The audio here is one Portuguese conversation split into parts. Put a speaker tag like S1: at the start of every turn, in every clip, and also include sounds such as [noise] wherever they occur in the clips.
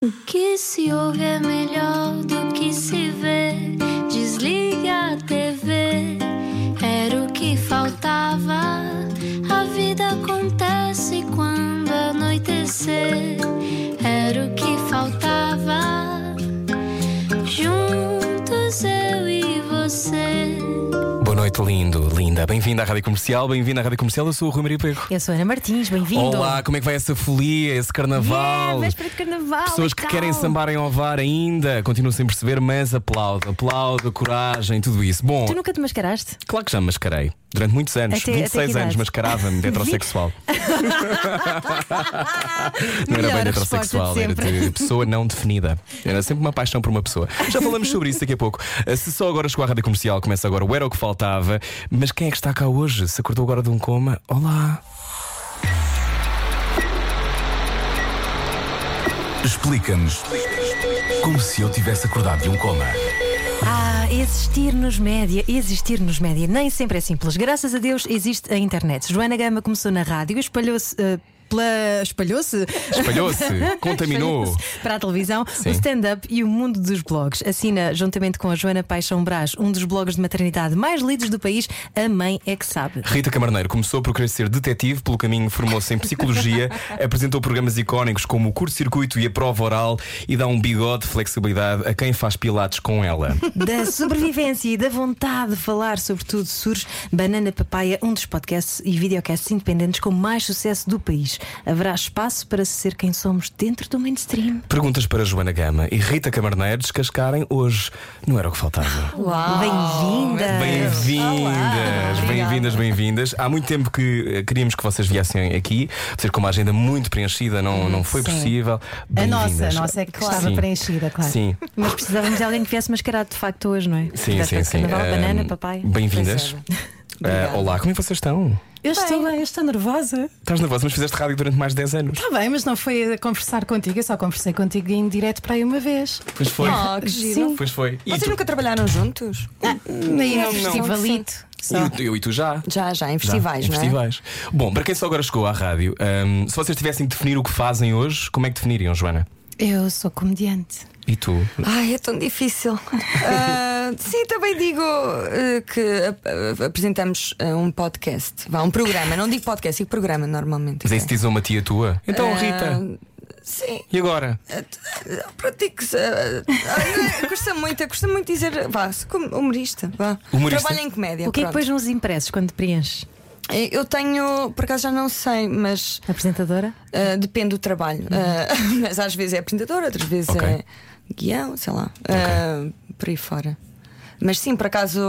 S1: O que se ouve é melhor do que se vê. Desliga a TV, era o que faltava. A vida acontece quando anoitecer, era o que faltava. Juntos eu e você.
S2: Boa noite, lindo, linda. Bem-vindo à Rádio Comercial, bem-vindo à Rádio Comercial. Eu sou o Rui Maria Perro.
S3: Eu sou Ana Martins, bem-vindo.
S2: Olá, como é que vai essa folia, esse
S3: Yeah,
S2: carnaval?
S3: véspera de carnaval.
S2: Pessoas
S3: e
S2: que
S3: tal.
S2: querem sambar em ovar ainda, continuam sem perceber, mas aplaudo, aplaudo, coragem, tudo isso. Bom,
S3: Tu nunca te mascaraste?
S2: claro que já me mascarei. Durante muitos anos,
S3: Até- até
S2: 26
S3: que
S2: anos,
S3: idade? [laughs]
S2: mascarava-me de heterossexual. não era bem
S3: Melhor
S2: de
S3: resposta
S2: heterossexual,
S3: de
S2: era tipo-
S3: sempre. [laughs]
S2: de pessoa não definida. Era sempre uma paixão por uma pessoa. Já falamos sobre isso daqui a pouco. Ah, Se só agora chegou à rádio comercial, começa agora o Era o que Faltava. Mas quem é que está cá hoje? Se acordou agora de um coma? Olá!
S4: Explica-nos como se eu tivesse acordado de um coma.
S3: Ah, existir nos média, existir nos média nem sempre é simples. Graças a Deus existe a internet. Joana Gama começou na rádio, e espalhou-se. eh, pela- Espalhou-se [laughs]
S2: Espalhou-se, contaminou.
S3: Espalhou-se para a televisão,
S2: Sim.
S3: o stand-up e o mundo dos blogs. Assina, juntamente com a Joana Paixão Brás, um dos blogs de maternidade mais lidos do país, A Mãe é que Sabe.
S2: Rita Camarneiro começou por querer ser detetive, pelo caminho formou-se em
S5: [laughs]
S2: psicologia, apresentou programas icónicos como o curto-circuito e a prova oral e dá um bigode de flexibilidade a quem faz pilates com ela.
S3: Da sobrevivência e da vontade de falar sobre tudo surge Banana Papaya, um dos podcasts e videocasts independentes com mais sucesso do país. Haverá espaço para ser quem somos dentro do mainstream.
S2: Perguntas para Joana Gama e Rita Camarneiro descascarem hoje. Não era o que faltava.
S5: Ah,
S3: Bem-vinda!
S2: Bem-vindas, bem-vindas, bem-vindas. Há muito tempo que eh, queríamos que vocês viessem aqui, vocês com uma agenda muito preenchida, não, não foi
S5: Sim.
S2: possível.
S5: A nossa, a
S2: Bem-vindas.
S5: nossa é que
S2: Claro.
S5: estava
S2: Sim.
S5: preenchida, claro.
S2: Sim.
S3: Mas precisávamos de alguém que viesse mascarado de facto hoje, não é?
S2: Sim, sim,
S3: Véspera de
S2: sim.
S3: Carnaval,
S2: Ahm,
S3: banana, papaya.
S2: Bem-vindas. Ah, olá, como é que vocês estão?
S5: Eu estou bem, eu estou nervosa.
S2: Estás nervosa, mas fizeste rádio durante mais de 10 anos.
S5: Está bem, mas não foi a conversar contigo, eu só conversei contigo em direto para aí uma vez.
S2: Pois foi.
S6: Oh, que giro.
S5: Sim.
S2: Pois foi. E
S6: Vocês
S2: tu?
S6: nunca trabalharam juntos?
S5: Nem é
S6: não, Ah, não.
S5: festivalito. Só.
S2: Eu, eu e tu já.
S6: Já, já, em
S2: Já,
S6: festivais,
S2: em
S6: não é?
S2: festivais. Bom, para quem só agora chegou à rádio, ahm, se vocês tivessem de definir o que fazem hoje, como é que definiriam, Joana?
S3: é.
S5: Eu sou comediante.
S2: E tu?
S6: Ai, é tão difícil. [laughs] Ah, sim, também digo eh, que ah, ah, apresentamos ah, um podcast. Vá, um programa. Não digo podcast, digo programa normalmente.
S2: Mas é tipo- aí se diz a uma tia tua. Então,
S6: Ah,
S2: Rita,
S6: Sim,
S2: e agora?
S6: eu pratico. ah, ah, não, custa muito, custa muito dizer. Vá, sou como humorista. Vá.
S2: Humorista.
S6: Trabalho em comédia.
S3: O que é que
S6: pronto. Eh,
S3: depois nos impressos quando preenches?
S6: Eu tenho, por acaso já não sei, mas
S3: Apresentadora?
S6: Uh, depende do
S5: Uhum.
S6: trabalho. Uh, [laughs] mas às vezes é apresentador, outras vezes
S2: Ok.
S6: é guião, sei lá, uh, por aí fora. Mas sim, por acaso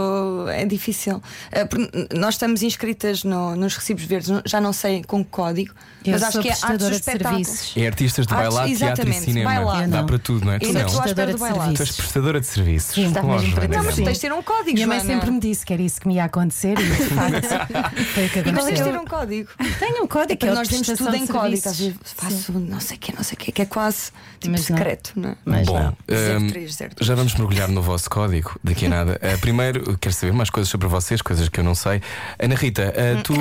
S6: é difícil. Uh, por- nós estamos inscritas no- nos recibos verdes, não- já não sei com que código,
S5: Eu
S6: mas acho
S5: sou
S6: que é artes do
S5: prestadora de
S6: espetáculo.
S5: serviços.
S2: É artistas de
S6: Artes-
S2: bailar, teatro e
S6: exatamente,
S2: cinema.
S6: bailar.
S2: Dá
S5: Eu
S2: para tudo, não é? Tu
S6: Ainda
S2: não.
S6: estou à espera do
S5: Prestadora de
S6: bailado.
S2: Tu és prestadora de serviços.
S5: Sim, está
S2: Como a
S3: mesmo para
S2: Joana
S6: Não,
S3: ti.
S6: mas
S2: Gama.
S6: tens de ter um código.
S5: Minha mãe
S6: Joana.
S5: sempre me disse que era isso que me ia acontecer e
S6: [laughs]
S5: de facto foi o que
S6: Mas tens de ter
S5: aconteceu.
S6: um código.
S5: Tenho um
S6: É
S5: código,
S6: que nós demos
S5: prestação
S6: tudo em
S5: de
S6: código. Às
S5: serviços.
S6: vezes faço não sei o que, não sei o que, que é quase tipo
S5: Mas não.
S6: secreto, não é?
S5: Mas
S2: Bom,
S5: não.
S2: ahm,
S6: 0302.
S2: Hum, já vamos mergulhar no vosso código daqui a nada. Ah, primeiro, quero saber mais coisas sobre vocês, coisas que eu não sei. Ana Rita, ah,
S6: [laughs]
S2: tu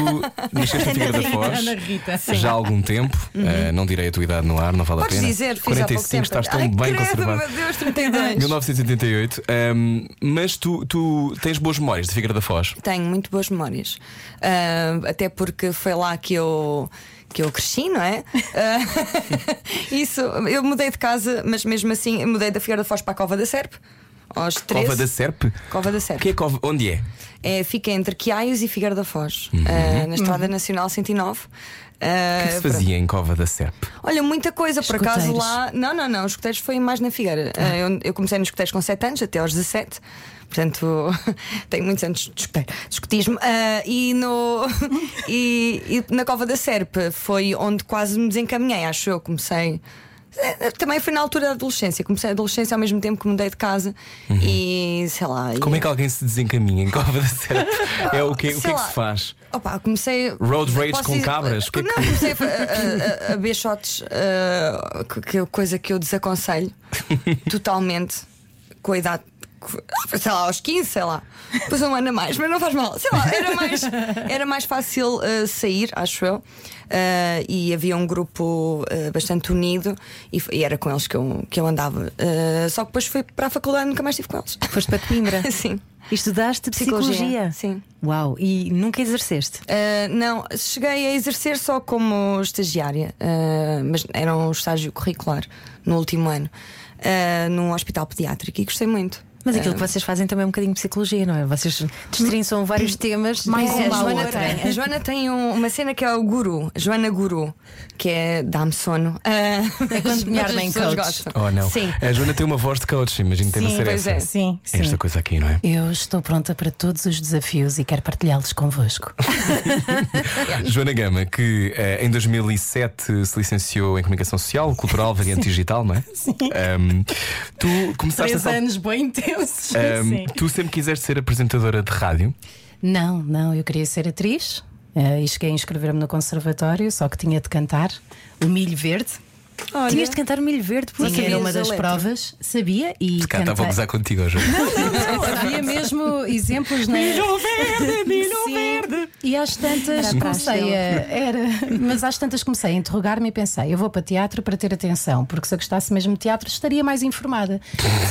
S2: nasceste em Figueira da Foz
S5: Ana Rita, sim.
S2: já há algum tempo. Ah, não direi a tua idade no ar, não vale
S6: Uhum. Podes
S2: a pena.
S6: dizer, fiz há pouco
S2: 45,
S6: tempo.
S2: estás tão
S6: Ai,
S2: bem
S6: credo,
S2: conservado.
S6: meu Deus, 32.
S2: 1988, ahm, ehm, mas tu, tu tens boas memórias de Figueira da Foz.
S6: Tenho muito boas memórias. Ah, até porque foi lá que eu. Que eu cresci, não é? Ah, [laughs] isso, eu mudei de casa, mas mesmo assim, eu mudei da Figueira da Foz para a Cova da Serpe, aos 13.
S2: Cova da Serpe?
S6: Cova da
S2: O
S6: Serpe.
S2: que é cova? Onde é?
S6: É, fica entre Quiais e Figueira da Foz, ah, na Estrada Nacional 109.
S2: Uhum. O
S6: Ah,
S2: que é
S6: Eh,
S2: que se fazia em Cova da Serpe?
S6: Olha, muita coisa, por acaso
S5: Escuteiros.
S6: lá. Não, não, não, os escuteiros foi mais na Figueira. Ah, Eu, eu comecei nos escuteiros com 7 anos, até aos 17. Portanto, [laughs] tenho muitos anos de escuteiro- de escutismo. Ah, e, no, [laughs] e, e na Cova da Serpe foi onde quase me desencaminhei, acho eu. Comecei. eh, Também foi na altura da adolescência. Comecei a adolescência ao mesmo tempo que mudei de casa. E sei lá.
S2: Uhum. Como é
S6: e-
S2: que alguém se desencaminha em
S6: [laughs]
S2: Cova da Serpe? É o que, o que
S6: Sei
S2: é que
S6: lá.
S2: se faz?
S6: Opa, comecei.
S2: Road rage
S6: Posso
S2: com cabras? O que é
S6: Não,
S2: que-
S6: comecei a, a, a, a beber shots, eh,
S2: [laughs]
S6: uh, que, que é coisa que eu desaconselho totalmente com a idade sei lá, aos 15, sei lá. Depois um ano a mais, mas não faz mal. Sei lá, era mais, era mais fácil eh, sair, acho eu. Eh, e havia um grupo eh, bastante unido e, f- e era com eles que eu, que eu andava. Eh, só que depois fui para a faculdade e nunca mais estive com eles.
S3: Foste para
S5: [laughs]
S2: [laughs]
S3: Coimbra
S6: Sim.
S3: e estudaste psicologia.
S6: Psicologia, sim.
S3: Uau, e nunca exerceste.
S6: Uh, não, cheguei a exercer só como estagiária, uh, mas era um estágio curricular no último ano, uh, num hospital pediátrico e gostei muito.
S3: Mas aquilo que vocês fazem também é um bocadinho de psicologia, não é? Vocês destrinçam vários temas.
S5: Mais
S3: É,
S5: uma
S6: a,
S5: ou
S6: Joana
S5: outra.
S6: Tem, a Joana tem um- uma cena que é o Guru, Joana Guru, que é dá-me sono. Uh,
S5: É quando me
S6: mas as
S5: armem
S6: pessoas
S5: coach.
S6: gostam.
S2: Oh, não.
S6: Sim.
S2: A Joana tem uma voz de coach, imagino ter de
S6: Sim,
S2: ser
S6: pois
S2: essa.
S6: é.
S5: Sim,
S2: É
S5: sim.
S2: esta coisa aqui, não é?
S5: Eu estou pronta para todos os desafios e quero partilhá-los convosco.
S2: [laughs] Joana Gama, que eh, em 2007 se licenciou em Comunicação Social,
S5: [laughs]
S2: Cultural, Variante Digital, não é? Sim. tu começaste
S5: Três
S2: a.
S5: anos bem intensos.
S2: Ahm,
S6: Ehm,
S5: Sim.
S2: tu sempre quiseste ser apresentadora de rádio.
S5: Não, não, eu queria ser atriz eh, e cheguei a inscrever-me no conservatório, só que tinha de cantar o milho verde.
S6: Olha,
S3: Tinhas de cantar milho verde, por
S5: Tinha era
S6: sabias
S5: uma das
S6: a letra?
S5: provas, sabia e
S2: Cá estava a
S5: cantei. [laughs]
S2: gozar contigo, ó, Joana.
S5: Não, havia mesmo exemplos na. Milho verde, milho verde! E às tantas
S3: Era
S5: comecei
S3: pastel.
S5: a. Era. Mas às tantas comecei a interrogar-me e pensei: eu vou para teatro para ter atenção, porque se eu gostasse mesmo de teatro estaria mais informada.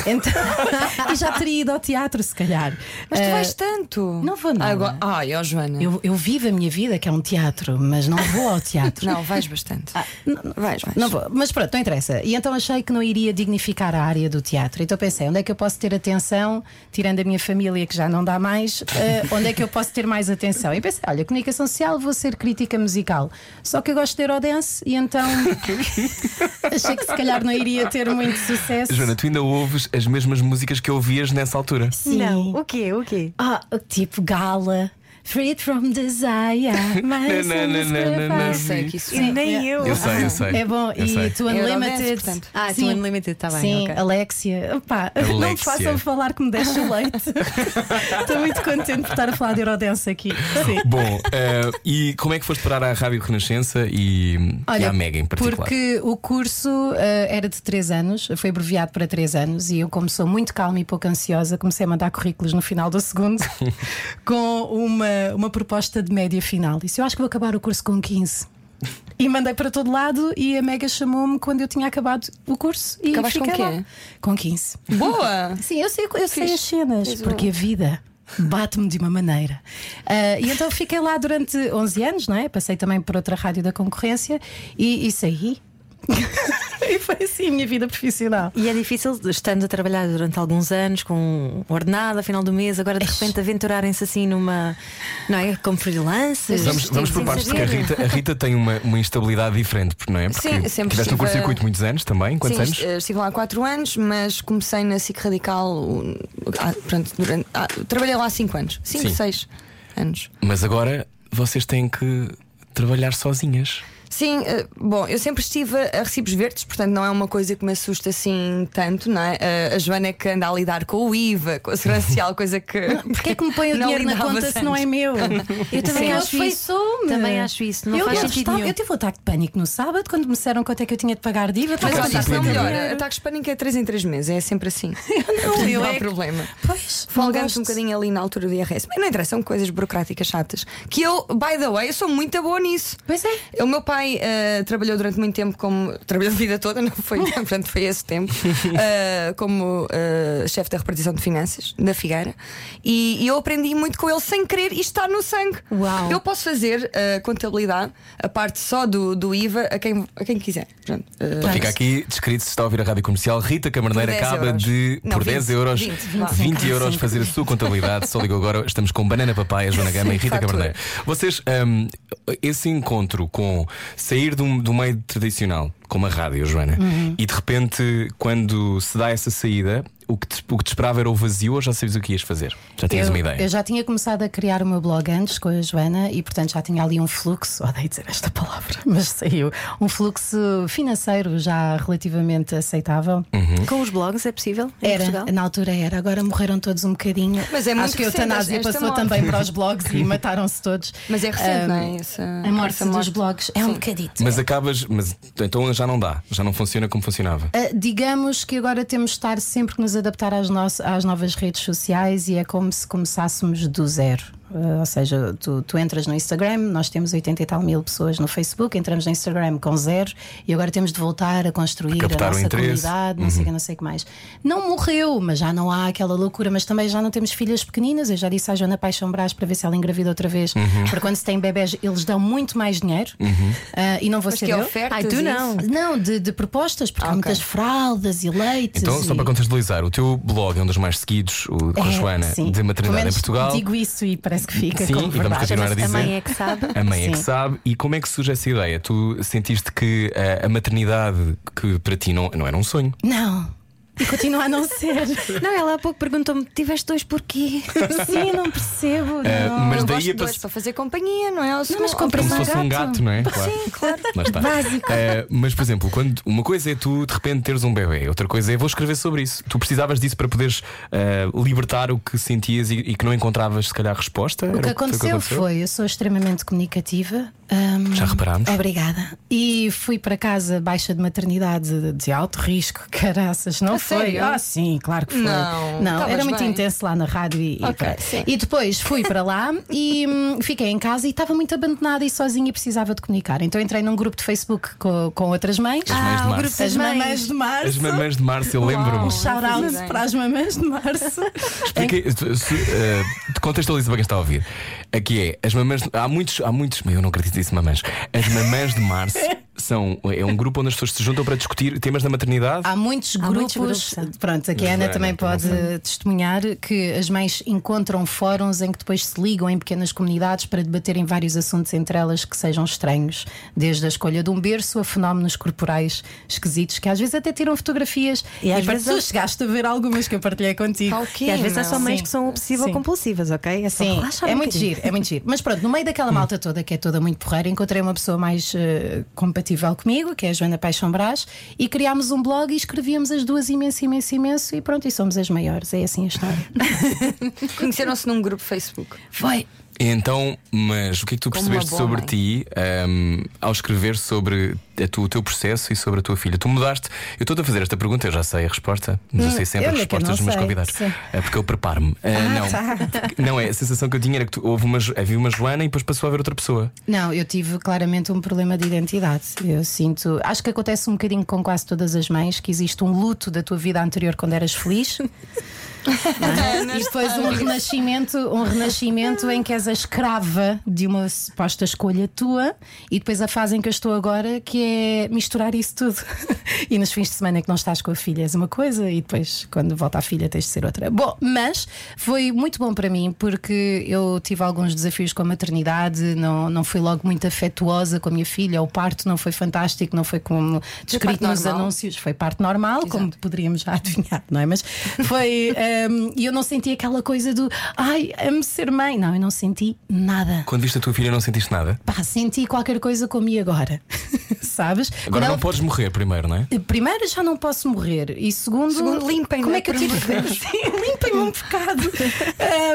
S5: Então, [laughs] e já teria ido ao teatro, se calhar.
S6: mas tu
S5: Ah,
S6: vais tanto.
S5: não vou nada.
S6: Agora, ai, ó Joana.
S5: eu, eu vivo a minha vida, que é um teatro, mas não vou ao teatro.
S6: [laughs] Não, vais bastante. vais, vais.
S5: Ah, Não vou, mas pronto, não interessa. E então achei que não iria dignificar a área do teatro. Então pensei, onde é que eu posso ter atenção, tirando a minha família que já não dá mais, eh, onde é que eu posso ter mais atenção? E pensei, olha, comunicação social, vou ser crítica musical. Só que eu gosto de Eurodance e então achei que se calhar não iria ter muito sucesso.
S2: Joana, tu ainda ouves as mesmas músicas que ouvias nessa altura.
S5: Sim.
S3: Não, o quê? O quê?
S5: Ah, tipo gala. Freed from desire. mas
S2: Não, não, não, não, não, não.
S6: sei que isso
S5: Sim.
S3: Nem eu.
S2: Eu sei, eu sei.
S5: É bom,
S2: eu
S5: e
S2: sei.
S5: tu
S6: Eurodance,
S5: Unlimited. então
S6: portanto.
S3: Ah, tu
S5: Sim.
S3: Unlimited, tá bem,
S5: Sim,
S3: ok.
S5: Alexia. Opá, não me
S2: Alexia.
S5: façam falar que me deixa o leite. [laughs] Estou muito contente por estar a falar de Eurodance aqui. Sim.
S2: Bom, eh, e como é que foste parar à Rádio Renascença e, e à Mega em particular?
S5: Porque o curso eh, era de 3 anos, foi abreviado para 3 anos, e eu, como sou muito calma e pouco ansiosa, comecei a mandar currículos no final do segundo com uma, uma proposta de média final. Disse: Eu acho que vou acabar o curso com 15. E mandei para todo lado e a Mega chamou-me quando eu tinha acabado o curso e
S6: Acabaste com
S5: fiquei
S6: quê?
S5: lá. Com 15. [laughs]
S6: Boa!
S5: Sim, eu sei, eu sei as cenas, porque
S3: [laughs]
S5: a vida bate-me de uma maneira. Ah, e então fiquei lá durante 11 anos, não é? Passei também por outra rádio da concorrência e, e saí. [laughs] e foi assim a minha vida profissional.
S3: E é difícil, estando a trabalhar durante alguns anos com um ordenado a final do mês, agora de repente aventurarem-se assim numa. Não é? Como freelance.
S2: Vamos, vamos por
S3: Sem
S2: partes, porque a
S3: saber.
S2: Rita, a Rita tem uma, uma instabilidade diferente, não é? Porque
S6: Sim, sempre
S2: tiveste no
S6: estive a-
S2: curto-circuito muitos anos também. Quantos
S6: Sim,
S2: anos?
S6: est- eh, estive lá há 4 anos, mas comecei na SIC Radical. um, ah, pronto, durante- ah, trabalhei lá há 5 anos.
S2: Sim.
S6: 5, 6 anos.
S2: Mas agora vocês têm que trabalhar sozinhas.
S6: Sim, eh, bom, eu sempre estive a a recibos verdes, portanto não é uma coisa que me assusta assim tanto, não é? Eh, A Joana é que anda a lidar com o IVA, com
S2: [laughs]
S6: a Segurança Social, coisa que.
S5: Porquê é que me põe o
S6: Não
S5: dinheiro na
S6: lidava
S5: conta se não é
S6: antes.
S5: meu?
S3: Eu também
S5: Sim.
S3: acho
S5: Eu
S3: isso.
S5: afeiçoo-me.
S3: Também acho isso. Não
S5: eu,
S3: faz
S5: eu
S3: sentido
S5: estava-
S3: nenhum.
S5: Eu tive um ataque de pânico no sábado quando me disseram quanto é que eu tinha de pagar diva.
S6: Mas
S2: Ficaste
S5: Estava
S6: olha, é isso não
S2: surpreendida.
S6: melhora. Ataques de pânico é 3 em 3 meses, é sempre assim. Portanto,
S5: [laughs] eu
S6: não
S5: é
S6: há
S5: que-
S6: problema.
S5: Pois, não
S6: Folgamos
S5: gosto.
S6: um bocadinho ali na altura do IRS. Mas não interessa, são coisas burocráticas chatas. Que eu, by the way, eu sou muito boa nisso.
S5: Pois é.
S6: O meu pai eh, trabalhou durante muito tempo como. [laughs] Trabalhou a vida toda, não
S3: [laughs]
S6: foi? Portanto, foi esse tempo. eh, como eh, chefe da repartição de finanças da Figueira. E, e eu aprendi muito com ele sem querer e está no sangue.
S5: Uau.
S6: Eu posso fazer a contabilidade, a parte só do, do IVA, a quem, a quem quiser. Portanto, eh,
S5: é,
S2: Fica aqui descrito se está a ouvir a rádio comercial. Rita Camarneira
S6: Por 10
S2: acaba
S6: euros.
S2: de,
S6: Não,
S2: por 10
S6: 20,
S2: euros,
S6: 20,
S2: 20,
S6: vá.
S2: euros, fazer a sua contabilidade. Só ligou agora, estamos com Banana Papaya, Joana Gama e Rita
S6: fatura.
S2: Camarneira. Vocês, hum, esse encontro com sair do, do um meio tradicional, como a rádio, Joana,
S6: Uhum.
S2: e de repente, quando se dá essa saída, o que te, o que te esperava era o vazio ou já sabias o que ias fazer? Já tinhas
S5: eu,
S2: uma ideia?
S5: eu já tinha começado a criar o meu blog antes com a Joana e, portanto, já tinha ali um fluxo, [laughs] odeio dizer esta
S2: Hum.
S5: palavra, mas saiu, um fluxo financeiro já relativamente aceitável.
S3: Com os blogs é possível? Em
S5: Era,
S3: Portugal?
S5: na altura era, agora morreram todos um bocadinho.
S6: Mas é muito
S5: Acho que a
S6: recente
S5: eutanásia
S6: esta
S5: passou
S6: morte.
S5: também para os blogs e mataram-se todos.
S6: Mas é recente,
S5: Ah,
S6: não é? Essa,
S5: A morte
S6: essa
S5: dos blogs é um bocadito.
S2: Mas acabas, mas então já não dá, já não funciona como funcionava.
S5: Ah, digamos que agora temos de estar sempre que nos adaptar às, nos- às novas redes sociais e é como se começássemos do zero. Ah, ou seja, tu, tu entras no Instagram, nós temos 80 e tal mil pessoas no Facebook, entramos no Instagram com zero e agora temos de voltar a construir a
S2: Captar o
S5: nossa
S2: interesse. Uhum.
S5: comunidade, não sei o que, não sei o que mais. Não morreu, mas já não há aquela loucura, mas também já não temos filhas pequeninas. Eu já disse à Joana Paixão Brás para ver se ela engravida outra vez,
S2: Uhum.
S5: porque quando se tem bebés eles dão muito mais dinheiro Ah, e não vou
S6: Mas
S5: ser
S6: que
S5: eu.
S6: ofertas
S5: Ai, tu
S6: isso?
S5: não. Não, de, de propostas, porque há muitas fraldas e leites.
S2: Então,
S5: e...
S2: só para contextualizar, o teu blog é um dos mais seguidos, o com a
S5: É,
S2: Joana,
S5: sim.
S2: de
S5: Pelo
S2: maternidade em
S5: menos
S2: Portugal.
S5: Digo isso e parece que fica
S2: Sim,
S5: como
S2: e vamos
S5: verdade.
S2: continuar a
S3: A
S2: dizer.
S3: mãe é que sabe.
S2: A mãe é que
S5: Sim.
S2: sabe. E como é que surge essa ideia? Tu sentiste que eh, a, maternidade, que para ti não, não era um sonho,
S5: Não. E continua a não ser.
S2: [laughs]
S3: Não, ela há pouco perguntou-me: tiveste dois porquê?
S5: Sim, não percebo.
S2: eh,
S5: não.
S2: mas
S6: eu
S2: daí
S6: gosto de
S2: a
S6: dois
S2: pass-
S6: para fazer companhia, não é? Ao segundo-
S5: mas
S6: ao
S5: compras
S2: Como se
S5: um
S2: fosse um
S5: gato.
S2: gato, não é? Claro. Sim, claro. Lá está.
S3: Básico.
S2: Eh, mas, por exemplo, quando uma coisa é tu de repente teres um bebê, outra coisa é vou escrever sobre isso. Tu precisavas disso para poderes eh, libertar o que sentias e, e que não encontravas, se calhar, resposta? Era
S5: O que aconteceu foi, eu sou extremamente comunicativa. hum,
S2: Já reparámos.
S5: Obrigada. E fui para casa baixa de maternidade de alto risco, [laughs] caraças, não
S6: A
S5: foi?
S6: sério?
S5: Ah, sim, claro que foi.
S6: Não, estavas
S5: era muito
S6: bem.
S5: intenso lá na rádio e, e
S6: Ok,
S5: pronto.
S6: sim.
S5: E depois fui para lá e hum, fiquei em casa e estava muito abandonada e sozinha e precisava de comunicar. Então entrei num grupo de Facebook com, com outras mães.
S6: Ah,
S2: As mães de
S3: o
S2: março.
S3: grupo das
S5: As
S3: mães.
S5: mamães de março.
S2: As mamãs de março, eu lembro-me.
S6: Uau.
S5: Shout-out
S6: Bem.
S5: para as mamãs de março.
S2: Explica- se- eh, Contextualiza para quem está a ouvir. Aqui é, as mamãs. Há muitos, há muitos, eu não acredito nisso, mamãs. As mamãs de
S5: [laughs]
S2: março são é um grupo onde as pessoas se juntam para discutir temas da maternidade.
S5: Há muitos
S3: muitos
S5: grupos,
S3: grupos,
S5: pronto, aqui a
S2: Mas
S5: Ana
S2: Ana,
S5: também
S2: que não
S5: pode testemunhar que as mães encontram fóruns em que depois se ligam em pequenas comunidades para debaterem vários assuntos entre elas que sejam estranhos, desde a escolha de um berço a fenómenos corporais esquisitos que às vezes até tiram fotografias
S3: E
S5: e,
S3: às
S5: às
S3: vezes há-
S5: tu chegaste a ver algumas que eu partilhei contigo.
S6: Qual que
S3: E às vezes há só
S6: meu?
S3: mães
S5: Sim.
S3: que são
S5: Sim.
S3: obsessivo-compulsivas, ok? É só
S5: Sim,
S3: relaxar um
S5: é muito
S3: bocadinho. Hum.
S5: giro, é muito giro. Mas pronto, no meio daquela malta toda que é toda muito porreira, encontrei uma pessoa mais eh, compatível comigo, que é a Joana Paixão Brás, e criámos um blog e escrevíamos as duas imenso, imenso, imenso, e pronto, e somos as maiores. É assim
S3: [laughs]
S5: a história.
S6: Conheceram-se num grupo Facebook.
S5: Foi.
S2: Então, mas o que é que tu
S6: Como
S2: percebeste
S6: uma
S2: sobre
S6: boa mãe.
S2: ti ahm, ao escrever sobre a tu- o teu processo e sobre a tua filha? Tu mudaste. Eu estou a fazer esta pergunta, eu já sei a resposta, mas eu sei sempre
S5: eu
S2: as
S5: é que
S2: respostas
S5: não
S2: dos meus
S5: sei,
S2: convidados.
S5: sim. tá.
S2: É porque eu preparo-me. Ah, não. Porque- não, é a sensação que eu tinha era que tu, houve uma, Jo- havia uma Joana e depois passou a haver outra pessoa.
S5: Não, eu tive claramente um problema de identidade. Eu sinto. Acho que acontece um bocadinho com quase todas as mães que existe um luto da tua vida anterior quando eras
S3: [laughs]
S5: feliz.
S3: Ah,
S5: não
S6: Ah,
S5: é? E depois um renascimento, um renascimento em que és a escrava de uma suposta escolha tua, e depois a fase em que eu estou agora, que é misturar isso tudo. [laughs] E nos fins de semana que não estás com a filha és uma coisa, e depois quando volta a filha tens de ser outra. Bom, mas foi muito bom para mim porque eu tive alguns desafios com a maternidade, não, não fui logo muito afetuosa com a minha filha, o parto não foi fantástico, não foi como descrito nos anúncios
S6: normal.
S5: anúncios. Foi parte normal, como poderíamos já [laughs] adivinhar, não é? Mas foi. hum, E eu não senti aquela coisa do ai, amo ser mãe. Não, eu não senti nada.
S2: Quando viste a tua filha, não sentiste nada?
S5: Pá, senti qualquer coisa como e agora, [laughs] sabes? eh,
S2: Agora não, podes morrer primeiro, não é?
S5: Primeiro, já não posso morrer. E segundo,
S6: Segundo, limpem-me,
S5: como é que eu
S6: por
S5: tive.
S6: amor
S5: [laughs]
S6: de
S5: Sim, limpem-me um bocado.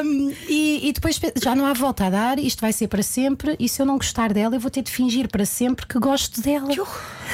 S5: Um, e, e depois pe- já não há volta a dar, isto vai ser para sempre. E se eu não gostar dela, eu vou ter de fingir para sempre que gosto dela.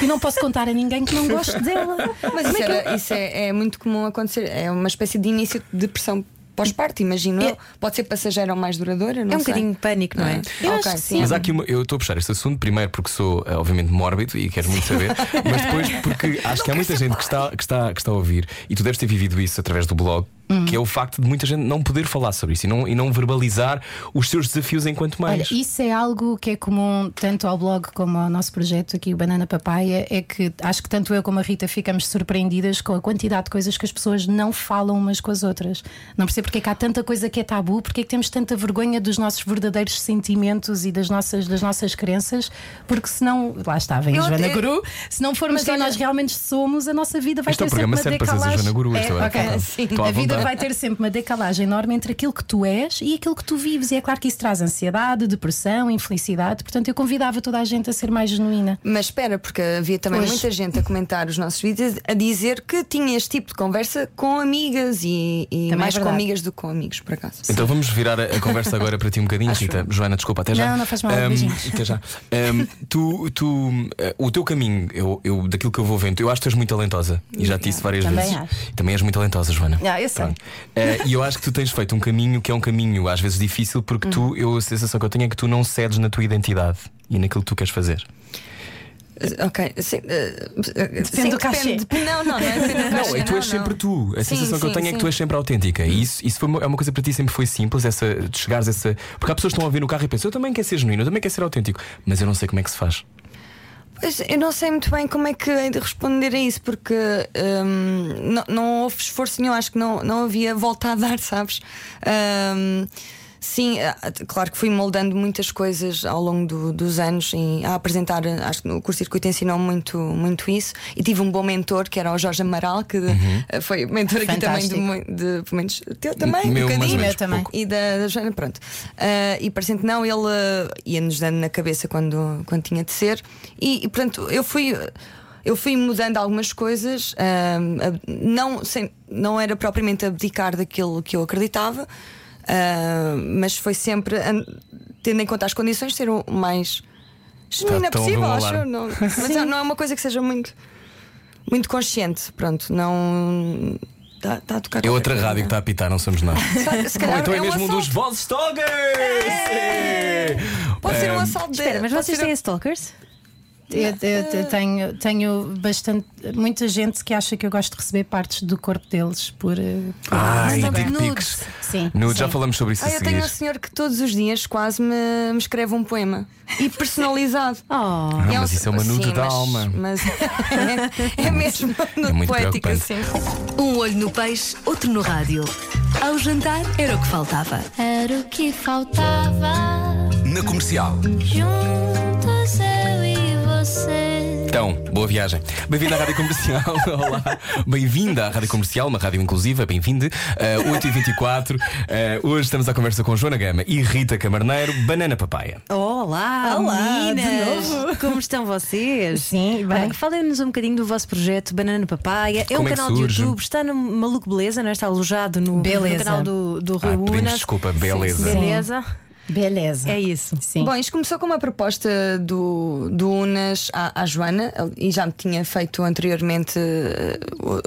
S5: E não posso contar a ninguém que não gosto
S6: [laughs]
S5: dela.
S6: Mas isso, era- isso é, é muito comum acontecer. É uma espécie de início de depressão pós-parto, imagino
S5: É.
S6: eu. Pode ser passageira ou mais duradoura, não
S3: É um
S6: sei.
S3: bocadinho de pânico, não é?
S5: Eu
S6: Ok,
S5: acho que
S6: sim.
S2: Mas há aqui uma, eu estou a puxar este assunto primeiro porque sou eh, obviamente mórbido e quero muito saber, mas depois porque acho que há muita gente que está, que, está, que está a ouvir e tu deves ter vivido isso através do blog, que é o facto de muita gente não poder falar sobre isso e não, e não verbalizar os seus desafios enquanto
S5: Olha,
S2: mães.
S5: isso é algo que é comum tanto ao blog como ao nosso projeto aqui, o Banana Papaya, é que acho que tanto eu como a Rita ficamos surpreendidas com a quantidade de coisas que as pessoas não falam umas com as outras. Não percebo porque é que há tanta coisa que é tabu, porque é que temos tanta vergonha dos nossos verdadeiros sentimentos e das nossas, das nossas crenças, porque senão, lá está, vem a
S6: Eu
S5: Joana
S6: até-
S5: Guru, se não formos
S6: Mas
S5: quem
S6: olha-
S5: nós realmente somos, a nossa vida vai
S2: Este é o
S5: ter sempre
S2: programa
S5: uma
S2: certo para seres a
S5: decalagem.
S2: Joana Guru,
S5: É,
S2: isto agora
S5: ok,
S2: está-
S5: sim.
S2: estou à
S5: A vida
S2: vontade.
S5: vai ter sempre uma decalagem enorme entre aquilo que tu és e aquilo que tu vives. E é claro que isso traz ansiedade, depressão, infelicidade. Portanto, eu convidava toda a gente a ser mais genuína.
S6: Mas espera, porque havia também
S5: Pois.
S6: muita gente a comentar os nossos vídeos a dizer que tinha este tipo de conversa com amigas e, e
S5: Também é
S6: mais com
S5: verdade.
S6: amigas do que com amigos, por acaso.
S2: Então vamos virar a, a conversa agora para ti um
S5: [laughs]
S2: bocadinho, Rita. Joana, desculpa, até já.
S5: Não, não faz mal,
S2: Ahm,
S5: beijinhos.
S2: até já. Ahm, tu, tu, eh, o teu caminho, eu, eu- daquilo que eu vou vendo, eu acho que tu és muito talentosa e já te disse várias
S5: Também
S2: vezes.
S5: acho.
S2: Também és muito talentosa, Joana.
S5: Ah, eu sei.
S2: Pronto. Eh, e eu acho que tu tens feito um caminho que é um caminho às vezes difícil porque
S5: Hum.
S2: tu, eu, a sensação que eu tenho é que tu não cedes na tua identidade e naquilo que tu queres fazer.
S6: Ok, sim, eh, eh, sim,
S5: do cachê.
S6: depende- Não, não, não é depende do
S2: Não,
S6: cachê,
S2: é, tu és
S6: não.
S2: sempre tu. A
S6: Sim,
S2: sensação que eu
S6: sim,
S2: tenho é que tu
S6: sim.
S2: és sempre autêntica. E isso, isso foi uma, é uma coisa para ti sempre foi simples, essa, de chegares a essa. Porque há pessoas que estão a ouvir no carro e pensam, eu também quero ser genuíno, eu também quero ser autêntico. Mas eu não sei como é que se faz.
S6: Pois, eu não sei muito bem como é que hei de responder a isso, porque hum, não, não houve esforço nenhum, acho que não, não havia volta a dar, [laughs] sabes? Hum, sim, ah, claro que fui moldando muitas coisas ao longo do- dos anos em, a apresentar, acho que o curso circuito ensinou muito, muito isso, e tive um bom mentor que era o Jorge Amaral, que
S2: Uhum.
S6: ah, foi mentor aqui também de,
S5: Fantástico.
S6: mui- de pelo menos teu também,
S2: Meu, mais ou
S6: um bocadinho.
S2: menos,
S5: eu também.
S2: pouco.
S6: E da, da Joana, pronto. Ah, e parecendo que não, ele ah, ia-nos dando na cabeça quando, quando tinha de ser. E, e, portanto, eu fui. Eu fui mudando algumas coisas, ah, ab- não, sem, não era propriamente abdicar daquilo que eu acreditava, ah, mas foi sempre, an- tendo em conta as condições, ser o mais genuína
S2: tão a ouvir um
S6: possível, acho. eu,
S2: alarme. [laughs]
S6: Não, mas não é uma coisa que seja muito, muito consciente, pronto, não. Está tá a tocar
S2: É
S6: qualquer
S2: outra
S6: coisa.
S2: rádio que está a apitar, não somos nós.
S6: Tá- Se
S2: Ou
S6: calhar
S2: [laughs] então é,
S6: um É.
S2: mesmo um dos
S6: assalto.
S2: Voz Stalkers! Sim!
S6: Pode ser um assalto de.
S3: Espera, mas
S6: pode
S3: vocês
S6: ser
S3: têm stalkers?
S5: Eu, eu- eu tenho, tenho bastante. Muita gente que acha que eu gosto de receber partes do corpo deles por. eh, por-
S2: Ai,
S3: Mandam-me
S2: dick
S3: nudes.
S2: pics.
S5: Sim,
S2: Nudes,
S5: sim.
S2: já falamos sobre isso
S6: Ah,
S2: a
S6: eu
S2: seguir.
S6: tenho um senhor que todos os dias quase me, me escreve um poema e personalizado.
S3: [laughs] Oh,
S2: Ah,
S6: E um-
S2: mas isso é uma nude
S6: Sim,
S2: da
S6: mas-
S2: alma. [laughs]
S6: Mas é, é mesmo uma nude
S2: muito
S6: poética,
S2: preocupante.
S6: sim.
S7: Um olho no peixe, outro no rádio. Ao jantar era o que faltava.
S1: Era o que faltava.
S4: Na comercial.
S1: Juntos eu e você.
S2: Então, boa viagem. Bem-vindo à Rádio Comercial. [laughs] Olá. Bem-vinda à Rádio Comercial, uma rádio inclusiva. Bem-vindo. Uh, 8h24. Uh, hoje estamos à conversa com Joana Gama e Rita Camarneiro, Banana Papaya.
S3: olá,
S5: Olá,
S3: meninas!
S5: de
S3: Como estão vocês?
S5: Sim, bem.
S3: Olha, Falem-nos um bocadinho do vosso projeto Banana Papaya. É
S2: Como
S3: um
S2: é que
S3: canal
S2: surge?
S3: de YouTube, está no Maluco Beleza, não é? está alojado no, no
S5: Beleza.
S3: canal do, do Rui
S2: Ah, pedimos
S3: Unas.
S2: desculpa, beleza.
S3: Beleza?
S5: Beleza.
S3: É isso.
S5: Sim.
S6: Bom, isto começou com uma proposta do, do Unas à, à Joana, ele- e já me tinha feito anteriormente eh,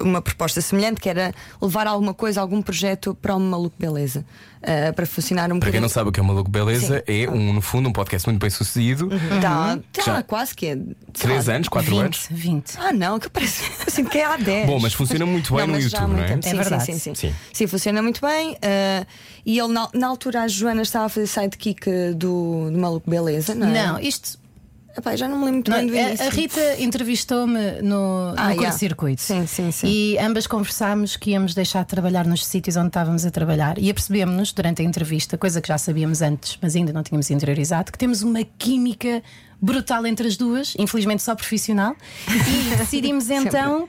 S6: uma proposta semelhante, que era levar alguma coisa, algum projeto para o Maluco Beleza, eh, para funcionar um
S2: Para quem
S6: bocadinho.
S2: não sabe o que é o Maluco Beleza, é, um, no fundo, um podcast muito bem sucedido.
S6: Tá, tá,
S2: Uhum. Já-
S6: quase que é. sei
S2: Três
S6: lá,
S2: anos, quatro
S5: 20,
S2: anos.
S5: 20.
S6: Ah, não, que parece eu sinto que é há 10.
S2: Bom, mas funciona muito bem
S6: Não,
S2: no
S6: mas já há
S2: YouTube, não
S6: muito
S2: é?
S6: tempo.
S5: É
S6: Sim,
S5: verdade.
S6: sim, sim, sim.
S2: Sim.
S6: Sim, funciona muito bem. ah, e ele, na, na altura, a Joana estava a fazer sidekick ah, do, do Maluco Beleza,
S2: Ah.
S6: não é?
S5: Não, isto.
S6: Epá, já não me lembro muito
S5: não, é,
S6: bem do
S5: a,
S6: início.
S5: a Rita entrevistou-me no, no
S6: Ah, yeah.
S5: curto-circuito.
S6: Sim, sim, sim.
S5: E ambas conversámos que íamos deixar de trabalhar nos sítios onde estávamos a trabalhar. E apercebemos-nos durante a entrevista, coisa que já sabíamos antes, mas ainda não tínhamos interiorizado, que temos uma química brutal entre as duas, infelizmente só profissional.
S6: [laughs]
S5: E decidimos então,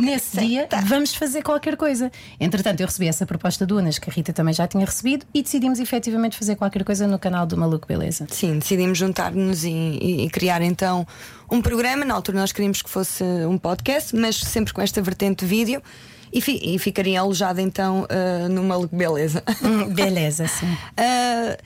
S5: nesse dia,
S6: Tá.
S5: vamos fazer qualquer coisa. Entretanto, eu recebi essa proposta do Unas, que a Rita também já tinha recebido, e decidimos efetivamente fazer qualquer coisa no canal do Maluco Beleza.
S6: Sim, decidimos juntar-nos e, e- e criar então um programa. Na altura nós queríamos que fosse um podcast, mas sempre com esta vertente de vídeo. E, fi- e ficaria alojado então ah, no Maluco Beleza. [laughs]
S5: Beleza, sim.
S6: Ah,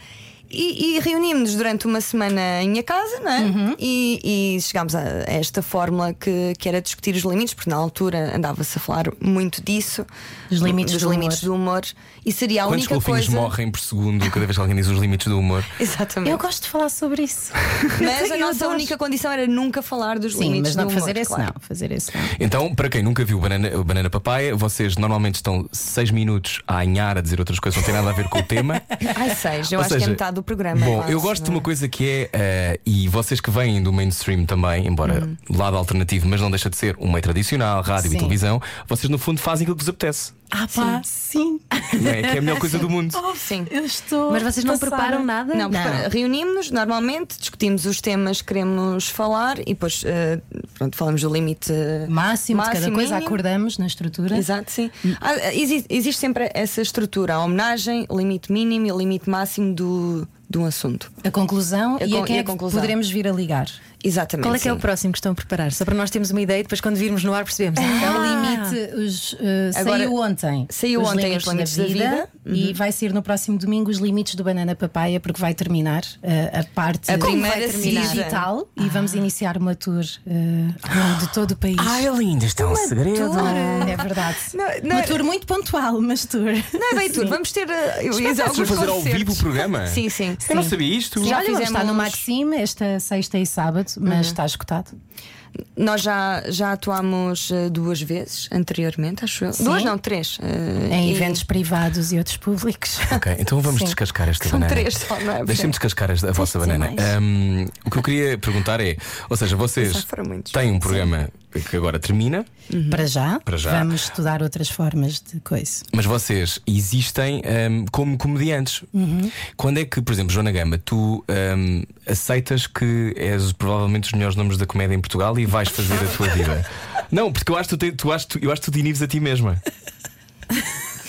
S6: e, e reunimos-nos durante uma semana em minha casa, não é?
S5: Uhum.
S6: E, e chegámos a, a esta fórmula que, que era discutir os limites, porque na altura andava-se a falar muito disso
S5: Os limites
S6: dos
S5: do
S6: limites do humor. E seria a
S2: Quantos
S6: única
S2: golfinhos
S6: coisa.
S2: morrem por segundo cada vez que alguém diz os limites do humor?
S6: [laughs] Exatamente.
S5: Eu gosto de falar sobre isso.
S6: Mas a nossa única condição era nunca falar dos
S5: Sim,
S6: limites
S5: mas não
S6: do humor.
S5: fazer esse
S6: claro.
S5: não. Fazer esse não.
S2: Então, para quem nunca viu o Banana, o Banana Papaya, vocês normalmente estão seis minutos a anhar, a dizer outras coisas, não tem nada a ver com o tema.
S6: Ai, seja, [laughs] eu
S2: Ou
S6: acho que
S2: seja,
S6: é metade do programa.
S2: Bom,
S6: quase,
S2: eu gosto de
S6: não é?
S2: uma coisa que é, eh, e vocês que vêm do mainstream também, embora
S6: Uhum.
S2: lado alternativo, mas não deixa de ser um meio tradicional, rádio e
S5: Sim.
S2: televisão, vocês no fundo fazem aquilo que vos apetece.
S3: Ah, pá.
S5: Sim.
S2: não é? Que é a melhor coisa do mundo.
S6: Sim.
S5: Eu estou.
S3: Mas vocês não
S5: passada.
S3: preparam nada?
S6: Não, prepara- reunimos-nos normalmente, discutimos os temas que queremos falar e depois eh, pronto, falamos do limite eh,
S5: Máximo, de cada
S6: máximo,
S5: coisa,
S6: mínimo.
S5: acordamos na estrutura.
S6: Exato, sim. Ah, exi- existe sempre essa estrutura, a homenagem, o limite mínimo e o limite máximo do, de um assunto.
S5: A conclusão
S6: A
S5: e
S6: con-
S5: a quem
S6: e
S5: é
S6: a
S5: que
S6: conclusão.
S5: poderemos vir a ligar.
S6: Exatamente.
S3: Qual é que é o
S6: sim.
S3: próximo que estão a preparar? Só para nós termos uma ideia e depois quando virmos no ar percebemos.
S5: É o
S3: Ah,
S5: limite. Os, eh,
S6: Agora,
S5: saiu ontem.
S6: saiu ontem os limites da vida. Uhum.
S5: E vai ser no próximo domingo os limites do Banana Papaya, porque vai terminar eh, a parte
S6: A primeira Ah.
S5: vai terminar
S6: season.
S5: digital e vamos iniciar uma tour eh, ao longo de todo o país.
S2: ele ainda está um segredo.
S5: É verdade.
S6: Não, não
S5: uma
S6: era-
S5: tour muito pontual, mas tour.
S6: Não é bem tudo, vamos ter. eh, eu ia dizer
S2: É, Vocês vão
S6: alguns
S2: fazer ao
S6: concertos.
S2: vivo o programa?
S6: Sim, sim.
S2: Eu não sabia isto.
S5: Já
S6: Já
S5: fizemos... está no
S6: fizemos-
S5: Maxime esta sexta e sábado, mas está escutado.
S6: Nós já, já atuámos eh, duas vezes anteriormente, acho eu. Duas, não, três. eh,
S5: Em
S6: e-
S5: eventos privados e outros públicos.
S2: Ok, então vamos
S5: Sim.
S2: descascar esta
S6: São
S2: banana.
S6: três só, não é?
S2: Deixem-me descascar esta- a vossa
S5: dizer
S2: banana.
S5: mais.
S2: Hum, o que eu queria perguntar é: ou seja, vocês
S6: Já foram muitos.
S2: têm um programa que agora termina,
S5: [laughs] Para, já,
S2: Para já.
S5: vamos estudar outras formas de coisa.
S2: mas vocês existem hum, como comediantes.
S6: Uhum.
S2: Quando é que, por exemplo, Joana Gama, tu hum, aceitas que és provavelmente os melhores nomes da comédia em Portugal e vais fazer a tua vida? Não, porque eu acho que tu, te- tu, acho, que tu- eu acho que tu te inibes a ti mesma.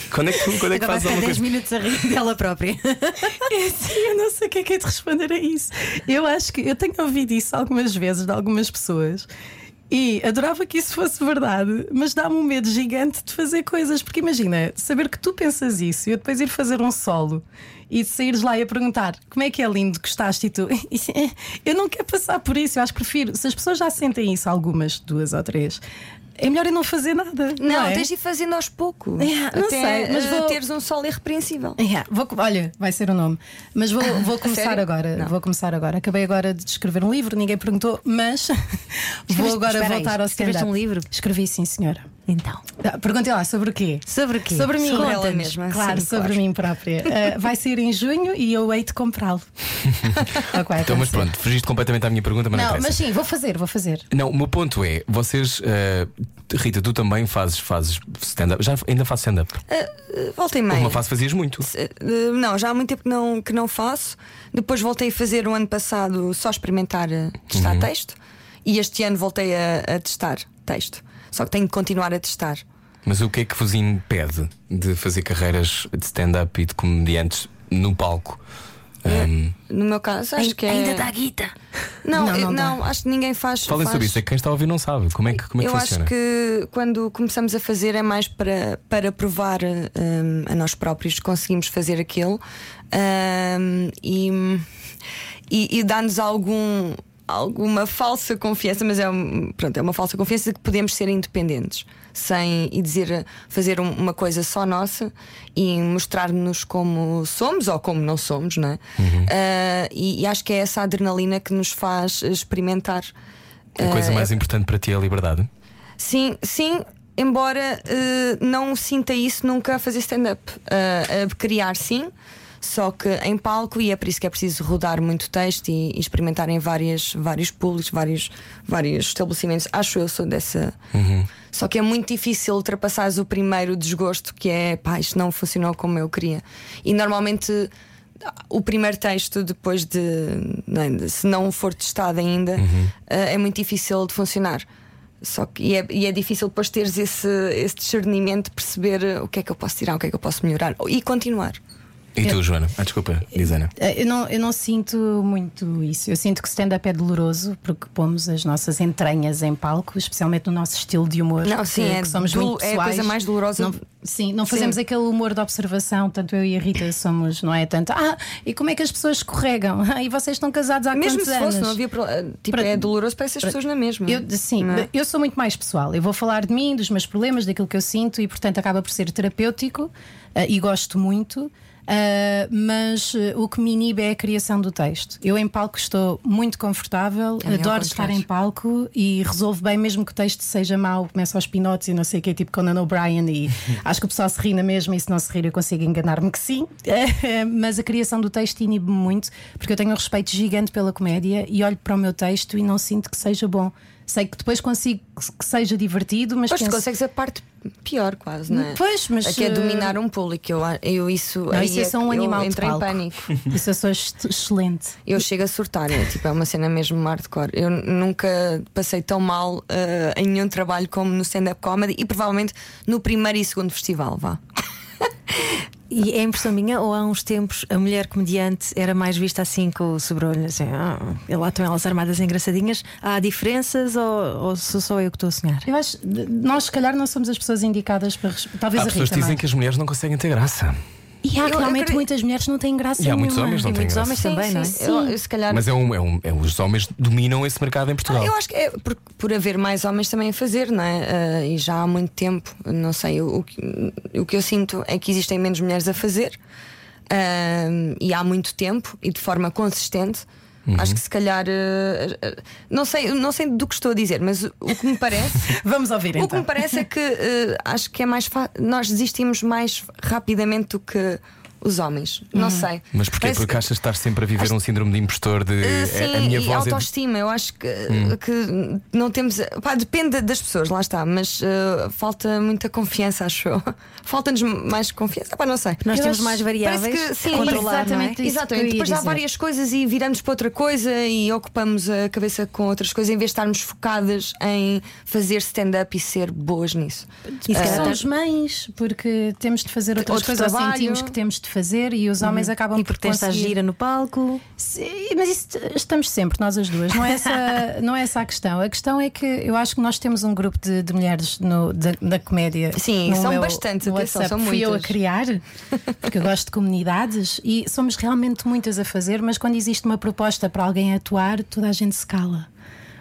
S2: Quando é que tu quando é que
S3: Agora
S2: fazes
S3: vai ficar
S2: alguma
S3: 10
S2: coisa?
S3: minutos a rir dela própria.
S5: Sim, [laughs] eu não sei o que é que é de responder a isso. Eu acho que eu tenho ouvido isso algumas vezes de algumas pessoas. E adorava que isso fosse verdade, mas dá-me um medo gigante de fazer coisas. Porque imagina, saber que tu pensas isso e eu depois ir fazer um solo e saíres lá e a perguntar como é que é lindo que gostaste e tu. [laughs] eu não quero passar por isso. Eu acho que prefiro. Se as pessoas já sentem isso, algumas, duas ou três, é melhor eu não fazer nada.
S6: Não,
S5: é?
S6: tens de ir fazendo aos poucos.
S5: Yeah, não
S6: até,
S5: sei, mas
S6: eh,
S5: vou-
S6: teres um sol irrepreensível.
S5: Yeah, vou co- olha, vai ser o nome. Mas vou, vou começar
S6: sério?
S5: agora.
S6: Não.
S5: Vou começar agora. Acabei agora de escrever um livro, ninguém perguntou, mas [laughs] vou
S3: Escreveste-
S5: agora
S3: espera aí,
S5: voltar ao
S3: escreveste
S5: stand-up.
S3: um livro?
S5: Escrevi, sim, senhora.
S3: Então,
S5: Ah, Perguntei lá sobre o quê?
S3: sobre o quê?
S5: Sobre mim.
S6: Sobre ela
S5: Conta-nos.
S6: mesma,
S5: Claro,
S6: sim,
S5: sobre
S6: claro.
S5: mim própria. Ah, vai ser em junho e eu hei de comprá-lo. É o que vai
S2: Então, mas
S5: acontecer.
S2: pronto, fugiste completamente à minha pergunta, mas não,
S5: Não,
S2: interessa.
S5: mas sim, vou fazer, vou fazer.
S2: Não, o meu ponto é, vocês, eh, Rita, tu também fazes, fazes stand-up. Já ainda fazes stand-up.
S6: Eh, Volta e meia.
S2: Uma fase fazias muito.
S6: Eh, eh, Não, já há muito tempo que não, que não faço. Depois voltei a fazer o ano passado só experimentar eh, testar
S2: Uhum.
S6: texto. E este ano voltei a, a testar texto. Só que tenho que continuar a testar.
S2: Mas o que é que vos impede de fazer carreiras de stand-up e de comediantes no palco? Ahm,
S6: No meu caso, acho que é.
S1: Ainda dá guita.
S6: Não,
S5: Não, não
S6: eu- não,
S5: dá.
S6: acho que ninguém faz.
S2: falem
S6: faz-
S2: sobre isso, é que quem está a ouvir não sabe. Como é que, como é que
S6: eu
S2: funciona?
S6: acho que quando começamos a fazer é mais para, para provar hum, a nós próprios que conseguimos fazer aquilo Hum, e, e, e dá-nos algum, alguma falsa confiança, mas é, um- pronto, é uma falsa confiança de que podemos ser independentes sem e dizer fazer um- uma coisa só nossa e mostrar-nos como somos ou como não somos, não é?
S2: Uhum.
S6: Ah, e, e acho que é essa adrenalina que nos faz experimentar.
S2: A coisa
S6: ah,
S2: mais importante para ti é a liberdade.
S6: Sim, sim. Embora eh, não sinta isso nunca a fazer stand-up. Eh, a criar, sim, só que em palco, e é por isso que é preciso rodar muito texto e, e experimentar em várias, vários públicos, vários, vários estabelecimentos. Acho eu sou dessa. Só que é muito difícil ultrapassares o primeiro desgosto, que é pá, isto não funcionou como eu queria. E normalmente o primeiro texto, depois de. não é, se não for testado ainda, eh, é muito difícil de funcionar. Só que e é, e é difícil depois teres esse, esse discernimento de perceber eh, o que é que eu posso tirar, o que é que eu posso melhorar e continuar.
S2: E tu, Joana? Ah, desculpa, diz Ana.
S5: Eh, Eu não, eu não sinto muito isso. Eu sinto que stand-up é doloroso porque pomos as nossas entranhas em palco, especialmente no nosso estilo de humor.
S6: Não, sim,
S5: que,
S6: é
S5: que somos
S6: dolo-
S5: muito
S6: é a
S5: pessoais.
S6: coisa mais dolorosa.
S5: Não, sim, não fazemos
S6: Sim.
S5: aquele humor de observação. Tanto eu e a Rita somos, não é? Tanto, ah, e como é que as pessoas escorregam? [laughs] Ah, e vocês estão casados há
S6: Mesmo
S5: quantos
S6: se fosse,
S5: anos?
S6: não havia pro- eh, Tipo,
S5: Pra-
S6: é doloroso para essas pessoas na mesma.
S5: Eu, sim,
S6: Não é?
S5: eu sou muito mais pessoal. Eu vou falar de mim, dos meus problemas, daquilo que eu sinto e, portanto, acaba por ser terapêutico eh, e gosto muito. eh, mas eh, o que me inibe é a criação do texto. Eu em palco estou muito confortável,
S6: mim é ao
S5: adoro estar
S6: contrário.
S5: em palco e resolvo bem, mesmo que o texto seja mau, começa aos pinotes e não sei o que, tipo Conan
S2: [laughs]
S5: O'Brien, e acho que o pessoal se ri na mesma, e se não se rir eu consigo enganar-me que sim. [laughs] Mas a criação do texto inibe-me muito, porque eu tenho um respeito gigante pela comédia e olho para o meu texto e não sinto que seja bom. Sei que depois consigo que seja divertido, mas
S6: Depois tu
S5: penso-
S6: consegues a parte pior, quase, não é?
S5: Pois, mas,
S6: É que é
S5: eh,
S6: dominar um público. Eu, eu isso.
S5: Não,
S6: aí
S5: isso é só
S6: que
S5: um
S6: eu
S5: animal de
S6: entro em
S5: palco.
S6: pânico.
S5: [laughs] Isso eu sou ex- excelente.
S6: Eu chego a surtar, é tipo, é uma cena mesmo hardcore. Eu nunca passei tão mal eh, em nenhum trabalho como no stand-up comedy e provavelmente no primeiro e segundo festival, vá.
S3: E é impressão minha, ou há uns tempos a mulher comediante era mais vista assim com o sobrolho, assim, ah, e lá estão elas armadas engraçadinhas. Há diferenças ou, ou sou só eu que estou a sonhar?
S5: Eu acho nós, se calhar, não somos as pessoas indicadas para. res- Talvez
S2: Há
S5: a
S2: pessoas
S5: Rita
S2: que dizem
S5: mais.
S2: que as mulheres não conseguem ter graça.
S5: E há
S6: Eu- eu
S5: realmente
S6: acredito-
S5: muitas mulheres que não têm graça
S2: E há
S5: nenhuma.
S2: muitos homens não
S3: E
S2: têm
S3: muitos
S2: graça.
S3: homens também, não é?
S6: Eu, eu se calhar.
S2: Mas é um, é um, é um- os homens dominam esse mercado em Portugal.
S6: Eu acho que é por, por haver mais homens também a fazer, não é? Ah, e já há muito tempo, não sei, o, o que- o que eu sinto é que existem menos mulheres a fazer ah, e há muito tempo e de forma consistente.
S2: Uhum.
S6: Acho que se calhar ah, ah, não sei, não sei do que estou a dizer, mas o- o que
S2: [laughs]
S6: me parece
S5: Vamos ouvir
S6: O que me
S5: então.
S6: parece é que eh, acho que é mais fa- nós desistimos mais rapidamente do que os homens. Não sei.
S2: Uhum. Mas porquê?
S6: Parece
S2: Porque
S6: que-
S2: achas estar sempre a viver um síndrome de impostor de
S6: eh,
S2: a-
S6: Sim,
S2: a minha
S6: e
S2: voz é. Hum.
S6: autoestima, eu acho que, que não temos. Pá, depende das pessoas, lá está, mas eh, falta muita confiança, acho eu. [laughs] Falta-nos mais confiança, pá, não sei.
S3: Nós
S5: Eu
S3: temos
S5: acho-
S3: mais variáveis
S6: Parece que sim,
S3: a controlar, não é?
S5: exatamente. isso que eu
S6: Exatamente.
S5: ia
S6: Depois há
S5: dizer.
S6: várias coisas e viramos para outra coisa e ocupamos a cabeça com outras coisas em vez de estarmos focadas em fazer stand-up e ser boas nisso.
S3: E se
S5: Porque
S3: calhar
S5: somos mães, porque temos de fazer outras
S6: Ah, tá. Outro
S5: coisas, ou
S6: trabalho. Uhum.
S5: sentimos que temos de fazer e os homens acabam
S3: E
S5: por
S3: porque tens de estar
S5: conseguir.
S3: gira no palco.
S5: Sim, mas isso estamos sempre, nós as duas. Não é, essa,
S6: [laughs]
S5: não é essa a questão. A questão é que eu acho que nós temos um grupo de, de mulheres no, da, da comédia.
S6: Sim,
S5: no
S6: são
S5: meu
S6: bastante, atenção,
S5: WhatsApp.
S6: são
S5: Fui eu a
S6: muitas.
S5: criar, porque eu gosto de comunidades e somos realmente muitas a fazer, mas quando existe uma proposta para alguém atuar, toda a gente se cala.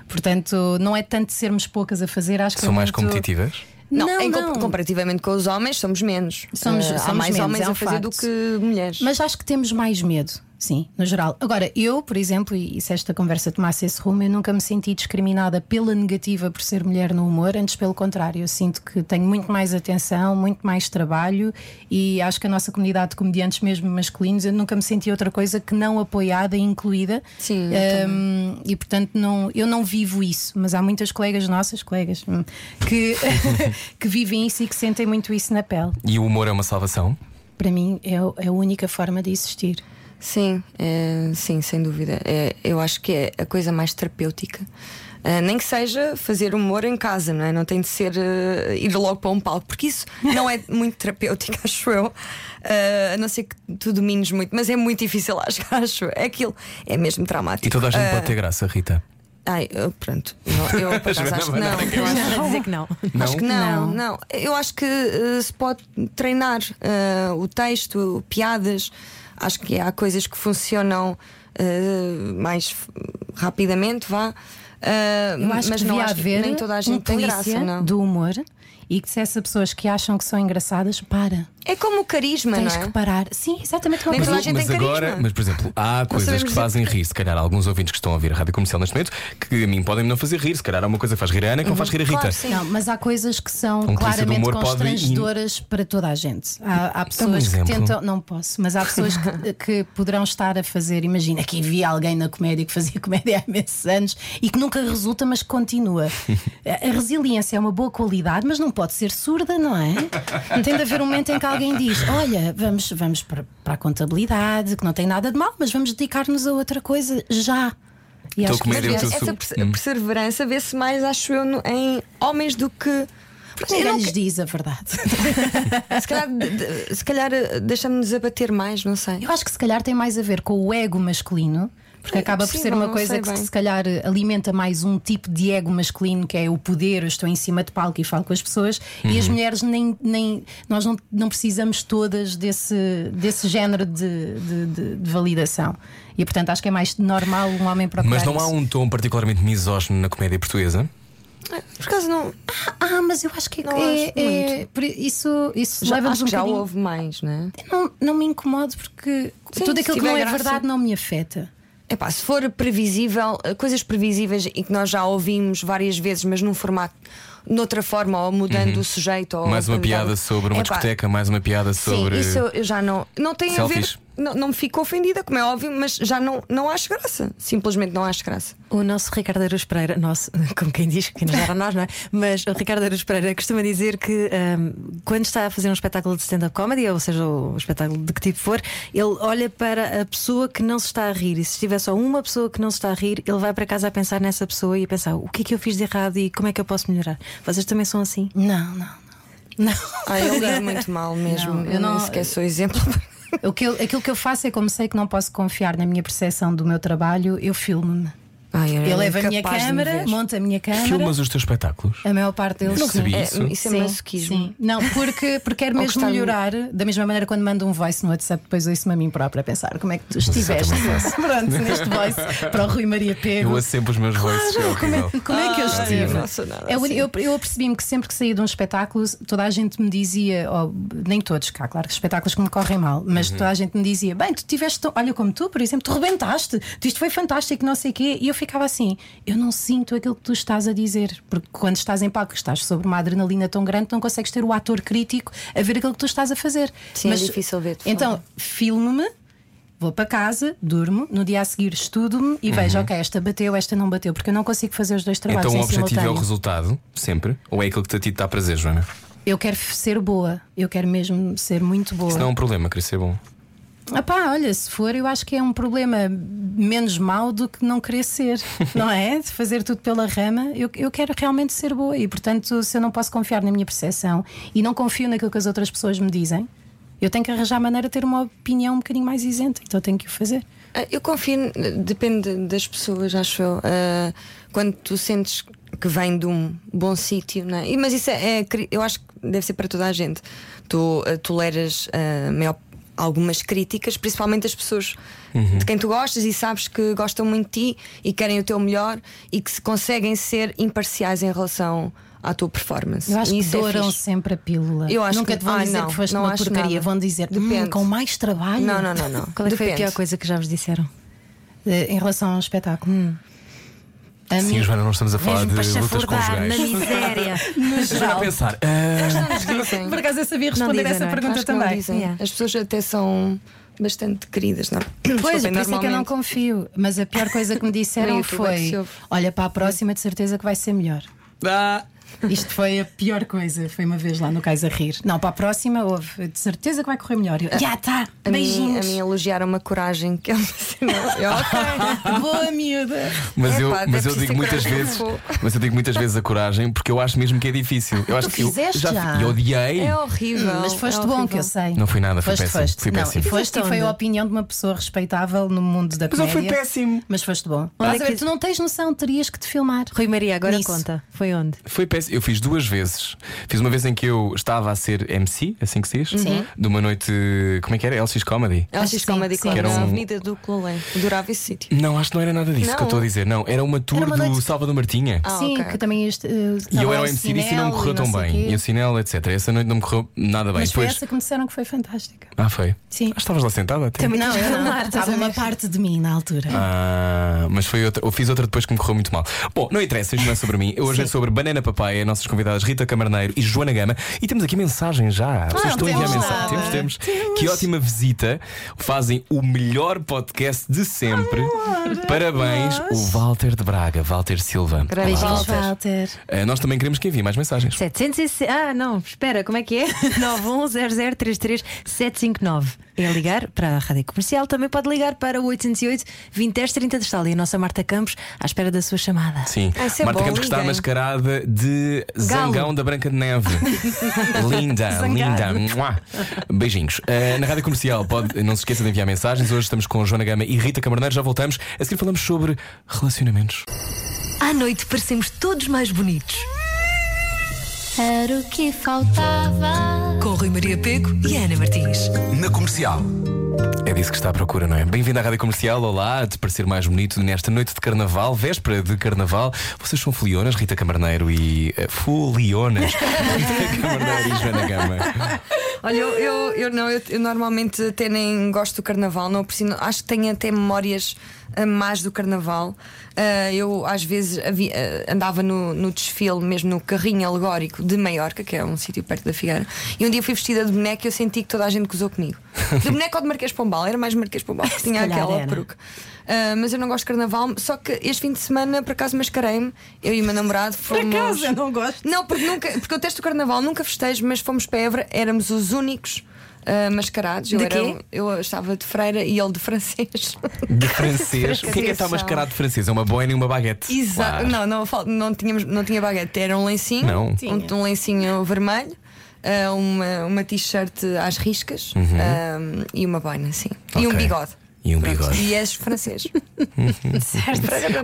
S5: Portanto, não é tanto sermos poucas a fazer, acho que
S2: São
S5: é
S2: mais
S5: muito-
S2: competitivas?
S6: Não,
S5: Não,
S6: em com-
S5: não.
S6: comparativamente com os homens, somos menos.
S5: Somos-
S6: Eh, há
S5: somos
S6: mais
S5: menos,
S6: homens
S5: é um
S6: a fazer do
S5: facto.
S6: que mulheres.
S5: Mas acho que temos mais medo, sim, no geral. Agora, eu, por exemplo, e, e se esta conversa tomasse esse rumo, eu nunca me senti discriminada pela negativa por ser mulher no humor, antes pelo contrário, eu sinto que tenho muito mais atenção, muito mais trabalho e acho que a nossa comunidade de comediantes, mesmo masculinos, eu nunca me senti outra coisa que não apoiada e incluída.
S6: Sim, eu
S5: Hum, e portanto não, eu não vivo isso, mas há muitas colegas nossas, colegas, hum, que, [laughs] que vivem isso e que sentem muito isso na pele.
S2: E o humor é uma salvação?
S5: Para mim é o- é a única forma de existir.
S6: Sim, eh, sim, sem dúvida. Eh, eu acho que é a coisa mais terapêutica. Eh, nem que seja fazer humor em casa, não é? Não tem de ser eh, ir logo para um palco, porque isso não é muito terapêutico, [laughs] acho eu. Eh, a não ser que tu domines muito, mas é muito difícil, [laughs] acho, acho. É aquilo, é mesmo traumático.
S2: E toda a gente
S6: Eh,
S2: pode ter graça, Rita.
S6: Ai, eu- pronto. Não,
S2: [laughs]
S6: eu por acaso acho que não.
S3: Para dizer que [laughs] não.
S6: Acho que não, não, Eu acho que eh, se pode treinar eh, o texto, piadas. Acho que há coisas que funcionam eh, mais f- rapidamente, vá. Eh,
S5: Eu acho
S6: mas
S5: que
S6: não
S5: devia
S6: acho que
S5: haver
S6: nem toda a
S5: um
S6: gente tem
S5: polícia
S6: graça, não.
S5: do humor e que dissesse a pessoas que acham que são engraçadas, para,
S6: É como o carisma,
S5: tens
S6: não é?
S5: que parar. Sim, exatamente como
S6: Nem
S5: eu
S6: toda a
S5: penso.
S2: Mas,
S6: gente
S2: mas
S6: tem
S2: agora,
S6: carisma.
S2: mas por exemplo, há coisas
S6: sabemos
S2: que
S6: dizer
S2: fazem rir. Se calhar, alguns ouvintes que estão a ouvir a rádio comercial neste momento, que a mim podem não fazer rir. Se calhar, há uma coisa que faz rir a Ana que não faz rir a Rita.
S6: Uhum. Claro, sim.
S5: Não, mas há coisas que são
S2: polícia Um do
S5: claramente
S2: humor pode ir-
S5: constrangedoras para toda a gente. Há, há
S2: um
S5: pessoas que
S2: exemplo.
S5: tentam, não posso, mas há pessoas que, [laughs] que poderão estar a fazer. Imagina que havia alguém na comédia que fazia [laughs] comédia há imensos anos e que nunca resulta, mas continua. A a resiliência é uma boa qualidade, mas não pode ser surda, não é? Tem de haver um momento em que alguém diz: Olha, vamos, vamos para, para a contabilidade, que não tem nada de mal, mas vamos dedicar-nos a outra coisa já. E
S2: Estou
S5: acho
S2: a
S5: que
S2: comer
S6: Mas
S2: eu
S6: essa
S2: sou-
S6: perse- perseverança vê-se mais, acho eu, no- em homens do que. Eu
S5: ninguém
S6: não
S5: lhes diz a verdade.
S6: Se calhar, de- de- se calhar eh, deixamos-nos abater mais, não sei.
S5: Eu acho que se calhar tem mais a ver com o ego masculino, porque acaba por
S6: É, sim,
S5: ser
S6: não-
S5: uma
S6: não
S5: coisa
S6: sei
S5: que
S6: bem.
S5: se calhar eh, alimenta mais um tipo de ego masculino, que é o poder, eu estou em cima de palco e falo com as pessoas, e
S2: Uhum.
S5: as mulheres nem, nem nós não, não precisamos todas desse, desse género de, de- de- de validação. E portanto acho que é mais normal um homem procurar.
S2: Mas não há
S5: isso.
S2: um tom particularmente misógino na comédia portuguesa?
S6: Por acaso não.
S5: Ah, mas eu acho que
S6: Não
S5: é,
S6: acho
S5: é- por isso, isso
S6: Já,
S5: leva-nos
S6: acho
S5: um
S6: que já
S5: bocadinho-
S6: houve mais, não é?
S5: Não, não me incomodo porque
S6: Sim,
S5: tudo
S6: se
S5: aquilo que
S6: tiver
S5: não é
S6: graça.
S5: verdade não me afeta.
S6: Epá, se for previsível, eh, coisas previsíveis e que nós já ouvimos várias vezes, mas num formato, noutra forma, ou mudando o sujeito. Ou
S2: Uhum. mais uma
S6: mudando-
S2: piada sobre uma
S6: Oh, Epá,
S2: discoteca, mais uma piada
S6: Sim,
S2: sobre.
S6: isso eu, eu já não. Não tem a ver.
S2: Selfies.
S6: não, não me fico ofendida, como é óbvio, mas já não, não acho graça. Simplesmente não acho graça.
S3: O nosso Ricardo Aros Pereira, nosso, [laughs] como quem diz, que nos era nós, não é? Mas o Ricardo Aros Pereira costuma dizer que ahm, quando está a fazer um espetáculo de stand-up comedy, ou seja, o espetáculo de que tipo for, ele olha para a pessoa que não se está a rir. E se tiver só uma pessoa que não se está a rir, ele vai para casa a pensar nessa pessoa e a pensar o que é que eu fiz de errado e como é que eu posso melhorar. Vocês também são assim?
S5: Não, não, não. Não.
S6: Ai, eu
S5: [laughs]
S6: lido muito mal mesmo.
S5: Não, eu
S6: eu não,
S5: não-
S6: sequer sou exemplo. [laughs]
S5: O que eu- aquilo que eu faço é como sei que não posso confiar na minha percepção do meu trabalho, eu filmo-me.
S6: Ai,
S5: Eu levo a
S6: incapaz
S5: minha
S6: É de me
S5: câmara,
S6: ver.
S5: monto a minha câmara.
S2: Filmas os teus espetáculos?
S5: A maior parte deles
S2: Não
S5: sim.
S2: sabia
S6: É,
S2: isso.
S6: isso é masoquismo.
S5: sim. Não, porque, porque quero
S6: Ou
S5: mesmo
S6: gostar de-
S5: melhorar. Da mesma maneira, quando mando um voice no WhatsApp, depois ouço-me a mim própria a pensar como é que tu
S2: isso eu
S5: estiveste.
S2: também faço.
S5: [laughs] Pronto, neste voice para o Rui Maria Pego.
S2: Eu ouço sempre os meus voices. é
S5: Como
S2: horrível.
S5: é, como é que eu
S6: Ai,
S5: estive?
S6: Ah, eu não sou nada
S5: Eu,
S6: assim.
S5: eu, eu apercebi-me que sempre que saía de um espetáculo, toda a gente me dizia, oh, nem todos, cá, claro que espetáculos que me correm mal,
S2: Uhum.
S5: mas toda a gente me dizia: bem, tu tiveste, tão- olha como tu, por exemplo, tu rebentaste, tu isto foi fantástico, não sei o quê, e eu ficava assim: eu não sinto aquilo que tu estás a dizer, porque quando estás em palco, estás sobre uma adrenalina tão grande, não consegues ter o ator crítico a ver aquilo que tu estás a fazer.
S6: Sim, é difícil ver de fora.
S5: Então, filme-me. Vou para casa, durmo, no dia a seguir estudo-me e vejo, ok, esta bateu, esta não bateu, porque eu não consigo fazer os dois trabalhos
S2: Uhum. Então o
S5: em
S2: objetivo é o
S5: simultâneo.
S2: resultado, sempre? Ou é aquilo que a ti te dá prazer, Joana?
S5: Eu quero ser boa, eu quero mesmo ser muito boa.
S2: Isso não é um problema, queria ser bom.
S5: Ah pá, olha, se for, eu acho que é um problema menos mau do que não querer ser, não é? De fazer tudo pela rama. Eu, eu quero realmente ser boa e, portanto, se eu não posso confiar na minha percepção e não confio naquilo que as outras pessoas me dizem, eu tenho que arranjar maneira de ter uma opinião um bocadinho mais isenta, então tenho que o fazer.
S6: Ah, Eu confio, depende das pessoas, acho eu. Ah, quando tu sentes que vem de um bom sítio, não é? E- mas isso é, é cri- eu acho que deve ser para toda a gente. Tu ah, toleras ah, maior- algumas críticas, principalmente das pessoas de quem tu gostas e sabes que gostam muito de ti e querem o teu melhor e que se conseguem ser imparciais em relação à tua performance.
S5: Eu acho
S6: E
S5: que
S6: isso é
S5: douram
S6: fixe.
S5: sempre a pílula.
S6: Eu acho
S5: Nunca
S6: que-
S5: te vão
S6: Ai,
S5: dizer
S6: não,
S5: que foste
S6: não
S5: uma
S6: acho
S5: porcaria,
S6: nada.
S5: vão dizer "Hum,
S6: Depende.
S5: com mais trabalho.
S6: Não, não, não, não.
S3: Qual é que foi a
S6: Depende.
S3: pior coisa que já vos disseram?
S5: Eh, Em relação ao espetáculo.
S6: Hum.
S5: A
S2: Sim,
S5: minha-
S2: Joana, não estamos a falar
S3: Mesmo para
S2: de lutas
S3: chafurdar na
S2: conjugais.
S3: [laughs] miséria.
S5: no
S2: A Joana a
S5: geral.
S2: pensar. ah,
S6: Não nos dizem.
S5: Por acaso eu sabia
S3: Não
S5: responder
S3: dizem,
S5: essa
S3: não é?
S5: pergunta
S6: Acho que não
S5: também.
S6: dizem.
S3: Yeah.
S6: As pessoas até são bastante queridas, não?
S5: Pois,
S6: Desculpem,
S5: por isso é que eu não
S6: normalmente.
S5: confio. Mas a pior coisa que me
S6: No
S5: disseram
S6: YouTube é que
S5: foi:
S6: se ouve.
S5: olha, para a próxima, de certeza que vai ser melhor.
S2: ah.
S5: Isto foi a pior coisa. Foi uma vez lá no cais a rir. Não, para a próxima, houve. De certeza que vai correr melhor. Eu, já tá,
S6: A mim, a
S5: beijinhos.
S6: mim elogiaram uma coragem que eu [laughs] não sei, não. Eu, ok.
S5: [laughs] Boa miúda.
S2: Mas
S6: Epá,
S2: eu,
S6: deve
S2: mas eu
S6: ser
S2: digo muitas
S6: coragem.
S2: vezes, mas eu digo muitas vezes a coragem porque eu acho mesmo que é difícil. Eu acho que eu
S5: fizeste já.
S2: e odiei.
S6: É horrível.
S5: Mas foste
S6: é
S5: bom,
S6: horrível.
S5: que eu sei.
S2: Não fui nada, fui
S5: foste,
S2: péssimo,
S5: Foste.
S2: fui
S5: não,
S2: péssimo.
S5: Foste e
S3: Fizeste
S5: foi a
S3: onde?
S5: opinião de uma pessoa respeitável no mundo da
S2: Mas eu
S5: comédia.
S2: fui péssimo.
S5: Mas foste bom. Mas,
S3: que-
S5: a ver, Tu não tens noção, terias que te filmar.
S3: Rui Maria, agora
S5: Nisso.
S3: conta. Foi onde?
S2: Foi péssimo. Eu fiz duas vezes. Fiz uma vez em que eu estava a ser MC, assim que se diz, de uma noite. Como é que era? LX Comedy.
S6: Ela
S5: Acho que
S6: diz
S5: sim,
S6: comedy
S5: sim.
S6: club
S2: Que era
S6: na
S2: um-
S6: Avenida do Colém. Adorava esse sítio.
S2: Não, acho que não era nada disso
S6: Não.
S2: que eu estou a dizer. Não, era uma tour
S5: Era uma
S2: do
S5: noite-
S2: Salvador Martinha.
S6: Ah,
S5: Sim,
S6: ok.
S5: que também este. eh,
S2: E eu
S5: lá
S2: era o
S5: o
S2: MC disso e não me
S5: Sinel
S2: correu tão
S5: sei quê.
S2: bem. E o Sinel, etc. Essa noite não me correu nada bem.
S5: Mas foi
S2: Depois.
S5: essa que me disseram que foi fantástica.
S2: Ah, foi?
S5: Sim.
S2: Ah, estavas lá sentada até.
S5: não, eu não. Estava uma parte de mim na altura.
S2: Ah, mas foi outra, eu fiz outra depois que me correu muito mal. Bom, não interessa, isto não é sobre mim. Hoje é sobre Banana Papaya, nossas convidadas Rita Camarneiro e Joana Gama. E temos aqui mensagem já. Vocês estão a enviar
S5: Ah, temos
S2: mensagem.
S5: nada.
S2: Temos, temos, Que ótima visita. Fazem o melhor podcast de sempre. Parabéns, o Walter de Braga, Walter Silva.
S6: Grande
S2: Olá,
S5: Beijinhos,
S6: Walter.
S5: Walter.
S2: Ah, nós também queremos que envie mais mensagens.
S3: 700 Ah, não, espera, como é que é? [laughs] 910033759. É ligar para a Rádio Comercial, também pode ligar para o 808 20 30 de Estália. A nossa Marta Campos à espera da sua chamada.
S2: Sim,
S6: Ah, isso é
S2: Marta
S6: bom,
S2: Campos que está
S6: liguem.
S2: mascarada de
S3: Galo.
S2: Zangão da Branca de
S6: [laughs]
S2: Neve. linda, linda. Mua. Beijinhos. Ah, na rádio comercial, pode, não se esqueça de enviar mensagens. Hoje estamos com Joana Gama e Rita Camarneiro. Já voltamos. A seguir falamos sobre relacionamentos.
S7: À noite parecemos todos mais bonitos.
S1: Era o que faltava.
S7: Com Rui Maria Pego e Ana Martins.
S4: Na comercial.
S2: É disso que está à procura, não é? Bem-vindo à rádio comercial. Olá, de parecer mais bonito nesta noite de carnaval, véspera de carnaval. Vocês são folionas, Rita Camarneiro e. ah, folionas. [laughs] Rita Camarneiro e Joana Gama.
S6: Olha, eu, eu, eu não, eu, eu normalmente até nem gosto do carnaval, não aprecio, não- acho que tenho até memórias ah, más do carnaval. Ah, eu às vezes havia- ah, andava no, no desfile, mesmo no carrinho alegórico de Maiorca, que é um sítio perto da Figueira, e um dia fui vestida de boneca e eu senti que toda a gente gozou comigo.
S5: [laughs]
S6: De boneca ou de Marquês Pombal, era mais Marquês Pombal, que tinha
S3: calhar
S6: aquela
S3: era.
S6: peruca. Ah, mas eu não gosto de carnaval, só que este fim de semana, por acaso, mascarei-me, eu e o meu namorado fomos.
S5: acaso, eu não gosto.
S6: Não, porque, nunca, porque eu testo o carnaval, nunca festejo, mas fomos para Évora, éramos os únicos ah, mascarados. eu,
S3: De
S6: era
S3: quê?
S6: um- eu estava de freira e ele
S3: [laughs]
S6: de francês.
S2: De francês. O que é que está
S6: Fracassão.
S2: mascarado de francês? É uma boina e uma baguete.
S6: Exato.
S2: Claro.
S6: Não, não, fal- não, tínhamos, não tinha baguete, era um lencinho,
S2: Não.
S6: Um, um lencinho vermelho. ah, uma uma t-shirt às riscas ah, e uma boina, sim. E um
S2: Uhum. Ok.
S6: bigode.
S2: E um
S6: Pronto. Tá
S2: bigode.
S6: E
S2: [laughs]
S6: és francês. certo.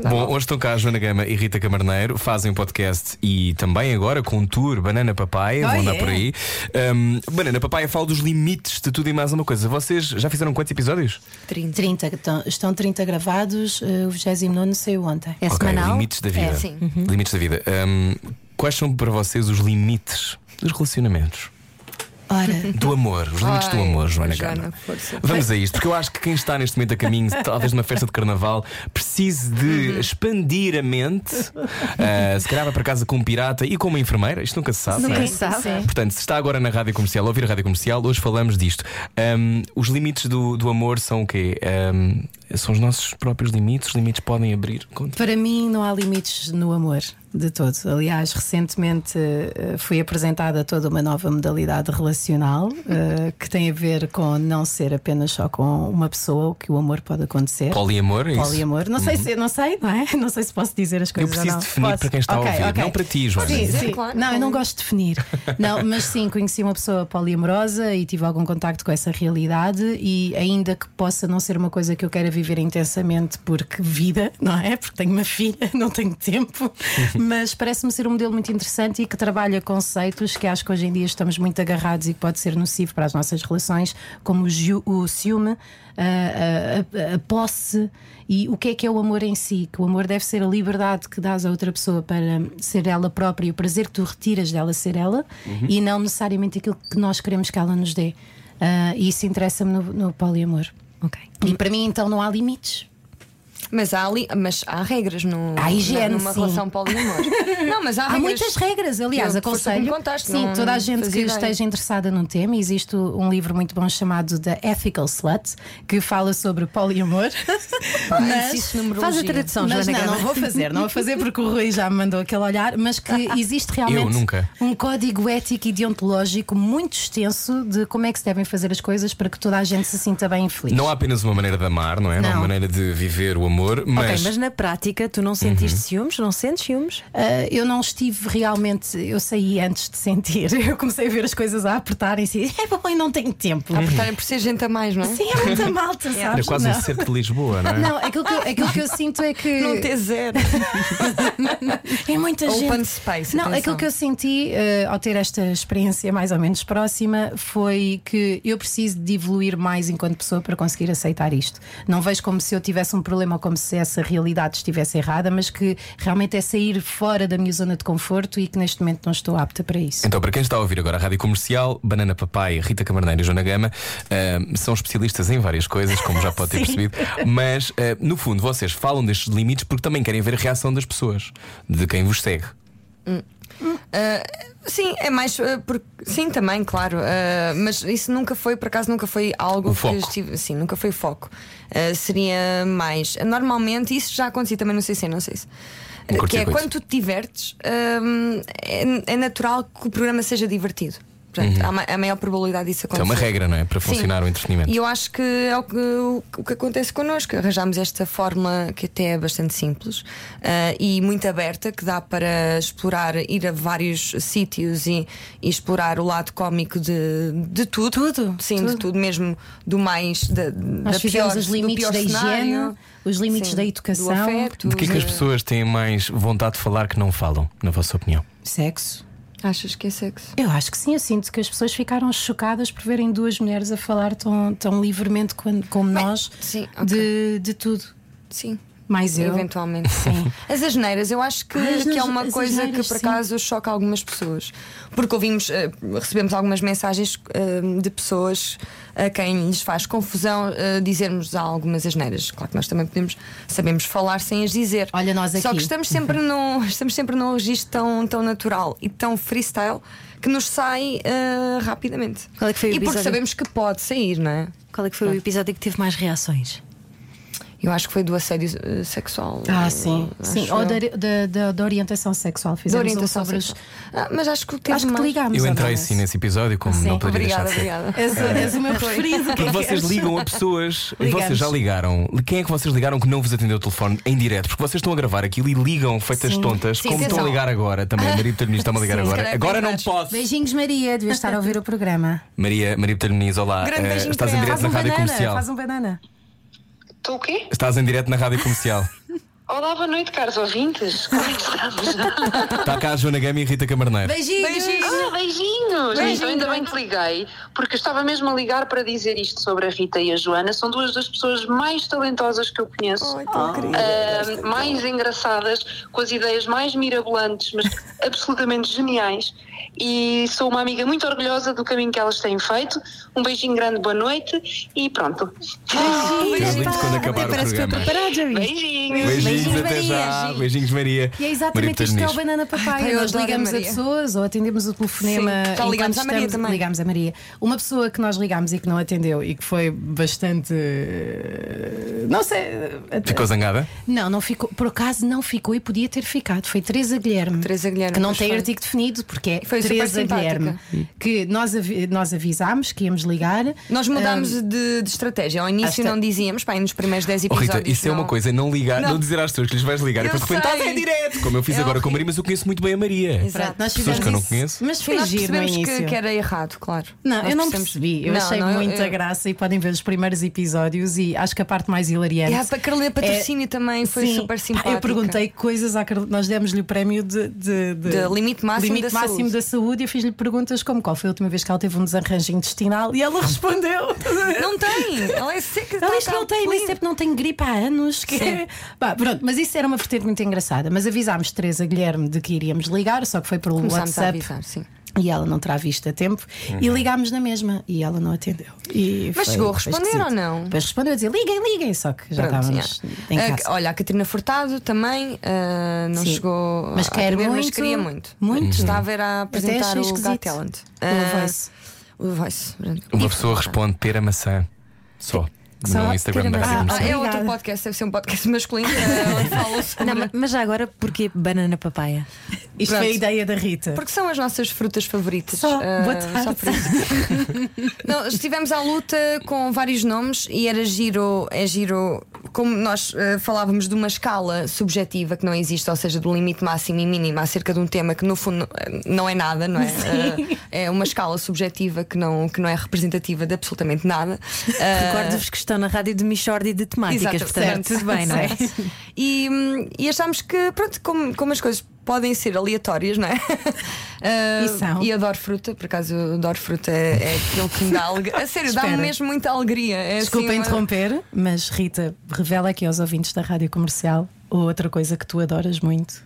S2: Bom, hoje estão cá a Joana Gama e Rita Camarneiro, fazem podcast e também agora com um tour Banana Papaya, vão
S5: Oh,
S2: andar
S5: yeah.
S2: por aí. Um, Banana Papaya fala dos limites de tudo e mais uma coisa. Vocês já fizeram quantos episódios?
S6: 30.
S5: 30, estão, estão 30 gravados, eh, o 29 saiu ontem.
S3: É
S2: ok,
S3: semanal.
S2: limites da vida.
S6: É, sim.
S2: Limites da vida. Um, quais são para vocês os limites dos relacionamentos?
S5: [laughs] Ora,
S2: Do amor, os limites do
S6: Ai,
S2: amor, Joana
S6: Joana,
S2: Gama.
S6: força.
S2: Vamos a isto, porque eu acho que quem está neste momento a caminho, talvez numa festa de carnaval, precise de expandir a mente. Ah, se calhar vai para casa com um pirata e com uma enfermeira, isto nunca se
S5: Tá
S2: sabe. não é?
S3: Quem sabe?
S2: Portanto, se está agora na rádio comercial, a ouvir a rádio comercial, hoje falamos disto. Ahm, os limites do, do amor são o quê? Ahm, são os nossos próprios limites, os limites podem abrir. Conta.
S5: Para mim não há limites no amor de todo. Aliás, recentemente eh, fui apresentada toda uma nova modalidade relacional eh, que tem a ver com não ser apenas só com uma pessoa, o que o amor pode acontecer.
S2: Poliamor, é isso?
S5: Poliamor. Não sei se não sei, não é? [laughs] Não sei se posso dizer as
S2: Eu
S5: coisas.
S2: preciso
S5: ou não.
S2: definir
S5: Posso?
S2: para quem está a
S5: Ok,
S2: ouvir,
S5: ok.
S2: não para ti, Joana.
S5: Sim,
S6: dizer,
S5: sim.
S6: claro.
S5: Não, eu não gosto de definir. Não, mas sim, conheci uma pessoa poliamorosa e tive algum contacto com essa realidade e ainda que possa não ser uma coisa que eu queira viver intensamente porque vida, não é? Porque tenho uma filha, [laughs] não tenho tempo, mas parece-me ser um modelo muito interessante e que trabalha conceitos que acho que hoje em dia estamos muito agarrados e que pode ser nocivo para as nossas relações, como o, giu- o ciúme, a, a- a- a posse e o que é que é o amor em si? Que o amor deve ser a liberdade que dás a outra pessoa para ser ela própria, e o prazer que tu retiras dela ser ela e não necessariamente aquilo que nós queremos que ela nos dê. Ah, e isso interessa-me no, no poliamor.
S3: Ok.
S5: E para mim, então, não há limites.
S6: Mas há, ali, mas há regras no,
S5: Há higiene,
S6: numa
S5: sim.
S6: relação
S5: [laughs]
S6: poliamor. não, mas há,
S5: Há muitas regras, aliás,
S6: eu- foste tu que me
S5: aconselho.
S6: contaste,
S5: sim,
S6: não
S5: toda a gente que
S6: fazia ideia.
S5: esteja interessada num tema, existe um livro muito bom chamado The Ethical Slut, que fala sobre
S6: [laughs]
S5: poliamor. mas
S6: Existe numerologia.
S3: Faz a tradução,
S5: mas
S3: Joana
S5: não,
S3: Gama.
S5: não vou fazer, não vou fazer porque o Rui já me mandou aquele olhar, mas que
S6: [laughs]
S5: existe realmente
S2: nunca.
S5: um código ético e deontológico muito extenso de como é que se devem fazer as coisas para que toda a gente se sinta bem e feliz.
S2: Não há apenas uma maneira de amar, não é? Não há
S5: Não.
S2: uma maneira de viver o amor,
S3: Ok,
S2: mas. Uhum.
S3: mas na prática tu não sentiste ciúmes? Não sentes ciúmes?
S5: Ah, eu não estive realmente, eu saí antes de sentir, [laughs] eu comecei a ver as coisas a apertarem-se e é bom, eu não tenho tempo.
S6: Apertarem por ser gente a mais, não é?
S5: Sim, é muita malta, sabes?
S2: Era quase
S5: não.
S2: um cerco de Lisboa, não é?
S5: Não, aquilo que, eu, aquilo que eu sinto é que.
S6: Não ter zero.
S5: É muita
S6: Open
S5: gente.
S6: space,
S5: Não,
S6: atenção.
S5: aquilo que eu senti eh, ao ter esta experiência mais ou menos próxima foi que eu preciso de evoluir mais enquanto pessoa para conseguir aceitar isto. Não vejo como se eu tivesse um problema ou como se essa realidade estivesse errada, mas que realmente é sair fora da minha zona de conforto e que neste momento não estou apta para isso.
S2: Então, para quem está a ouvir agora a Rádio Comercial, Banana Papai, Rita Camarneiro e Joana Gama ahm, são especialistas em várias coisas, como já pode ter percebido, mas ah, no fundo vocês falam destes limites porque também querem ver a reação das pessoas, de quem vos segue.
S6: Sim, é mais. eh, porque- sim, também, claro. eh, mas isso nunca foi, por acaso, nunca foi algo
S2: O
S6: que
S2: foco.
S6: estive. Sim, nunca foi foco. Eh, seria mais. Normalmente, isso já acontecia também no CC, não sei se.
S2: Um
S6: eh, que é
S2: curto-circuito.
S6: quando tu te divertes, ehm, é, é natural que o programa seja divertido. Portanto, há ma- a maior probabilidade disso
S2: Então, Uhum. é
S6: acontecer.
S2: uma regra, não é? Para funcionar o entretenimento.
S6: E eu acho que é o que, o, que- o que acontece connosco. Arranjámos esta fórmula que até é bastante simples ah, e muito aberta, que dá para explorar, ir a vários sítios e, e explorar o lado cómico de, de tudo.
S5: Tudo,
S6: Sim, de
S5: tudo.
S6: tudo, mesmo do mais. Da,
S5: Nós
S6: da
S5: fizemos
S6: pior,
S5: os
S6: do
S5: limites
S6: pior
S5: da higiene,
S6: cenário.
S5: os limites
S6: Sim,
S5: da
S6: do
S5: educação,
S6: afeto,
S2: De que é que as
S6: de-
S2: pessoas têm mais vontade de falar que não falam, na vossa opinião?
S5: sexo.
S6: Achas que é sexo?
S5: Eu acho que sim, eu sinto que as pessoas ficaram chocadas por verem duas mulheres a falar tão, tão livremente quando- como nós
S6: sim, ok.
S5: de, de tudo.
S6: Sim.
S5: Mais eu.
S6: Eventualmente,
S5: [laughs]
S6: sim. As asneiras, eu acho que,
S5: Ah, as
S6: que é
S5: nas-
S6: uma
S5: as
S6: coisa
S5: asneiras,
S6: que por
S5: sim.
S6: acaso choca algumas pessoas. Porque ouvimos, eh, recebemos algumas mensagens eh, de pessoas a quem lhes faz confusão eh, dizermos algumas asneiras. Claro que nós também podemos, sabemos falar sem as dizer.
S5: Olha, nós
S6: Só
S5: aqui.
S6: que estamos
S5: [laughs]
S6: sempre num, estamos sempre num registro tão, tão natural e tão freestyle que nos sai eh, rapidamente.
S3: Qual é que foi o
S6: e porque
S3: episódio?
S6: sabemos que pode sair, não é?
S3: Qual é que foi o episódio que teve mais reações?
S6: Eu acho que foi do assédio eh, sexual.
S5: Ah, sim.
S6: Acho
S5: sim. Ou
S6: eu.
S5: da, da, da- da orientação sexual.
S6: De
S5: Fizemos
S6: orientação
S5: um sobre os-
S6: sexual. Ah, mas acho que teve
S5: Acho que te
S6: mais.
S5: ligámos.
S2: Eu
S5: ou
S2: entrei
S5: não?
S2: sim nesse episódio, como
S5: Sim.
S2: não poderia
S6: Obrigada,
S2: deixar de ser.
S6: obrigada.
S5: És, és o meu preferido.
S2: Porque É. vocês
S6: [laughs]
S2: ligam a pessoas e vocês
S5: Ligamos.
S2: já ligaram. Quem é que vocês ligaram que não vos atendeu o telefone em direto? Porque vocês estão a gravar aquilo e ligam feitas
S5: Sim.
S2: tontas,
S6: Sim,
S2: como
S6: sim,
S2: estão a
S6: são.
S2: ligar agora também. Maria Betalhoniz
S6: [laughs]
S2: está-me a ligar
S6: Sim, se
S2: agora.
S6: calhar
S2: Agora não
S6: tens
S2: posso.
S5: Beijinhos, Maria. Devias estar a ouvir o programa.
S2: Maria, Maria Betalhoniz, olá.
S6: Grande
S2: Eh,
S6: beijinho
S2: estás
S6: para
S2: em
S6: ela.
S2: direto
S5: Faz
S2: na
S5: um
S2: rádio
S5: banana.
S2: comercial.
S5: Faz um banana.
S8: Tu o
S6: um-
S8: quê?
S2: Estás em direto na rádio comercial.
S8: Olá, boa noite, caros ouvintes. Como é que estamos?
S2: Está cá a Joana Gama e a Rita Camarneiro.
S6: Beijinhos.
S8: Ah, beijinhos! Então, ainda bem que liguei, porque eu estava mesmo a ligar para dizer isto sobre a Rita e a Joana. São duas das pessoas mais talentosas que eu conheço.
S6: Ai, tão querida.
S8: Ahm, mais engraçadas, com as ideias mais mirabolantes, mas [laughs] absolutamente geniais. E sou uma amiga muito orgulhosa do caminho que elas têm feito. Um beijinho grande, boa noite e pronto.
S2: Quero muito quando acabar o programa.
S8: [laughs] Beijinhos!
S2: Beijinhos,
S6: Beijinhos,
S2: até já.
S6: Maria.
S2: Beijinhos, Maria.
S5: E é
S2: Maria
S5: exatamente isto que é o
S2: Betalhoniz.
S5: banana papai.
S6: Ai, eu
S5: Nós
S6: adoro a
S5: ligamos a
S6: Maria.
S5: pessoas ou atendemos o telefonema.
S6: Sim, já
S5: enquanto
S6: ligamos à Maria
S5: estamos-
S6: também.
S5: Ligámos a Maria. Uma pessoa que nós ligámos e que não atendeu e que foi bastante. eh, Não sei. eh,
S2: Ficou zangada?
S5: Não, não ficou. Por acaso não ficou e podia ter ficado. Foi Teresa Guilherme.
S6: Teresa Guilherme,
S5: Que não
S6: pois
S5: tem
S6: foi.
S5: artigo definido porque é
S6: Foi super
S5: Teresa
S6: simpática.
S5: Guilherme. Que nós, avi- nós avisámos que íamos ligar. Ah,
S6: Nós mudámos de, de estratégia. Ao
S5: esta-
S6: início não dizíamos, pá, aí nos primeiros 10
S2: Oh,
S6: episódios.
S2: Rita, isso é uma
S6: não-
S2: coisa, não ligar, não,
S6: Não.
S2: dizer às pessoas que lhes vais ligar e
S6: Eu
S2: depois de repente
S6: sei.
S2: estás em direto, como eu fiz
S6: É
S2: agora com a
S6: horrível.
S2: Maria, mas eu conheço muito bem a Maria.
S6: Exato.
S5: Pronto, nós
S2: Pessoas
S5: fizemos
S2: que eu não
S5: isso,
S2: conheço.
S5: Mas foi
S6: Nós
S5: giro no
S6: percebemos
S5: início.
S6: que, que era errado, claro.
S5: Não,
S6: Nós
S5: eu não
S6: percebemos-
S5: percebi. Eu
S6: Não,
S5: achei
S6: não, eu-
S5: muita
S6: eu-
S5: graça e podem ver os primeiros episódios e acho que a parte mais hilariante.
S6: Yeah, É, a Carolina Patrocínio também foi
S5: É, Sim.
S6: super
S5: Pá,
S6: simpática.
S5: Eu perguntei coisas à Carolina. Nós demos-lhe o prémio de, de, de-
S6: De limite máximo
S5: limite
S6: da
S5: máximo
S6: saúde.
S5: da saúde e eu fiz-lhe perguntas como qual foi a última vez que ela teve um desarranjo intestinal e ela [laughs] respondeu.
S6: Não tem! Ela é seca.
S5: Ela
S6: tá-
S5: diz que
S6: tá
S5: não tem, mas é
S6: clean.
S5: sempre não tem gripe há anos. Que... Pá, pronto, mas isso era uma vertente muito engraçada. Mas avisámos Teresa Guilherme de que iríamos ligar, só que foi pelo
S6: Começámos a
S5: WhatsApp
S6: avisar, sim.
S5: e ela não terá visto a tempo. E ligámos na mesma e ela não atendeu. E
S6: Mas
S5: foi-
S6: chegou a
S5: foi
S6: responder
S5: esquisito.
S6: ou não?
S5: Depois respondeu a dizer: liguem, liguem, só que já
S6: Pronto,
S5: estávamos
S6: yeah.
S5: em
S6: Ah,
S5: casa.
S6: que- olha, a Catarina Furtado também ah, não
S5: Sim.
S6: chegou.
S5: Mas
S6: a
S5: quer
S6: atender, mas
S5: muito,
S6: queria muito.
S5: muito.
S6: Está a ver a apresentar
S5: achei
S6: o
S5: esquisito.
S6: Got Talent.
S5: O
S6: Ah,
S5: Voice.
S6: O Voice.
S2: Uma
S6: E-
S2: pessoa responde ter a maçã. Só.
S5: Só
S2: No Instagram um da
S5: ter a
S2: Rádio
S5: maçã.
S6: Ah,
S2: Comercial.
S6: é
S5: Obrigada.
S6: outro podcast, deve ser um podcast masculino. ah, onde
S5: [laughs]
S6: falam sobre-
S3: Não, mas- mas já agora, porquê banana papaya?
S5: Isto
S6: Pronto.
S5: foi a ideia da Rita.
S6: Porque são as nossas frutas favoritas.
S5: Só,
S6: Ah,
S5: boa tarde.
S6: só por isso.
S5: [laughs]
S6: Não, estivemos à luta com vários nomes e era giro, é giro, como nós ah, falávamos de uma escala subjetiva que não existe, ou seja, do limite máximo e mínimo acerca de um tema que no fundo ah, não é nada, não é? Ah, é uma escala subjetiva que não, que não é representativa de absolutamente
S5: [laughs]
S6: nada. Ah,
S3: Recordo-vos que estão na rádio de Michordi de temáticas,
S6: Exato,
S3: portanto,
S6: certo.
S3: tudo bem, não é?
S6: E, hum, e achámos que, pronto, como, como as coisas podem ser aleatórias, não é? Ah,
S5: E são.
S6: e adoro fruta, por acaso eu adoro fruta, é, é aquilo que me dá alegria. A sério, dá-me
S5: Espera.
S6: mesmo muita alegria. É
S5: Desculpa
S6: assim, uma-
S5: interromper, mas Rita, revela aqui aos ouvintes da rádio comercial outra coisa que tu adoras muito.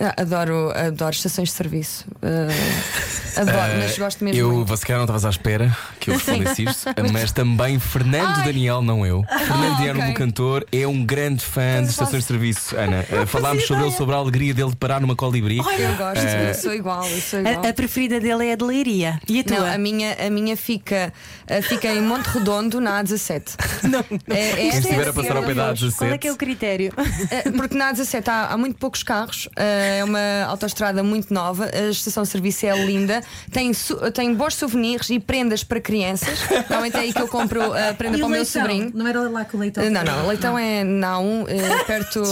S6: Ah, Adoro, adoro estações de serviço. Ah, adoro, mas gosto mesmo.
S2: Eu,
S6: muito.
S2: você calhar não estavas à espera que
S6: [laughs]
S2: eu respondesse isto, mas também Fernando Daniel, não eu. Fernando Daniel,
S6: Ah, ok.
S2: o cantor, é um grande fã de estações de serviço,
S6: [laughs]
S2: Ana. Eh, Falámos sobre ele, sobre a alegria dele de parar numa colibri. Eh,
S6: Eu gosto,
S2: Ah.
S6: eu sou igual, eu sou igual.
S3: A, a preferida dele é a de Leiria. E a tua?
S6: Não, a minha, a minha fica, ah, fica em Monte Redondo,
S5: [laughs]
S6: na A17.
S3: Não, não.
S6: É- é
S2: Quem
S6: essa
S2: estiver a
S6: assim
S2: passar ao pé da
S6: maravilhosa.
S2: A17.
S3: Qual é que é o
S6: [laughs]
S3: critério?
S6: É, Porque na A17 há, há muito poucos carros, eh, é uma autoestrada muito nova, a estação de serviço é linda, tem, su- tem bons souvenirs e prendas para crianças. Normalmente é aí que eu compro a prenda para o meu sobrinho.
S5: Não é era lá com o leitão?
S6: Eh, Não, não, Leitão é na A1, eh, perto,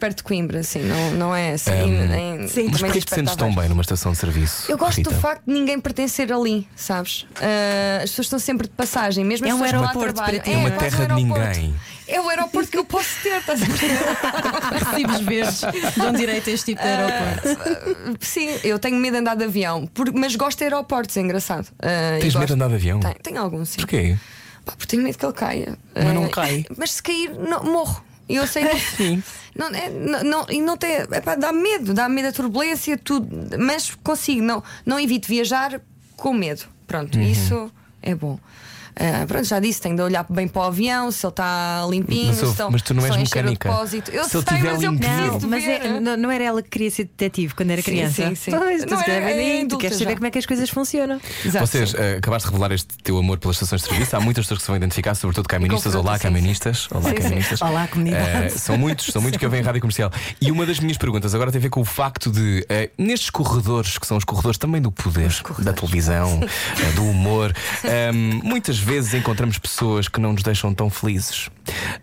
S6: perto de Coimbra, assim, não, não é assim. em- em-
S2: hum, Ehm, Mas
S6: também
S2: porquê é que te sentes
S6: despertava.
S2: tão bem numa estação de serviço?
S6: Eu gosto
S2: Rita?
S6: do facto de ninguém pertencer ali, sabes? Ah, as pessoas estão sempre de passagem, mesmo
S3: É
S6: as
S3: um
S6: pessoas que lá
S3: aeroporto
S6: trabalham.
S3: para ti.
S2: É uma
S6: quase um
S2: terra de
S6: aeroporto.
S2: ninguém.
S6: É o aeroporto que eu posso ter, estás a perceber?
S5: Recibos verdes dão direito a este tipo de
S6: Ah.
S5: aeroporto.
S6: Sim, eu tenho medo de andar de avião, por- mas gosto de aeroportos, é engraçado. Ah,
S2: Tens medo de
S6: eu gosto-
S2: andar de avião?
S6: Tenho, tenho algum, sim.
S2: Porquê?
S6: Pá, porque tenho medo que ele caia. [laughs]
S2: Mas não
S6: Ah,
S2: cai.
S6: Mas se cair, não- morro. E eu sei disso. Não, é, não, não- e não tem. epá, dá medo, dá medo a turbulência, tudo. Mas consigo, não, não evito viajar com medo. Pronto,
S2: Uhum.
S6: isso é bom. Ah, pronto, já disse, tenho de olhar bem para o avião, se ele está limpinho,
S2: Mas,
S6: se
S2: ouve,
S6: estão,
S2: mas tu não
S6: se
S2: és
S6: estão a encher o
S2: mecânica.
S6: depósito. Eu
S2: Se
S6: sei,
S2: ele tiver
S6: mas eu
S2: limpinho.
S6: preciso
S3: Não,
S6: de
S3: mas
S6: ver.
S3: é- não, não era ela que queria ser detetive quando era
S6: Sim,
S3: criança.
S6: sim, sim.
S3: Pois, tu
S6: Não
S3: se
S6: era-
S3: calhar
S6: é
S3: nem- tu
S6: adulta
S3: queres
S6: já.
S3: saber como é que as coisas funcionam.
S6: Exato,
S2: Vocês
S6: sim.
S2: eh, acabaste de revelar este teu amor pelas estações de serviço. Há muitas pessoas que se vão identificar, sobretudo camionistas.
S6: confronto,
S2: Olá,
S6: sim,
S2: camionistas. Olá,
S6: Sim, sim.
S2: camionistas.
S3: Olá, comunidade.
S2: Eh, são muitos, são muitos que ouvem a rádio comercial. E uma das minhas perguntas agora tem a ver com o facto de, eh, nestes corredores, que são os corredores também do poder, da televisão, eh, do humor, ehm, muitas vezes encontramos pessoas que não nos deixam tão felizes.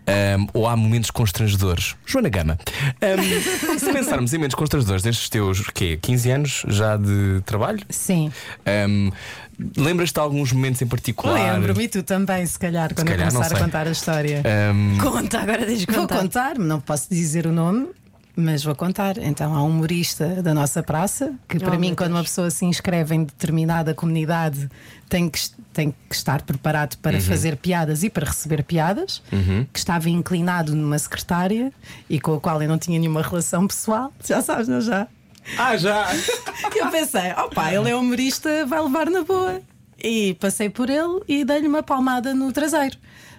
S2: Ehm, ou há momentos constrangedores. Joana Gama, ehm, se pensarmos em momentos constrangedores destes teus quê, 15 anos já de trabalho,
S5: Sim.
S2: Ahm, Lembras-te de alguns momentos em particular?
S5: Lembro-me e tu também, se calhar, quando
S2: calhar, não
S5: eu começar a
S2: sei.
S5: contar a história.
S2: Ahm,
S3: Conta, agora deixa
S5: Vou
S3: contar.
S5: contar, não posso dizer o nome, mas vou contar. Então há um humorista da nossa praça que,
S3: Oh,
S5: para mim, quando uma pessoa se inscreve em determinada comunidade, tem que, es- tem que estar preparado
S2: Uhum.
S5: para fazer piadas e para receber piadas, que estava inclinado numa secretária e com a qual eu não tinha nenhuma relação pessoal. Já sabes, não já?
S2: Ah, já!
S5: Eu pensei, opá, ele é humorista, vai levar na boa. E passei por ele e dei-lhe uma palmada no traseiro.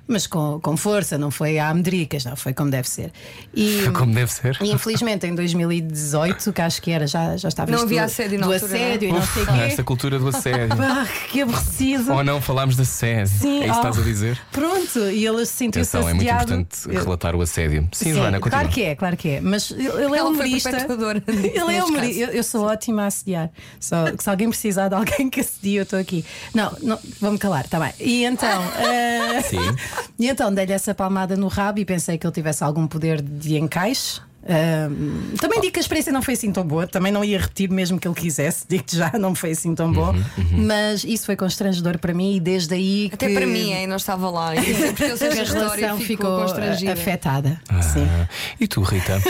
S5: Mas com, com força, não foi a medricas, não foi como deve ser. E,
S2: Foi como deve ser.
S5: E infelizmente em 2018, que acho que era, já, já estava
S6: Não é?
S5: isto
S6: havia
S5: do-
S6: assédio na
S5: do
S6: altura,
S5: assédio e não sei o
S2: Ah, Esta
S5: quê.
S2: cultura do assédio.
S5: Pá, que aborrecido.
S2: Ou Oh, não falámos da assédio?
S5: Sim,
S2: é isso que
S5: oh.
S2: estás a dizer?
S5: Pronto, e ele se sentiu
S2: Atenção, é muito importante relatar o assédio. Sim, Joana, continua.
S5: claro que é, claro que é. Mas ele ele é
S6: Ela foi
S5: humorista. [laughs]
S6: perpetuadora
S5: Ele é
S6: neste
S5: humorista. Eu, eu sou ótima a assediar. Só que se alguém precisar de alguém que assedie, eu estou aqui. Não, não vou-me calar, está bem. E
S6: [laughs]
S5: então. eh,
S2: Sim.
S5: E então dei-lhe essa palmada no rabo e pensei que ele tivesse algum poder de encaixe. Ahm, também digo que a experiência não foi assim tão boa, também não ia repetir mesmo que ele quisesse, [laughs] digo-te já, não foi assim tão bom.
S2: Uhum,
S5: Mas isso foi constrangedor para mim e desde aí
S6: Até
S5: que
S6: para mim, hein, não estava lá. E é porque eu sei
S5: que
S6: essa
S5: a
S6: história
S5: relação
S6: ficou,
S5: ficou
S6: constrangida.
S5: afetada.
S2: Ah,
S5: Sim.
S2: E tu, Rita?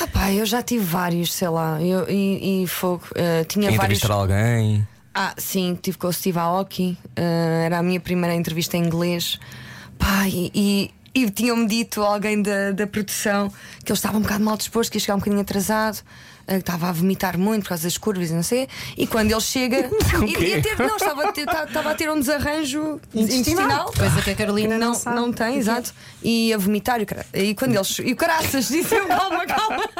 S6: Ah, pá, eu já tive vários, sei lá. Eu, e, e fogo. eh, tinha vários.
S2: Entrevistar alguém?
S6: Ah, sim, tive com o Steve Aoki. eh, era a minha primeira entrevista em inglês. Pá, e, e, e tinham-me dito alguém da, da produção que ele estava um bocado mal disposto, que ia chegar um bocadinho atrasado. eh, que Estava a vomitar muito por causa das curvas e não sei. E quando ele chega. e-
S2: quê?
S6: ia ter- não, estava a ter, ta- estava a ter um desarranjo intestinal.
S5: Coisa é, que a Carolina não,
S6: Não,
S5: sabe.
S6: não tem, exato. E a vomitar. E, o cara- e quando eles. E o caraças, [laughs] disse eu, calma, calma.
S5: [laughs]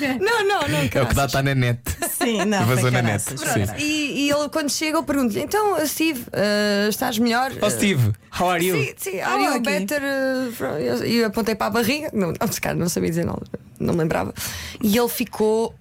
S5: É
S6: Não, não, não.
S2: É o que dá,
S6: caraças.
S2: está na net.
S5: Sim, não.
S2: Vazou
S5: foi
S2: na net.
S5: caraças.
S2: Sim.
S6: E, e ele, quando chega, eu pergunto-lhe: então, Steve, eh, estás melhor?
S2: Oh, Steve, how are you?
S6: Sim, sim, are you
S5: aqui.
S6: better? eh, from- E eu apontei para a barriga. Não, não, esse cara não sabia dizer nada, não me lembrava. E ele ficou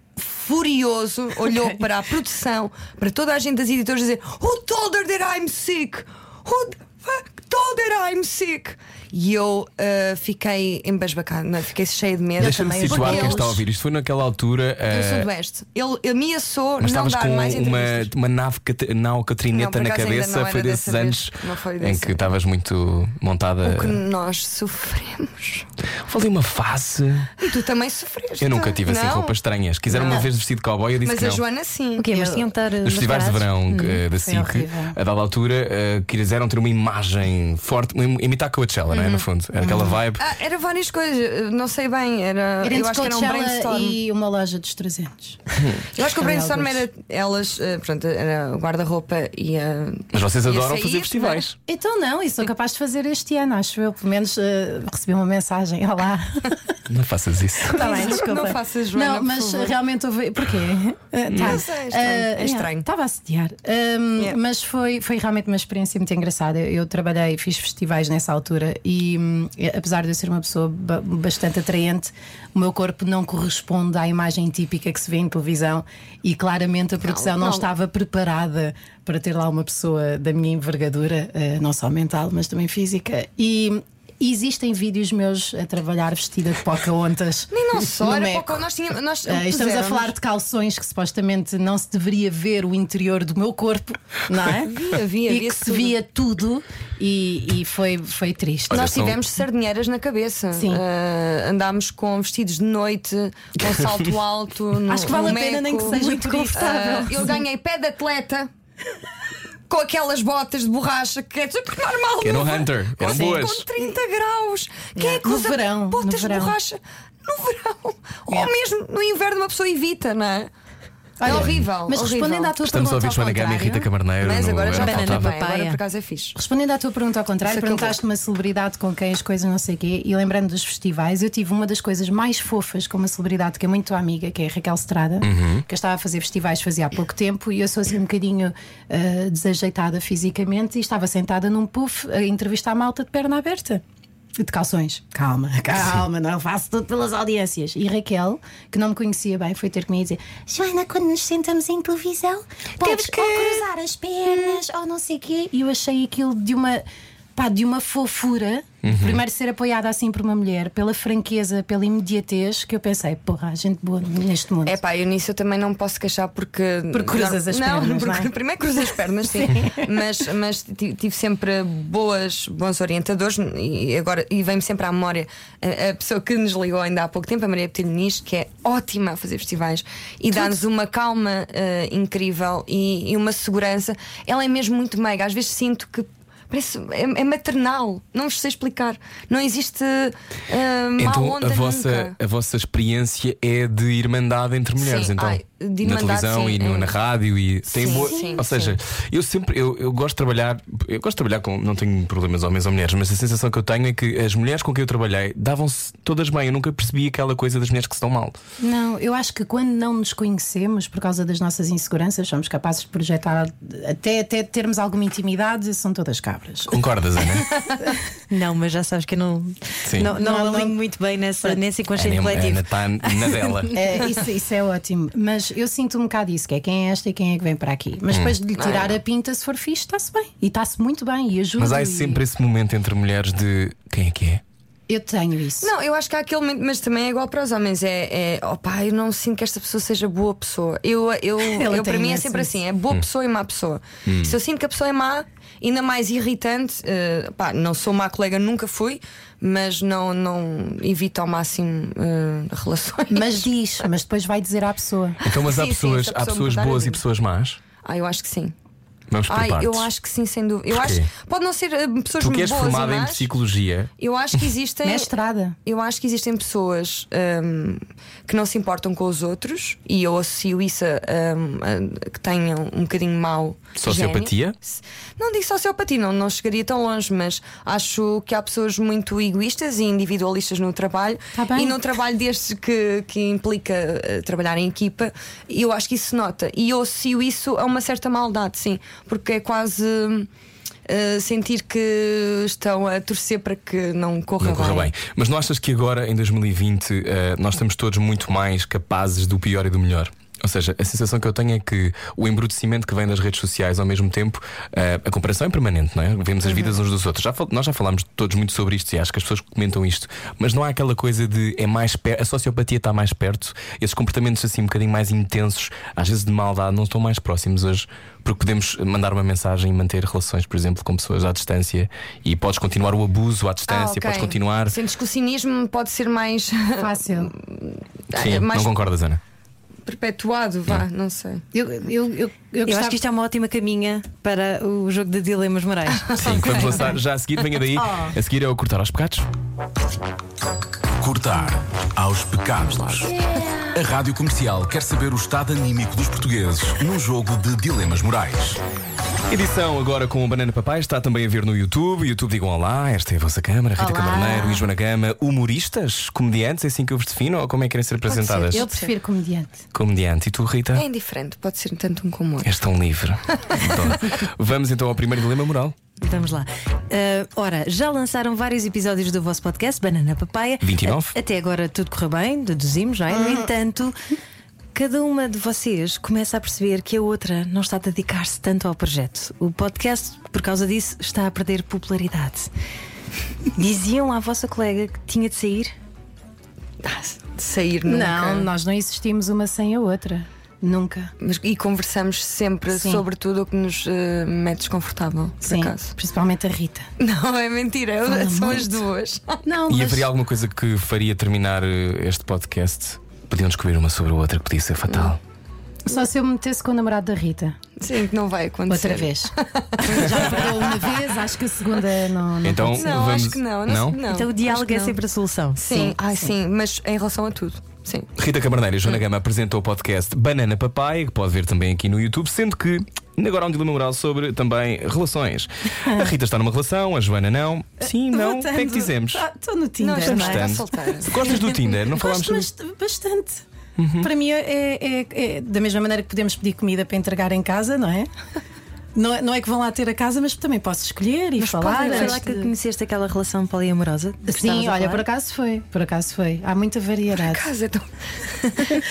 S6: furioso, olhou para a produção, para toda a gente das editoras, dizer: Who told her that I'm sick? Who the fuck told her I'm sick? E eu eh, fiquei embasbacada, não é? fiquei cheia de medo.
S2: Deixa-me
S5: também-
S2: situar
S6: Porque
S2: quem está a
S6: eles-
S2: ouvir. Isto foi naquela altura.
S6: Eu
S2: eh,
S6: sou do Oeste. Ele, ele ameaçou
S2: Mas
S6: não
S2: estavas
S6: dar
S2: com
S6: mais
S2: uma,
S6: entrevistas.
S2: uma nau, cat- nau
S6: Não,
S2: catrineta
S6: por
S2: na
S6: acaso ainda
S2: cabeça,
S6: não
S2: foi
S6: era
S2: desses
S6: dessa
S2: anos
S6: vez. Não foi
S2: em
S6: dessa.
S2: que estavas muito montada.
S6: que nós sofremos.
S2: Houve ali uma face.
S6: E tu também sofreste.
S2: Eu nunca tive assim
S6: Não?
S2: roupas estranhas. Quiseram uma
S6: Não.
S2: vez vestido de cowboy, eu disse
S6: Mas
S2: que
S6: a
S2: não.
S6: Joana Uhum. sim.
S3: O quê? Mas tinham de estar.
S2: Nos festivais de verão eh, da
S5: foi
S2: SIC,
S5: horrível.
S2: a dada altura, eh, quiseram ter uma imagem forte, im- imitar Coachella, não é? No
S6: Uhum.
S2: fundo, Era aquela vibe.
S6: Ah, era várias coisas, não sei bem, era.
S5: Era
S6: Eu acho que era um
S5: Coachella
S6: brainstorm.
S5: e uma loja dos 300.
S6: Eu acho que o
S5: Também
S6: brainstorm
S5: alguns.
S6: era elas, eh, pronto, era o guarda-roupa e a.
S2: Mas vocês
S6: e a é?
S2: adoram
S6: sair,
S2: fazer festivais.
S5: Então não, e sou capaz de fazer este ano, acho eu. Pelo menos eh, recebi uma mensagem. Olá.
S2: Não faças isso.
S5: [laughs] Está bem,
S6: Tá Não
S5: desculpa.
S6: faças, Joana,
S5: Não,
S6: por
S5: mas
S6: favor.
S5: realmente houve. Porquê? Eh, tá.
S6: Não sei, é estranho.
S5: Eh,
S6: É estranho.
S5: Estava a sediar.
S6: Yeah.
S5: Mas foi, foi realmente uma experiência muito engraçada. Eu, eu trabalhei, fiz festivais nessa altura e, hum, eh, apesar de eu ser uma pessoa ba- bastante atraente, o meu corpo não corresponde à imagem típica que se vê em televisão e claramente a produção não,
S6: não.
S5: estava preparada para ter lá uma pessoa da minha envergadura, eh, não só mental, mas também física. E. hum, Existem vídeos meus a trabalhar vestida de é? Pocahontas.
S6: Nem não Eh, só,
S5: no
S6: era
S5: Meco.
S6: pouco. Nós tínhamos. Nós
S5: Ah, estamos a
S6: puséramos-
S5: falar de calções que supostamente não se deveria ver o interior do meu corpo, não
S6: [laughs]
S5: é?
S6: Via, via,
S5: e
S6: via
S5: que se
S6: tudo.
S5: via tudo e, e foi, foi triste.
S2: Olha,
S6: Nós
S2: são-
S6: tivemos sardinheiras na cabeça.
S5: Sim.
S6: Ah, andámos com vestidos de noite,
S2: [laughs]
S6: com salto alto. No,
S5: Acho que vale
S6: no
S5: a pena nem que
S6: Meco.
S5: seja muito
S6: Ah,
S5: confortável.
S6: eu ganhei pé de atleta. com aquelas botas de borracha que é super normal.
S2: Que era
S6: no
S2: um
S6: verão.
S2: hunter, eram
S6: Sim.
S2: boas.
S6: Com 30 graus. Quem é que
S5: No
S6: usa
S5: verão, no
S6: botas
S5: verão.
S6: de borracha no verão?
S2: É.
S6: Ou mesmo no inverno uma pessoa evita, não é? é horrível.
S5: Mas
S6: horrível.
S5: respondendo à tua
S2: Estamos a ouvir
S5: pergunta ao
S2: Joana Gama e
S5: contrário,
S2: Rita Camarneiro.
S6: Mas
S2: no
S6: agora
S2: Era
S6: já
S3: Banana
S6: está
S2: Faltava.
S6: bem, agora
S3: papaya.
S6: por acaso é fixe.
S5: Respondendo à tua pergunta ao contrário,
S6: Isso acabou.
S5: perguntaste uma celebridade com quem as coisas não sei quê, e lembrando dos festivais, eu tive uma das coisas mais fofas com uma celebridade que é muito tua amiga, que é a Raquel Estrada, que eu estava a fazer festivais fazia há pouco tempo, e eu sou assim um bocadinho ah, desajeitada fisicamente, e estava sentada num puff a entrevistar a malta de perna aberta. e De calções, calma, calma, não faço tudo pelas audiências. E Raquel, que não me conhecia bem, foi ter comigo e dizer: Joana, quando nos sentamos em televisão, podes
S6: que-
S5: ou cruzar as pernas ou não sei o quê. E eu achei aquilo de uma pá, de uma fofura.
S2: Uhum.
S5: Primeiro ser apoiada assim por uma mulher, pela franqueza, pela imediatez, que eu pensei, porra, há gente boa neste mundo.
S6: É pá, eu nisso eu também não posso queixar porque.
S5: Porque cruzas
S6: não,
S5: as
S6: não,
S5: pernas,
S6: Porque,
S5: não é?
S6: Primeiro cruzo as
S5: [laughs]
S6: pernas, sim. mas mas ti- tive sempre boas, bons orientadores e agora e vem-me sempre à memória a, a pessoa que nos ligou ainda há pouco tempo, a Maria Petilho Nis, que é ótima a fazer festivais e dá-nos uma calma eh, incrível e, e uma segurança. Ela é mesmo muito meiga. Às vezes sinto que. Parece, é, é maternal, não vos sei explicar. Não existe eh, má
S2: Então
S6: onda
S2: a vossa,
S6: nunca.
S2: a vossa experiência é de irmandade entre mulheres,
S6: Sim,
S2: então
S6: ai, de
S2: na
S6: irmandade,
S2: televisão
S6: sim,
S2: e no-
S6: é.
S2: na rádio e tem
S6: Sim,
S2: boa.
S6: sim,
S2: ou seja, eu sempre eu, eu gosto de trabalhar, eu gosto de trabalhar com não tenho problemas homens ou mulheres, mas a sensação que eu tenho é que as mulheres com quem eu trabalhei davam-se todas bem. Eu nunca percebi aquela coisa das mulheres que se dão mal.
S5: Não, eu acho que quando não nos conhecemos por causa das nossas inseguranças, somos capazes de projetar até, até termos alguma intimidade, são todas cabras.
S2: Concordas,
S6: [laughs]
S2: Ana?
S3: Não, mas já sabes que eu não,
S2: Sim. É
S3: não, não,
S5: Não, não-
S6: é
S3: alinho muito bem nessa, nesse inconsciente
S2: Ana,
S3: coletivo.
S2: Ana está na dela.
S5: É, isso, isso é ótimo. Mas eu sinto um bocado isso: que é quem é esta e quem é que vem para aqui. Mas
S2: Hum.
S5: depois de lhe tirar a pinta, se for fixe, está-se bem. E está-se muito bem. E ajuda.
S2: Ah, é. Mas
S6: [laughs]
S2: há
S5: e...
S2: sempre esse momento entre mulheres de quem é que é?
S5: Eu tenho isso.
S6: Não, eu acho que há aquele momento, mas também é igual para os homens. É, é opá, eu não sinto que esta pessoa seja boa pessoa. Eu,
S2: [laughs]
S6: eu,
S5: Ela
S6: eu para
S5: tem
S6: mim é
S5: essa-
S6: sempre assim: é boa
S2: Hum.
S6: pessoa e má pessoa. Se eu sinto que a pessoa é má, ainda mais irritante, eh, pá, não sou má colega, nunca fui, mas não, não evito ao máximo eh, relações.
S5: Mas diz, mas depois vai dizer à pessoa.
S2: Então, mas há
S6: Sim, sim,
S2: pessoas,
S6: se a
S2: há
S6: pessoa
S2: pessoas
S6: mudar, eu
S2: boas e
S6: digo.
S2: pessoas más.
S6: Ah, eu acho que sim.
S2: Vamos por
S6: Ai,
S2: partes.
S6: eu acho que sim, sem dúvida. Eu acho,
S2: Porquê?
S6: pode não ser eh, pessoas
S2: Tu que és
S6: boas e
S2: formada em
S6: más.
S2: psicologia,
S6: Eu acho que
S3: É.
S6: existem.
S5: Mestrada.
S6: Eu acho que existem pessoas hum, que não se importam com os outros e eu associo isso a, hum, a- que tenham um bocadinho mau.
S2: Sociopatia?
S6: gênio. Se- Não digo sociopatia, não, não chegaria tão longe, mas acho que há pessoas muito egoístas e individualistas no trabalho
S5: Tá bem.
S6: e num trabalho destes que, que implica eh, trabalhar em equipa, eu acho que isso se nota. E eu associo isso a uma certa maldade, sim, porque é quase. hum, eh, sentir que estão a torcer para que não corra,
S2: não corra bem. Mas não achas que agora, em 2020, eh, nós estamos todos muito mais capazes do pior e do melhor? Ou seja, a sensação que eu tenho é que o embrutecimento que vem das redes sociais, ao mesmo tempo, eh, a comparação é permanente, não é? Vemos as vidas uns dos outros. Já fal- nós já falámos todos muito sobre isto e acho que as pessoas comentam isto, mas não há aquela coisa de é mais per- a sociopatia está mais perto, esses comportamentos assim um bocadinho mais intensos, às vezes de maldade, não estão mais próximos hoje, porque podemos mandar uma mensagem e manter relações, por exemplo, com pessoas à distância e podes continuar o abuso à distância,
S6: Ah, ok.
S2: podes continuar.
S6: Sentes que o cinismo pode ser mais, [laughs]
S5: Fácil.
S2: Sim,
S6: mais
S2: não concordas, Ana?
S6: perpetuado, vá, não, sei.
S5: Eu, eu, eu, eu,
S3: Eu acho
S5: gostava-
S3: que isto é uma ótima caminha para o jogo de dilemas morais.
S6: [laughs]
S2: Sim, que vamos lançar já a seguir, venha daí. A seguir é o cortar aos pecados.
S4: Cortar aos pecados. A Rádio Comercial quer saber o estado anímico dos portugueses num jogo de dilemas morais.
S2: Edição agora com o Banana Papai está também a ver no YouTube. YouTube digam olá, esta é a vossa câmara, Rita
S5: Olá.
S2: Camarneiro e Joana Gama, humoristas, comediantes, é assim que eu vos defino ou como é que querem ser apresentadas?
S5: Eu prefiro comediante.
S2: Comediante. E tu, Rita?
S6: É indiferente, pode ser tanto um como outro.
S2: És tão livre. Adoro. vamos então ao primeiro dilema moral.
S3: Vamos lá. Ah, ora, já lançaram vários episódios do vosso podcast, Banana Papaya.
S2: 29.
S3: A- até agora tudo correu bem, deduzimos, não é?
S5: Ah.
S3: No entanto, cada uma de vocês começa a perceber que a outra não está a dedicar-se tanto ao projeto. O podcast, por causa disso, está a perder popularidade. Diziam à vossa colega que tinha de sair?
S6: Ah, de sair nunca.
S5: Não, nós não existimos uma sem a outra. Nunca.
S6: Mas, e conversamos sempre
S5: Sim.
S6: sobre tudo o que nos eh, mete desconfortável, por
S5: Sim,
S6: acaso. [laughs]
S5: principalmente a Rita.
S6: Não, é mentira, eu-
S5: Fala
S6: são
S5: muito.
S6: as duas.
S5: Não,
S2: E
S5: mas
S2: haveria alguma coisa que faria terminar eh, este podcast? Podiam descobrir uma sobre a outra que podia ser fatal.
S5: Só se eu me metesse com o namorado da Rita.
S6: Sim, que não vai acontecer.
S5: Outra [laughs] vez. Já falou uma vez, acho que a segunda não. não.
S2: Então
S6: Não,
S2: vamos.
S6: acho que não.
S2: Não?
S6: não?
S3: Então o
S6: acho
S3: diálogo
S6: que
S3: é
S6: não.
S3: sempre a solução.
S6: Sim, ah, sim. mas em relação a tudo. Sim.
S2: Rita Caberneira e Joana Gama apresentam o podcast Banana Papaya, que pode ver também aqui no YouTube, sendo que agora há um dilema moral sobre também relações. A Rita está numa relação, a Joana não. Sim, não. O que é que dizemos?
S5: Estou Ah, no Tinder.
S6: Não, estamos
S5: não é?
S6: cá
S2: Portanto,
S6: solteira.
S2: Gostas do Tinder? Não falámos
S5: Gosto
S2: sobre Uhum.
S5: mas, bastante. Para mim é, é- é- da mesma maneira que podemos pedir comida para entregar em casa, não é? Não é, não é que vão lá ter a casa, mas também posso escolher e falar.
S3: Olha, foi lá
S5: acho
S3: que
S5: de-
S3: conheceste aquela relação poliamorosa? que estavas
S5: Sim,
S3: a
S5: olha,
S3: falar?
S5: por acaso foi, por acaso foi. Há muita variedade.
S6: Casa, então.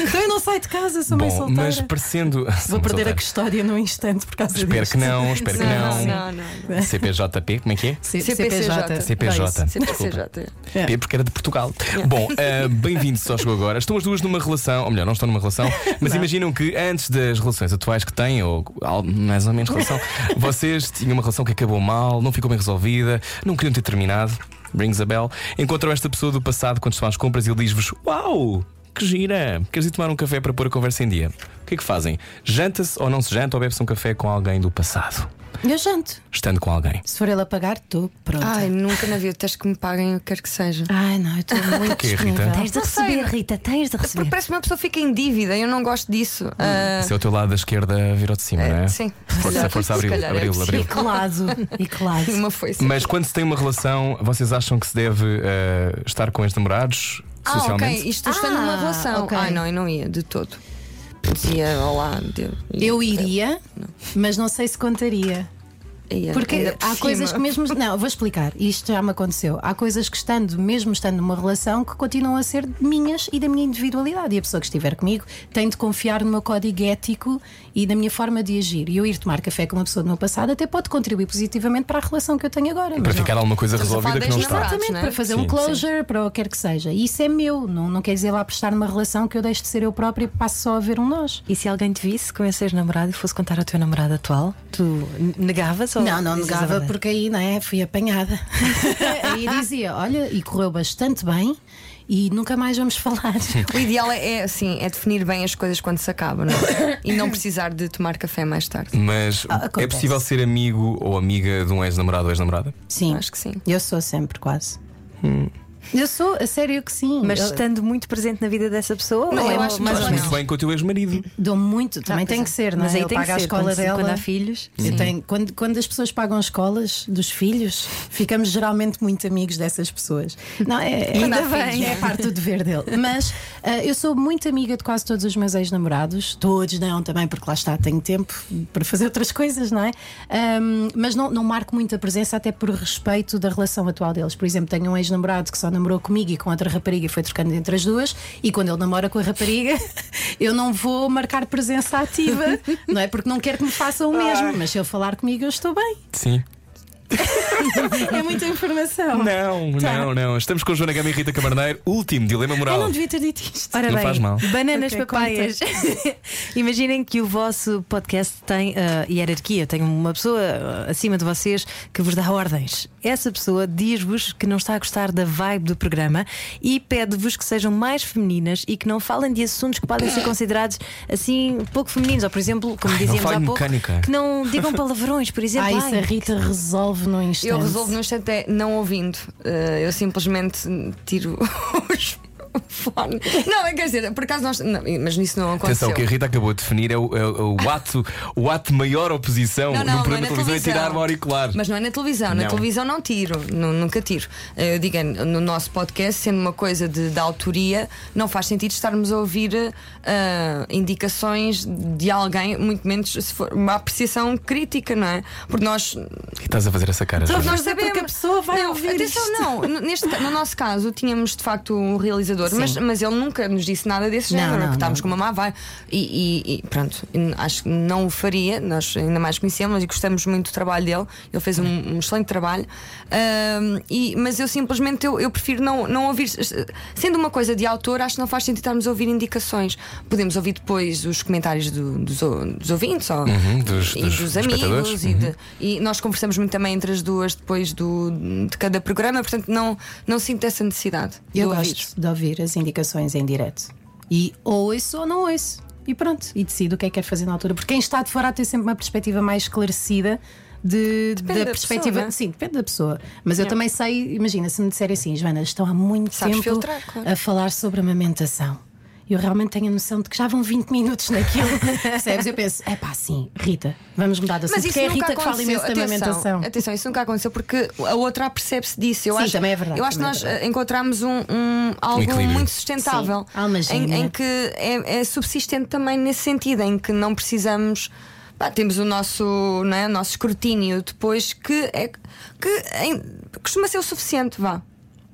S5: Então eu não saio de casa, sou mãe
S2: Bom,
S5: solteira.
S2: mas parecendo.
S5: Vou
S2: Somos
S5: perder a
S2: solteiros.
S5: custódia num instante por causa
S2: Espero
S5: disto.
S2: que não, espero que
S6: Não,
S2: não.
S6: não, não.
S2: CPJP, como é que é?
S5: C- CPJ.
S6: CPJ.
S2: CPJ.
S6: Sempre CJ.
S5: É.
S2: P porque era de Portugal.
S6: É.
S2: Bom, ah, bem-vindo, só chegou agora. Estão as duas numa relação, ou melhor, não estão numa
S6: [laughs]
S2: relação, mas imaginam que antes das relações atuais que têm, ou al- mais ou menos
S6: [laughs]
S2: relação, vocês tinham uma relação que acabou mal, não ficou bem resolvida, não queriam ter terminado. Rings a bell. Encontram esta pessoa do passado quando estão às compras e ele diz-vos: Uau! Que gira! Queres ir tomar um café para pôr a conversa em dia? O que é que fazem? Janta-se ou não se janta ou bebe-se um café com alguém do passado?
S5: Eu janto.
S2: Estando com alguém.
S5: Se for ele a pagar, estou pronta.
S6: Ai,
S5: Ai,
S6: nunca na vida. Tens que me paguem o que quer que seja.
S5: não, eu estou muito
S2: Porquê, Rita?
S5: disponível.
S3: Tens de
S6: Não sei,
S3: receber,
S6: não-
S3: Rita, tens de
S6: Porque
S3: receber.
S6: parece que uma pessoa fica em dívida. Eu não gosto disso. Ah,
S2: Se é o teu lado da esquerda virou de cima,
S6: é,
S2: não é?
S6: Sim.
S2: Força, força, abril,
S6: Se calhar é
S2: abril, abril.
S3: E colado, e
S5: [laughs]
S3: colado.
S6: [laughs] Uma foi sim.
S2: Mas quando se tem uma relação, vocês acham que se deve eh, estar com ex-namorados
S6: Ah, ok,
S2: socialmente?
S6: isto está
S5: Ah,
S6: numa relação.
S5: ok.
S6: Ah, não, eu não ia de todo. Dizia, olá, Deus.
S5: Eu iria, mas não sei se contaria.
S6: Ia,
S5: Porque
S6: ainda por
S5: há
S6: cima.
S5: coisas que mesmo. Não, vou explicar. Isto já me aconteceu. Há coisas que estando, mesmo estando numa relação, que continuam a ser minhas e da minha individualidade. E a pessoa que estiver comigo tem de confiar no meu código ético e na minha forma de agir. E eu ir tomar café com uma pessoa do meu passado até pode contribuir positivamente para a relação que eu tenho agora.
S2: Para
S5: mas não-
S2: ficar alguma coisa
S6: Estamos a falar
S2: resolvida que não
S6: desde
S2: está.
S6: namorados,
S5: Exatamente,
S6: não é?
S5: para fazer
S2: Sim,
S5: um closure, para o que quer que seja. E isso é meu, não, não quer dizer lá prestar numa relação que eu deixe de ser eu própria e passo só a ver um nós.
S3: E se alguém te visse com esse ex-namorado e fosse contar ao teu namorado atual, tu n- negavas ou
S5: Não, não
S3: dizes a
S5: negava
S3: verdade?
S5: porque aí, não é? Fui apanhada. [laughs] aí dizia: olha, e correu bastante bem e nunca mais vamos falar.
S6: O ideal é, é, assim, é definir bem as coisas quando se acabam, não é? E não precisar de tomar café mais tarde.
S2: Mas é
S6: Ah,
S5: acontece.
S2: possível ser amigo ou amiga de um ex-namorado ou ex-namorada?
S5: Sim.
S6: Acho que sim.
S5: Eu sou sempre, quase. Eu sou, a sério que sim.
S3: Mas
S5: Eu
S3: estando muito presente na vida dessa pessoa,
S5: Não,
S3: ou
S5: eu
S3: é mais
S5: acho que
S3: ou
S5: não.
S3: menos?
S2: Muito bem com o teu ex-marido.
S5: dou muito, também tem que ser, não
S3: Ah, Mas
S5: é?
S3: aí
S5: Eu
S3: tem que
S5: pago a
S3: ser,
S5: escola
S3: quando se-
S5: dela.
S3: quando há filhos.
S5: Eu tenho- Então, quando, quando as pessoas pagam as escolas dos filhos, ficamos geralmente muito amigos dessas pessoas. Não é?
S6: Ainda
S5: é-
S6: bem.
S5: É a parte do dever dele. Mas ah, eu sou muito amiga de quase todos os meus ex-namorados. Todos não, também, porque lá está, tenho tempo para fazer outras coisas, não é? Ahm, mas não, não marco muito a presença, até por respeito da relação atual deles. Por exemplo, tenho um ex-namorado que só namorou comigo e com outra rapariga e foi trocando entre as duas. E quando ele namora com a rapariga, [laughs] eu não vou marcar presença ativa, não é? Porque não quero que me façam o mesmo. Mas se ele falar comigo, eu estou bem.
S2: Sim.
S5: É muita
S6: Oh.
S5: informação.
S2: Não,
S5: Tá.
S2: não, não. Estamos com Joana Gama e Rita Caberneiro. Último dilema
S5: Eu não
S2: moral.
S5: devia ter dito isto.
S3: Ora
S2: Não
S3: bem,
S2: faz mal.
S3: bananas
S5: Ok,
S3: papaias. [laughs] Imaginem que o vosso podcast tem ah, hierarquia, tem uma pessoa ah, acima de vocês que vos dá ordens. Essa pessoa diz-vos que não está a gostar da vibe do programa e pede-vos que sejam mais femininas e que não falem de assuntos que podem ser considerados assim pouco femininos. Ou, por exemplo, como
S2: Ai, não
S3: dizíamos há
S2: falem de
S3: pouco,
S2: mecânica.
S3: que não digam palavrões, por exemplo.
S5: Ah, isso
S3: Ai,
S5: a Rita resolve num instante.
S6: Eu resolvo no instante é não ouvindo. Eh, eu simplesmente tiro [laughs] os. o Fone. Não, é, quer dizer, por acaso nós. não, mas isso não aconteceu.
S2: Atenção, o que a Rita acabou de definir é o, é o- é o ato, o ato de maior oposição
S6: Não, não,
S2: num
S6: não
S2: programa de
S6: é na
S2: televisão é tirar o auricular.
S6: Mas não é na televisão. Na
S2: Não.
S6: televisão não tiro, nu- nunca tiro. Eh, Eu digo, é, no nosso podcast, sendo uma coisa de, da autoria, não faz sentido estarmos a ouvir eh, indicações de alguém, muito menos se for uma apreciação crítica, não é? Porque nós
S2: E estás a fazer essa cara.
S5: Então,
S2: Joana?
S5: nós- Mas é porque a pessoa vai
S6: não,
S5: ouvir
S6: atenção,
S5: isto.
S6: não. N- Neste, ca- no nosso caso, tínhamos de facto um realizador, mas, mas ele nunca nos disse nada desse
S5: Não,
S6: género.
S5: não,
S6: que estávamos
S5: não.
S6: com uma má vai. E, e- e pronto, n- acho que não o faria. Nós ainda mais conhecemos e gostamos muito do trabalho dele. Ele fez um, um excelente trabalho. Ahm, e, mas eu simplesmente eu, eu prefiro não, não ouvir. Sendo uma coisa de autor, acho que não faz sentido estarmos a ouvir indicações. Podemos ouvir depois os comentários do- dos, ou- dos ouvintes ou
S2: Uhum, dos-
S6: e
S2: dos
S6: dos,
S2: espectadores.
S6: amigos e, de- Uhum. e nós conversamos muito também entre as duas depois do, de cada programa, portanto não, não sinto essa necessidade
S5: Eu
S6: de ouvir.
S5: gosto de ouvir as indicações em direto. E ou ouço ou não ouço. e pronto, e decido o que é que quero fazer na altura. Porque quem está de fora há de ter sempre uma perspectiva mais esclarecida. De, da,
S6: da
S5: perspectiva,
S6: pessoa, não é?
S5: sim, depende da pessoa. Mas eu também sei, imagina, se me disserem assim, Joana, estão há muito
S6: Sabes
S5: tempo
S6: filtrar, claro.
S5: a falar sobre amamentação. Eu realmente tenho a noção de que já vão 20 minutos
S6: [laughs]
S5: naquilo. Percebes? Eu penso, é pá, sim, Rita, vamos mudar de assunto.
S6: Mas isso
S5: porque é a
S6: nunca
S5: Rita que fala
S6: aconteceu.
S5: imenso da amamentação.
S6: Atenção, atenção, isso nunca aconteceu porque a outra apercebe-se disso. Eu
S5: Sim,
S6: acho,
S5: também é verdade,
S6: Eu acho que
S5: também é
S6: nós
S5: verdade.
S6: eh, encontramos um, um- algo
S2: equilíbrio.
S6: muito sustentável
S5: Sim, alma
S6: em,
S5: gêmea.
S6: em que é, é subsistente também nesse sentido, em que não precisamos. pá, temos o nosso, não é, o nosso escrutínio depois que, é, que em- costuma ser o suficiente, vá.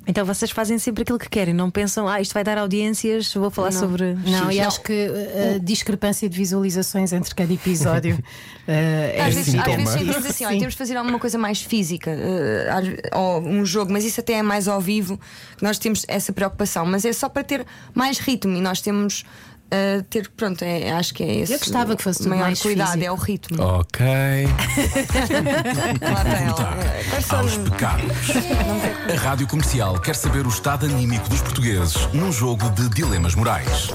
S3: Então vocês fazem sempre aquilo que querem, não pensam, ah, isto vai dar audiências, vou falar sobre.
S5: Não,
S3: X."
S5: e acho que uh, a discrepância de visualizações entre
S2: [laughs]
S5: cada episódio uh, é.
S6: Às vezes, às
S2: sintoma.
S6: vezes sentimos assim, olha,
S5: Sim.
S6: temos de fazer alguma coisa mais física, eh, às- ou um jogo, mas isso até é mais ao vivo, que nós temos essa preocupação, mas é só para ter mais ritmo e nós temos. eh, ter, pronto, é- acho que é esse.
S5: Eu gostava que fosse tudo
S6: o maior
S5: mais
S6: cuidado,
S5: físico.
S6: é o ritmo.
S2: Ok.
S6: Lá está ela. É,
S4: Voltar
S6: um-
S4: aos pecados. A Rádio Comercial quer saber o estado anímico dos portugueses num jogo de dilemas morais.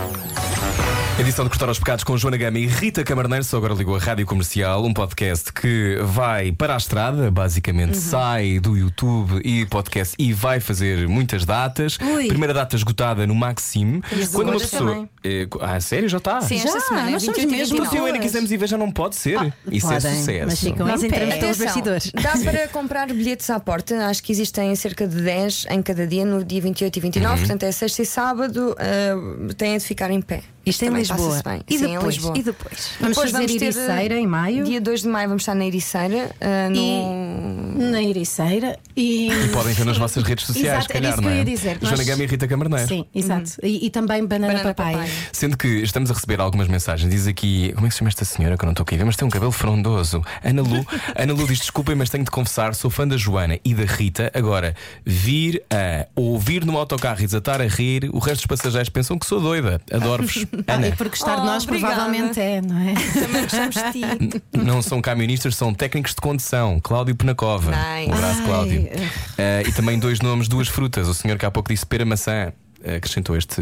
S2: Edição de Cortar aos Pecados com Joana Gama e Rita Camarneiro. Só agora ligou a Rádio Comercial, um podcast que vai para a estrada, basicamente sai do YouTube e podcast e vai fazer muitas datas.
S3: Ui.
S2: Primeira data esgotada no Maxime.
S6: as outras também.
S2: Eh, ah, sério? Já está?
S6: Sim, esta
S5: Já,
S6: semana,
S5: nós somos
S6: 28 e
S5: mesmo
S6: 29.
S2: Então, se eu ainda quisermos ir ver, já não pode ser. Isso é
S5: podem,
S2: sucesso.
S5: mas ficam
S3: Nós
S5: em pé.
S3: entramos todos
S6: Atenção,
S3: bastidores.
S6: Dá para comprar bilhetes à porta, acho que existem cerca de 10 em cada dia, no dia 28 e 29, portanto é sexta e sábado, eh, têm de ficar em pé.
S3: Isto é em
S6: Também
S3: Lisboa.
S6: passa-se bem.
S3: E
S6: Sim, em
S3: depois,
S6: Lisboa.
S3: e depois.
S5: Vamos
S6: Depois
S5: fazer
S6: vamos ter,
S5: Ericeira em maio.
S6: Dia 2 de maio vamos estar na Ericeira,
S5: [laughs]
S6: ah, no-
S5: Na Ericeira
S2: [coughs]
S5: e.
S2: E podem ver nas vossas redes sociais,
S5: Exato,
S2: se calhar,
S5: era isso
S2: não
S5: que
S2: é?
S5: eu ia dizer.
S2: Joana
S5: Nós-
S2: Gama e Rita Camarneiro.
S5: Sim, exato. E, e também Banana,
S6: Uhum. Banana
S5: Papai.
S6: Papai.
S2: Sendo que estamos a receber algumas mensagens, diz aqui, como é que se chama esta senhora que eu não estou aqui a ver, mas tem um cabelo frondoso. Ana
S5: [laughs]
S2: Lu, Ana Lu diz: desculpem, mas tenho de confessar, sou fã da Joana e da Rita. Agora, vir a ouvir no autocarro e desatar a rir, o resto dos passageiros pensam que sou doida.
S5: [laughs]
S2: Adoro-vos.
S5: Ah, E
S2: Ana,
S5: por gostar de
S6: Oh,
S5: nós,
S6: obrigada.
S5: provavelmente é, não
S6: [laughs]
S5: é?
S6: Também gostamos de ti.
S2: não são camionistas, são técnicos de condução. Cláudio Penacova.
S6: Nice.
S2: Um abraço,
S5: Ai.
S2: Cláudio. Eh, e também dois nomes, duas frutas. O senhor que há pouco disse pera maçã. eh, Acrescentou este,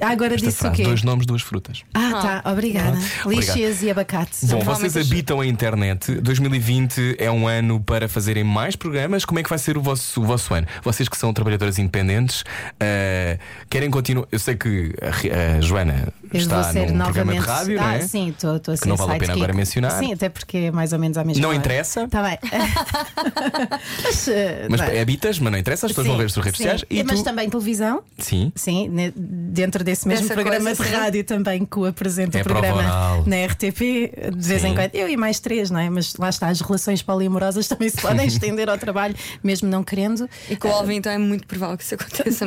S5: Ah, agora
S2: esta
S5: disse o
S2: frase:
S5: quê?
S2: dois nomes, duas frutas.
S5: Ah, tá, obrigada.
S2: Obrigado.
S5: Lixias e abacate.
S2: Bom,
S6: provavelmente
S2: vocês
S6: as-
S2: habitam a internet. 2020 é um ano para fazerem mais programas. Como é que vai ser o vosso, o vosso ano? Vocês que são trabalhadoras independentes, eh, querem continuar? Eu sei que a, Ri- a Joana
S5: Eu
S2: está
S5: vou ser
S2: num programa de
S5: novamente.
S2: rádio, não
S5: ah,
S2: é?
S5: sim, estou a
S2: Que não vale a pena agora mencionar.
S5: Sim, até porque é mais ou menos a mesma
S2: Não
S5: hora.
S2: interessa.
S5: Está
S6: [laughs]
S5: bem. Tá, mas eh,
S2: Mas
S5: bem.
S2: habitas, mas não interessa, as pessoas vão ver as suas redes
S5: Sim,
S2: sociais.
S6: É,
S5: sim.
S2: E
S5: mas tá,
S2: tu?
S5: também televisão.
S2: Sim.
S5: Sim, ne- dentro desse mesmo
S6: Dessa
S5: programa
S6: coisa,
S5: de
S6: sim.
S5: rádio também que o apresenta
S2: É
S5: o programa
S2: prova oral.
S5: na RTP, de vez
S2: Sim.
S5: em quando. Eu e mais três, não é? Mas lá está, as relações poliamorosas [laughs] também
S2: [laughs]
S5: se podem estender ao trabalho, mesmo não querendo.
S6: E com o Alvin, então é muito provável que isso aconteça,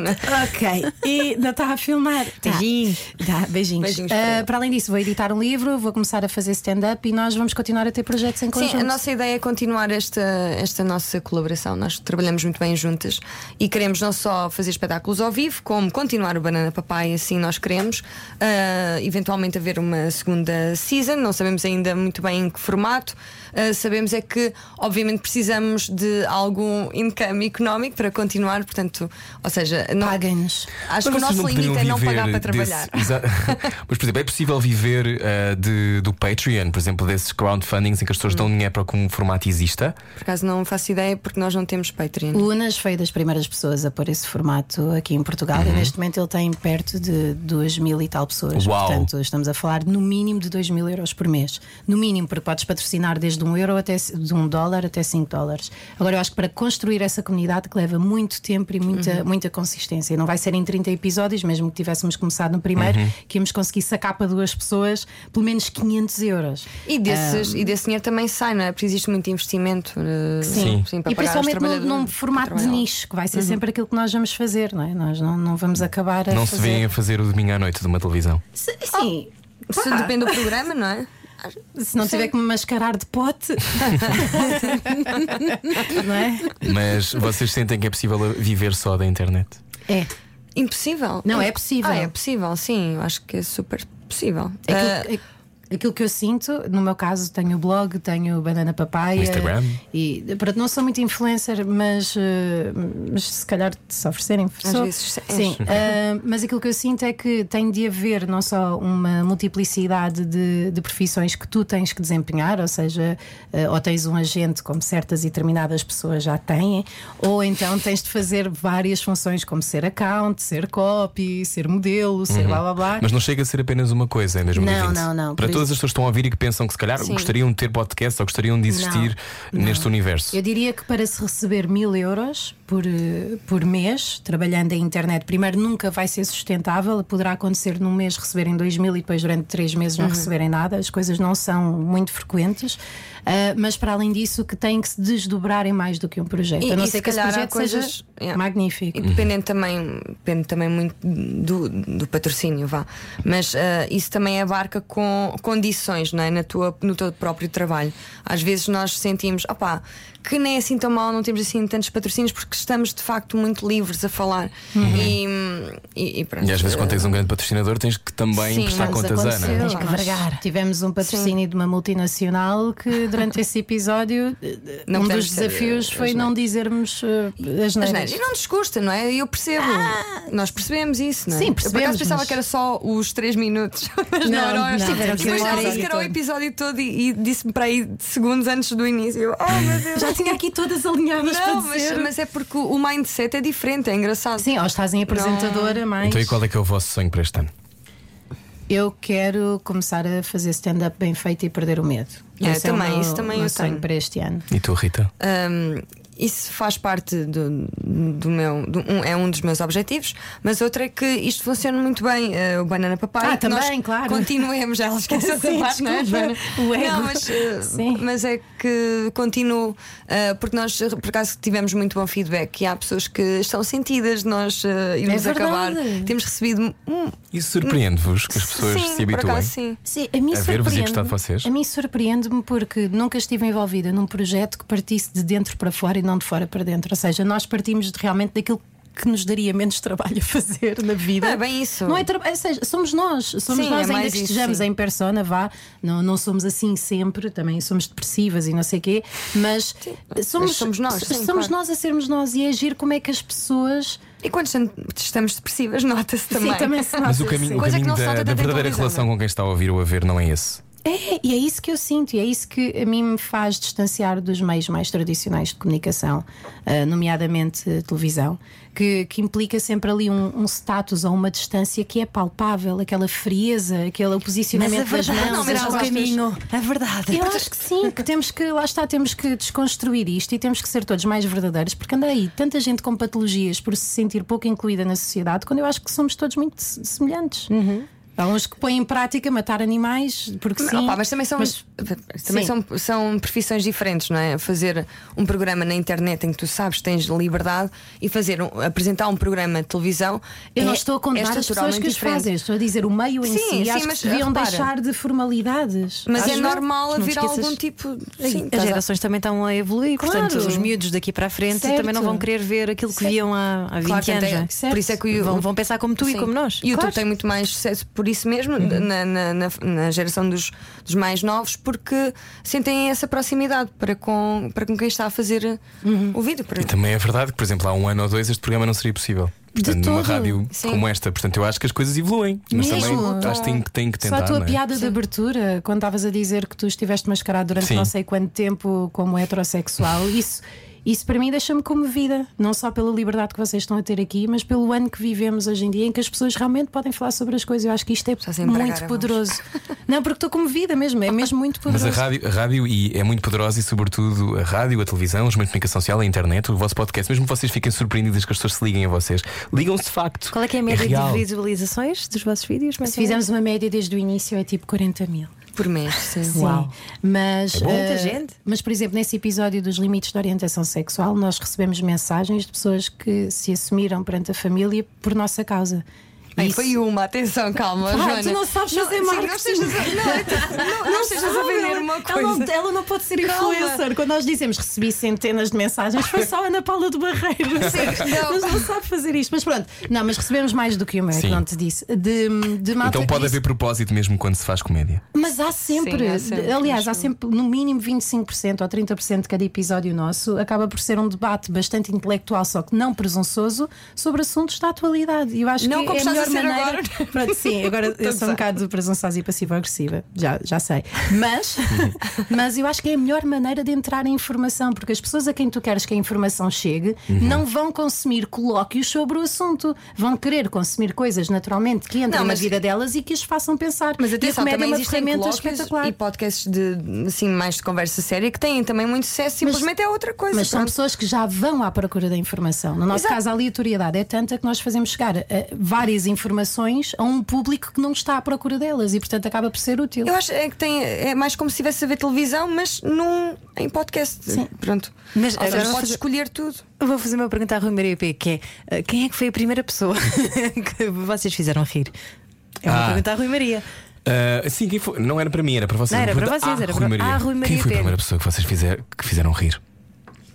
S5: [laughs]
S6: não é?
S5: Ok, e não está a filmar. Tá.
S3: Beijinho.
S5: Tá, beijinhos.
S6: Beijinhos
S5: Ah,
S6: para
S5: para,
S6: ela.
S5: além disso, vou editar um livro, vou começar a fazer stand-up e nós vamos continuar a ter projetos em conjunto.
S6: Sim, a nossa ideia é continuar esta, esta nossa colaboração. Nós trabalhamos muito bem juntas e queremos não só fazer espetáculos ao vivo, como continuar o Banana Papai, assim nós queremos. Ah, eventualmente haver uma segunda season, não sabemos ainda muito bem em que formato. Ah, sabemos é que, obviamente, precisamos de algum income económico para continuar, portanto, ou seja, não,
S5: Paguem-nos.
S6: acho que o
S2: Mas vocês
S6: nosso
S2: poderiam
S6: limite é não
S2: viver
S6: pagar para
S2: desse-
S6: trabalhar.
S2: [laughs] Exa- Mas, por exemplo, é possível viver eh, de- do Patreon, por exemplo, desses crowdfundings em que as
S5: Hum.
S2: pessoas dão dinheiro para que um formato exista?
S6: Por acaso não faço ideia porque nós não temos Patreon.
S5: O Unas foi das primeiras pessoas a pôr esse formato aqui em Portugal e neste momento ele tem perto de 2 mil e tal pessoas.
S2: Uau.
S5: Portanto, estamos a falar no mínimo de 2 mil euros por mês. No mínimo, porque podes patrocinar desde 1 um euro até de 1 um dólar até 5 dólares. Agora, eu acho que para construir essa comunidade que leva muito tempo e muita, muita consistência. Não vai ser em 30 episódios, mesmo que tivéssemos começado no primeiro, que íamos conseguir sacar para duas pessoas pelo menos 500 euros.
S6: E, desses, e desse dinheiro também sai, não é? Porque existe muito investimento eh,
S2: Sim.
S6: para
S5: e
S6: pagar aos
S5: principalmente num,
S6: trabalhadores, Uhum.
S5: num
S6: para
S5: formato de
S6: trabalhar.
S5: nicho, que vai ser sempre aquilo que nós vamos fazer, não é? Nós não, não vamos acabar a
S2: não
S5: fazer.
S2: se vêem a fazer o domingo à noite de uma televisão.
S5: Se- Sim.
S6: Se
S5: Pá,
S6: depende do programa, não é?
S5: se não tiver que me mascarar de pote. [laughs] não é?
S2: Mas vocês sentem que é possível viver só da internet?
S5: É.
S6: Impossível.
S5: Não, é possível.
S6: Ah, é possível, sim. Eu acho que é super possível.
S5: Aquilo-
S6: Eh,
S5: aquilo que eu sinto, no meu caso, tenho o blog, tenho o Banana Papaya.
S2: Instagram.
S5: E, pronto, não sou muito influencer, mas, eh, mas se calhar se oferecerem, sou.
S6: vezes é. és.
S5: Sim, ah, mas aquilo que eu sinto é que tem de haver não só uma multiplicidade de, de profissões que tu tens que desempenhar, ou seja, ah, ou tens um agente como certas e determinadas pessoas já têm, ou então tens de fazer várias funções como ser account, ser copy, ser modelo, ser blá blá blá.
S2: Uhum. Mas não chega a ser apenas uma coisa em 2020.
S5: Não, não, não.
S2: Para todas
S5: Por isso-
S2: as pessoas que estão a ouvir e que pensam que se calhar gostariam de ter podcast ou gostariam de existir
S5: Não, não.
S2: neste universo.
S5: Eu diria que para se receber mil euros por, eh, por mês, trabalhando em internet, primeiro nunca vai ser sustentável. Poderá acontecer num mês receberem dois mil e depois durante três meses
S6: Uhum.
S5: não receberem nada. As coisas não são muito frequentes. Ah, mas para além disso, que têm que se desdobrar em mais do que um projeto.
S6: E-
S5: A não
S6: e
S5: ser
S6: se
S5: que esse
S6: calhar há
S5: projeto
S6: coisas-
S5: seja
S6: Yeah.
S5: magnífico.
S2: Uhum.
S6: E dependendo também, depende também muito do, do patrocínio, vá. Mas ah, isso também abarca com condições, não é? Na tua, no teu próprio trabalho. Às vezes nós sentimos, opá, que nem é assim tão mal, não temos assim tantos patrocínios porque estamos de facto muito livres a falar. E, e- e pronto.
S2: Uhum.
S6: É,
S2: E às vezes, quando tens um grande patrocinador, tens que também
S6: Sim,
S2: prestar
S6: mas
S2: contas a
S6: aconteceu.
S2: Ana.
S5: Tens que vergar. Tivemos um patrocínio de uma multinacional
S6: [laughs]
S5: que durante esse episódio eh, eh,
S6: Não
S5: um
S6: podemos
S5: dos
S6: dizer,
S5: desafios
S6: eh,
S5: foi
S6: as
S5: não
S6: neiras.
S5: dizermos eh, as
S6: Mas,
S5: neiras. Ah.
S6: não é? E não nos custa, não é? Eu percebo. Nós percebemos isso, não é?
S5: Sim,
S6: Eu por
S5: percebemos,
S6: acaso pensava
S5: mas-
S6: que era só os 3 minutos. [laughs] Mas não,
S5: Não,
S6: não,
S5: não, tiveram que ser
S6: Mas ela
S5: uma hora
S6: disse que era o
S5: e tanto.
S6: episódio todo e, e disse-me para aí segundos antes do início. Eu, Oh,
S5: [laughs]
S6: meu Deus!
S5: Já tinha aqui todas alinhadas
S6: Não,
S5: para
S6: mas,
S5: dizer.
S6: mas é porque o mindset é diferente, é engraçado.
S5: Sim, ou estás em apresentadora, mas
S2: Então, e qual é que é o vosso sonho para este ano?
S5: eu quero começar a fazer stand-up bem feito e perder o medo.
S6: É,
S5: o
S6: também,
S5: meu-
S6: isso também
S5: meu
S6: eu
S5: sonho
S6: tenho.
S5: para este ano.
S2: E tu, Rita?
S6: Hum, isso faz parte do, do meu. do- um- é um dos meus objetivos, mas outro é que isto funciona muito bem. eh, o Banana Papai.
S5: Ah,
S6: que
S5: também,
S6: nós
S5: claro.
S6: Continuemos, já ela
S5: [laughs]
S6: esqueceu essa
S5: Sim,
S6: parte, não é?
S5: desculpa, o ego.
S6: Não, mas, eh,
S5: Sim.
S6: mas é que continuo, eh, porque nós, eh, por acaso, tivemos muito bom feedback e há pessoas que estão sentidas de nós eh, irmos
S5: É verdade.
S6: acabar. Temos recebido. Hum,
S2: Isso surpreende-vos que as pessoas
S6: sim,
S2: se habituem.
S6: Por acaso, sim.
S5: Sim, a
S2: A ver-vos
S5: mim
S2: e
S5: surpreende-me-
S2: gostar de vocês.
S5: A mim surpreende-me porque nunca estive envolvida num projeto que partisse de dentro para fora e não de fora para dentro. Ou seja, nós partimos de- realmente daquilo que nos daria menos [laughs] trabalho a fazer na vida.
S6: Não, é bem isso.
S5: Não é tra- ou seja, somos nós, somos
S6: Sim,
S5: nós,
S6: é
S5: ainda
S6: mais
S5: que
S6: isso,
S5: estejamos
S6: sim.
S5: em persona, vá, não, não somos assim sempre, também somos depressivas e não sei quê, mas somos,
S6: mas somos nós,
S5: so-
S6: sim,
S5: somos
S6: claro.
S5: nós a sermos nós e a agir como é que as pessoas
S6: E quando estamos depressivas, nota-se
S5: Sim, também se
S2: Mas o
S5: nota,
S2: caminho,
S5: sim.
S2: o
S6: Coisa que
S2: caminho
S6: não é? se
S2: da,
S6: nota
S2: da
S6: tanto em
S2: verdadeira
S6: televisão,
S2: relação com quem está a ouvir ou a ver não é esse.
S5: É, e é isso que eu sinto, e é isso que a mim me faz distanciar dos meios mais tradicionais de comunicação, ah, nomeadamente eh, televisão, que, que implica sempre ali um, um status ou uma distância que é palpável, aquela frieza, aquele
S3: Mas a
S5: posicionamento das
S3: é verdade
S5: mãos.
S3: não,
S6: mas
S5: das
S3: será o
S5: costas.
S3: caminho. A verdade.
S6: Tipo,
S5: Eu acho que sim, que temos que, lá está, temos que desconstruir isto e temos que ser todos mais verdadeiros, porque anda aí tanta gente com patologias por se sentir pouco incluída na sociedade, quando eu acho que somos todos muito se- semelhantes.
S6: Uhum.
S5: Há uns que põem em prática matar animais, porque sim.
S6: Opá, mas também, são, também
S5: sim.
S6: são, são profissões diferentes, não é? Fazer um programa na internet em que tu sabes que tens liberdade e fazer um- apresentar um programa de televisão.
S5: Eu não
S6: é-
S5: estou a
S6: é
S5: contar as pessoas
S6: estruturalmente
S5: que os
S6: diferente.
S5: fazem, estou a dizer o meio em
S6: Sim,
S5: si.
S6: sim,
S5: acho
S6: mas,
S5: que deviam
S6: repara.
S5: deixar de formalidades.
S6: Mas
S5: Acho
S6: é
S5: eu.
S6: normal
S5: Não te
S6: haver
S5: esqueças.
S6: algum tipo.
S5: Ei,
S6: Sim,
S3: As
S6: estás a-
S3: gerações também estão a evoluir,
S5: Claro.
S3: portanto, os miúdos daqui para a frente
S5: Certo.
S3: também não vão querer ver aquilo que
S5: Certo.
S3: viam há, há 20
S6: Claro,
S3: anos.
S6: tem-
S3: não é?
S5: Certo.
S6: por isso é que o-
S3: Vão, vão pensar como tu e
S6: Sim.
S3: como nós.
S6: YouTube
S5: Claro. Uhum.
S6: tem muito mais sucesso por isso mesmo, na, na- na- na geração dos, dos mais novos, porque sentem essa proximidade para com, para com quem está a fazer
S5: Uhum.
S6: o vídeo. por
S2: E
S6: exemplo.
S2: também é verdade que, por exemplo, há um ano ou dois este programa não seria possível. Portanto, numa
S5: todo.
S2: rádio
S6: Sim.
S2: como esta, portanto, eu acho que as coisas evoluem. Mas
S5: Mesmo.
S2: também acho que tem, que- tem que tentar.
S5: Só a tua
S2: não é?
S5: piada de abertura, quando estavas a dizer que tu estiveste mascarado durante
S2: Sim.
S5: não sei quanto tempo
S2: [laughs]
S5: como heterossexual, isso, isso para mim deixa-me comovida, não só pela liberdade que vocês estão a ter aqui, mas pelo ano que vivemos hoje em dia em que as pessoas realmente podem falar sobre as coisas. Eu acho que isto é
S6: sem empregar a
S5: muito
S6: mão.
S5: poderoso. Não, porque estou comovida mesmo, é mesmo muito
S2: Mas
S5: poderoso.
S2: a rádio, a rádio e é muito poderosa e, sobretudo, a rádio, a televisão, os meios de comunicação social, a internet, o vosso podcast, mesmo que vocês fiquem surpreendidas que as pessoas se liguem a vocês, ligam-se de facto.
S3: Qual é que é a média
S2: real.
S3: de visualizações dos vossos vídeos? mais
S5: Se
S3: ou menos?
S5: fizermos uma média desde o início é tipo 40 mil.
S6: Por mês, sim.
S5: Uau. Mas,
S2: É
S3: bom.
S5: eh,
S3: Muita gente.
S5: Mas, por exemplo, nesse episódio dos limites de orientação sexual, nós recebemos mensagens de pessoas que se assumiram perante a família por nossa causa.
S6: Ei,
S5: Isso.
S6: foi uma, atenção, calma, Joana.
S3: tu não sabes fazer
S6: não, sim,
S3: marketing.
S6: não estejas a, não, não, não estejas a vender uma coisa.
S3: Ela, não- ela não pode ser
S6: Calma.
S3: influencer. Quando nós dizemos recebi centenas de mensagens, foi só a Ana Paula do Barreiro.
S6: Sim, não.
S3: Mas não sabe fazer isto. Mas pronto, não, mas recebemos mais do que uma, é que
S2: Sim.
S3: não te disse. De, de malta
S2: Então
S3: que
S2: pode
S3: disse-
S2: haver propósito mesmo quando se faz comédia.
S3: Mas há sempre,
S6: Sim, há sempre,
S3: aliás,
S6: mas
S3: há sempre no mínimo 25% ou 30% de cada episódio nosso acaba por ser um debate bastante intelectual, só que não presunçoso, sobre assuntos da atualidade. E eu acho
S6: Não
S3: que
S6: como
S3: é a
S6: estás a
S3: melhor
S6: ser
S3: maneira.
S6: agora.
S3: [laughs] Pronto, sim, agora eu sou um bocado presunçosa e passiva-agressiva, já, já sei.
S6: [laughs]
S3: Mas, mas eu acho que é a melhor maneira de entrar em informação, porque as pessoas a quem tu queres que a informação chegue
S6: Uhum.
S3: não vão consumir colóquios sobre o assunto, vão querer consumir coisas naturalmente que entram
S6: Não,
S3: na
S6: mas-
S3: vida delas e que as façam pensar.
S6: Mas
S3: E a
S6: atenção,
S3: comédia é
S6: também
S3: uma
S6: existem
S3: ferramenta
S6: colóquios
S3: espetacular.
S6: e podcasts de assim, mais de conversa séria que têm também muito sucesso, simplesmente é outra coisa.
S3: Mas são
S6: pronto.
S3: pessoas que já vão à procura da informação. No nosso
S6: Exato.
S3: caso, a aleatoriedade é tanta que nós fazemos chegar eh, várias informações a um público que não está à procura delas e, portanto, acaba por ser útil.
S6: Eu acho é que tem, é mais como se estivesse a ver televisão, mas num, em podcast. Pronto.
S9: Mas
S6: Ou seja,
S9: agora vou
S6: podes
S9: fazer-
S6: escolher tudo.
S9: Eu Vou fazer uma pergunta à Rui Maria P, que é eh, quem é que foi a primeira
S3: [laughs]
S9: pessoa que vocês fizeram rir? É uma
S2: Ah.
S9: pergunta à Rui Maria.
S2: Ah, sim, quem foi? Não era para mim, era para vocês.
S9: Não, era
S2: Uma
S9: para
S2: pergunta
S9: vocês,
S2: à
S9: era
S2: Rui
S9: para-
S2: Maria.
S9: à Rui
S2: Quem
S9: Maria
S2: foi a
S9: Pena.
S2: primeira pessoa que vocês fizer- que fizeram rir?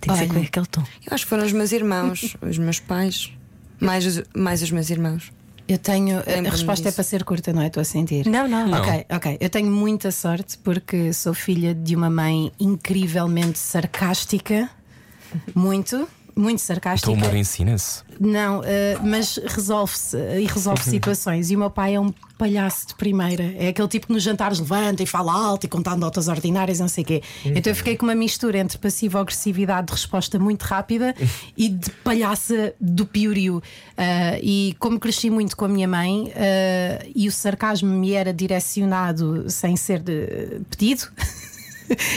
S9: Tem que ser com
S6: Olha.
S9: aquele tom.
S6: Eu acho que foram os meus irmãos, os meus pais, mais os, mais os meus irmãos.
S5: Eu
S3: eh,
S5: tenho.
S6: Lembro-me
S5: A resposta é
S6: disso.
S5: para ser curta, não é? Estou a sentir.
S9: Não, não.
S2: Não.
S5: Ok, ok. Eu tenho muita sorte porque sou filha de uma mãe incrivelmente sarcástica. Muito, muito
S2: Então
S5: sarcástica.
S2: o humor ensina-se.
S5: Não, eh, mas resolve-se eh, e resolve situações. E o meu pai é um palhaço de primeira. É aquele tipo que nos jantares levanta e fala alto e conta notas ordinárias, e não sei o quê. Então eu fiquei com uma mistura entre passiva-agressividade de resposta muito rápida e de palhaça do piorio. Ah, e como cresci muito com a minha mãe ah, e o sarcasmo me era direcionado sem ser eh, pedido. [laughs]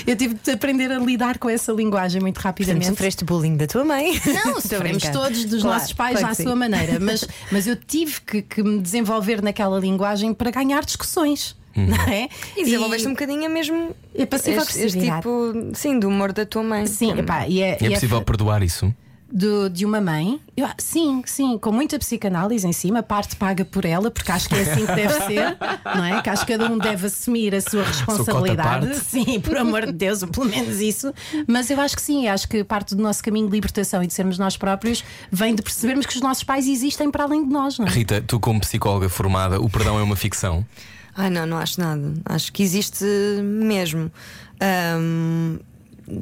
S5: Eu tive de aprender a lidar com essa linguagem muito
S9: Portanto,
S5: rapidamente.
S9: sofreste bullying da tua mãe. Estou
S5: Não,
S9: a
S5: sofremos
S9: brincar.
S5: todos dos
S9: Claro,
S5: nossos pais
S9: claro
S5: à
S9: que sim.
S5: sua
S9: [laughs]
S5: maneira, mas, mas eu tive que, que me desenvolver naquela linguagem para ganhar discussões, não é?
S6: E desenvolveste um bocadinho a mesmo
S5: É passiva
S6: este, este
S5: agressividade.
S6: tipo sim, do humor da tua mãe.
S5: Sim, epá, e é,
S2: E é
S5: e é
S2: possível perdoar isso?
S5: do- de uma mãe. Eu- ah, sim, sim, com muita psicanálise em cima, parte paga por ela, porque acho que é assim que deve ser, não é? Que acho que cada um deve assumir a sua responsabilidade.
S2: parte.
S5: Sim, por amor de Deus, ou pelo menos isso. Mas eu acho que sim, acho que parte do nosso caminho de libertação e de sermos nós próprios vem de percebermos que os nossos pais existem para além de nós, não é?
S2: Rita, tu, como psicóloga formada, o perdão é uma ficção?
S6: Ai, não, não acho nada. Acho que existe mesmo. Ahm,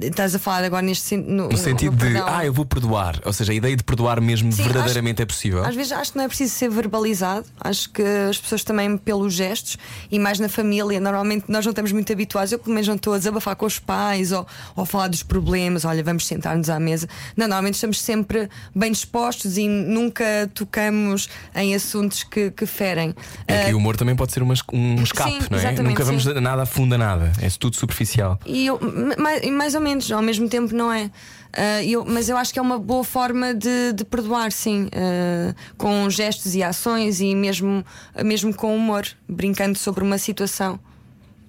S6: estás a falar agora neste sen- no,
S2: No sentido de,
S6: perdão.
S2: ah, eu vou perdoar. Ou seja, a ideia de perdoar mesmo
S6: Sim,
S2: verdadeiramente
S6: acho-
S2: é possível.
S6: Às vezes acho que não é preciso ser verbalizado, acho que as pessoas também, pelos gestos e mais na família, normalmente nós não estamos muito habituados. Eu, pelo menos, não estou a desabafar com os pais ou, ou falar dos problemas. Olha, vamos sentar-nos à mesa. Não, normalmente estamos sempre bem dispostos e nunca tocamos em assuntos que, que ferem.
S2: É que o humor também pode ser uma es- um escape,
S6: Eh, sim,
S2: não é?
S6: exatamente,
S2: Nunca vamos
S6: sim.
S2: a nada a fundo a nada. É tudo superficial.
S6: E eu, ma- mais, e mais ou menos, ao mesmo tempo, não é? Ah, eu, mas eu acho que é uma boa forma de, de perdoar, sim, ah, com gestos e ações e mesmo, mesmo com humor, brincando sobre uma situação.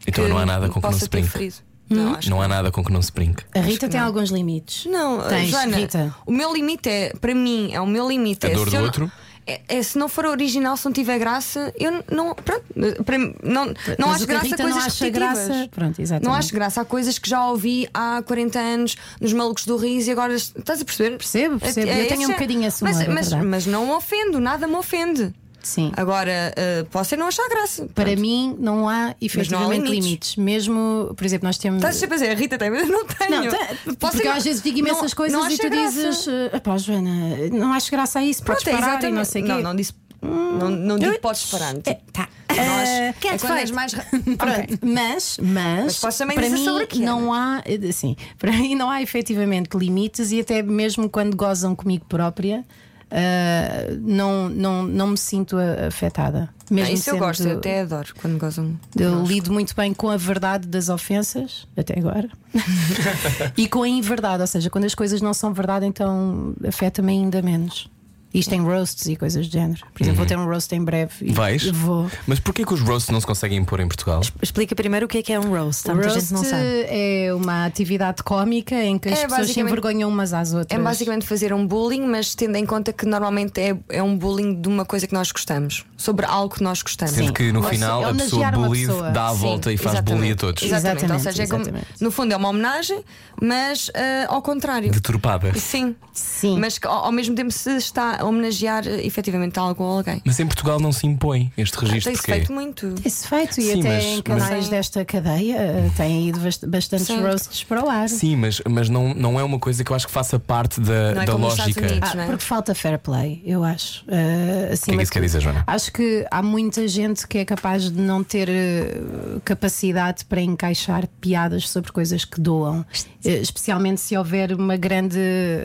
S2: Então
S6: que
S2: não há nada com que não
S6: possa
S2: se
S6: ter
S2: brinque.
S6: ferido. Não, acho
S2: Não
S6: que
S2: há nada com que não se brinque.
S5: A Rita tem alguns limites.
S6: não, ah,
S5: Tens,
S6: Joana,
S5: Rita.
S6: o meu limite é, para mim, é o meu limite.
S2: A
S6: é
S2: dor
S6: se
S2: do
S6: eu não-
S2: outro?
S6: é, é se não for original, se não tiver graça, eu n- não. Pronto, para, mim, não, não
S5: Mas
S6: acho
S5: o que a
S6: graça a
S5: Rita
S6: coisas
S5: não acha
S6: repetitivas.
S5: graça- pronto, exatamente.
S6: Não acho graça a coisas que já ouvi há 40 anos nos Malucos do Riso e agora est- estás a perceber? É
S5: Percebo, percebo. Eu tenho um
S6: esse-
S5: bocadinho esse humor,
S6: mas,
S5: é
S6: mas,
S5: verdade.
S6: mas não me ofendo, nada me ofende.
S5: Sim.
S6: Agora, eh, posso é não achar graça.
S5: Para
S6: Pronto.
S5: mim, não há efetivamente
S6: limites.
S5: limites. Mesmo, por exemplo, nós temos.
S6: Estás sempre a dizer, a Rita tem, [laughs] mas eu não tenho.
S5: Não, tá-
S6: Posso
S5: porque
S6: é
S5: eu
S6: não-
S5: às vezes digo imensas
S6: não-
S5: coisas
S6: não
S5: e
S6: acha
S5: tu
S6: graça.
S5: dizes, eh, pá, Joana, não acho graça a isso, podes
S6: é
S5: parar e não
S6: exatamente.
S5: sei o quê.
S6: Não, não disse. Não, não digo podes parar. tipo,
S5: Tá.
S6: não acho-
S5: Eh,
S6: é
S5: [laughs] quieto,
S6: quando és
S5: feito.
S6: mais ra-
S5: Pronto,
S6: Ok.
S5: mas, mas,
S6: Mas posso também
S5: para
S6: dizer
S5: mim
S6: sobre o que é,
S5: não
S6: não
S5: há, eh, assim, para mim não há efetivamente limites e até mesmo quando gozam comigo própria, eh, não, não, não me sinto a- afetada. Mesmo
S6: Ah, isso eu
S5: sendo-
S6: gosto, eu até adoro quando gozam.
S5: Eu lido muito bem com a verdade das ofensas, até
S6: [laughs]
S5: agora, e com a inverdade, ou seja, quando as coisas não são verdade, então afeta-me ainda menos. Isto tem roasts e coisas do género. Por exemplo, vou
S6: Uhum.
S5: ter um roast em breve. e-
S2: Vais?
S5: Vou.
S2: Mas porquê que os roasts não se conseguem impor em Portugal?
S9: Explica primeiro o que é que é um roast. Há muita
S5: Roast
S9: gente que não sabe.
S5: é uma atividade cómica em que as
S6: É,
S5: pessoas se
S6: basicamente-
S5: envergonham umas às
S6: É
S5: outras.
S6: basicamente fazer um bullying, mas tendo em conta que normalmente é, é um bullying de uma coisa que nós gostamos, sobre algo que nós gostamos.
S2: Sendo que no
S5: Mas
S2: final a
S6: é
S5: homenagear
S2: pessoa
S5: uma
S2: bully
S5: pessoa.
S2: dá a
S6: Sim,
S2: volta e faz
S6: exatamente.
S2: bullying a todos.
S6: Exatamente.
S5: Exatamente,
S6: Ou seja, é como-
S5: exatamente.
S6: no fundo é uma homenagem, mas eh, ao contrário.
S2: Deturpada.
S6: Sim.
S5: Sim.
S6: Mas que ao, ao mesmo tempo se está a homenagear eh, efetivamente algo ou alguém.
S2: Mas em Portugal não se impõe este registro.
S6: Ah,
S2: é.
S6: Tem-se
S2: porque
S6: feito muito.
S5: Isso feito, e
S2: Sim,
S5: até
S2: mas-
S5: em canais
S6: mas-
S5: desta cadeia eh, têm ido bast- bastantes
S6: Sim.
S5: roasts para o ar.
S2: Sim, mas, mas não, não é uma coisa que eu acho que faça parte da,
S6: Não é
S2: da
S6: como nos
S2: lógica.
S6: Estados Unidos.
S5: Ah,
S6: não é?
S5: porque falta fair play, eu acho.
S2: O
S5: Eh,
S2: que é
S5: acima
S2: que
S5: de
S2: isso quer
S5: tudo.
S2: dizer, Joana?
S5: Acho que há muita gente que é capaz de não ter eh, capacidade para encaixar piadas sobre coisas que doam, Eh, especialmente se houver uma grande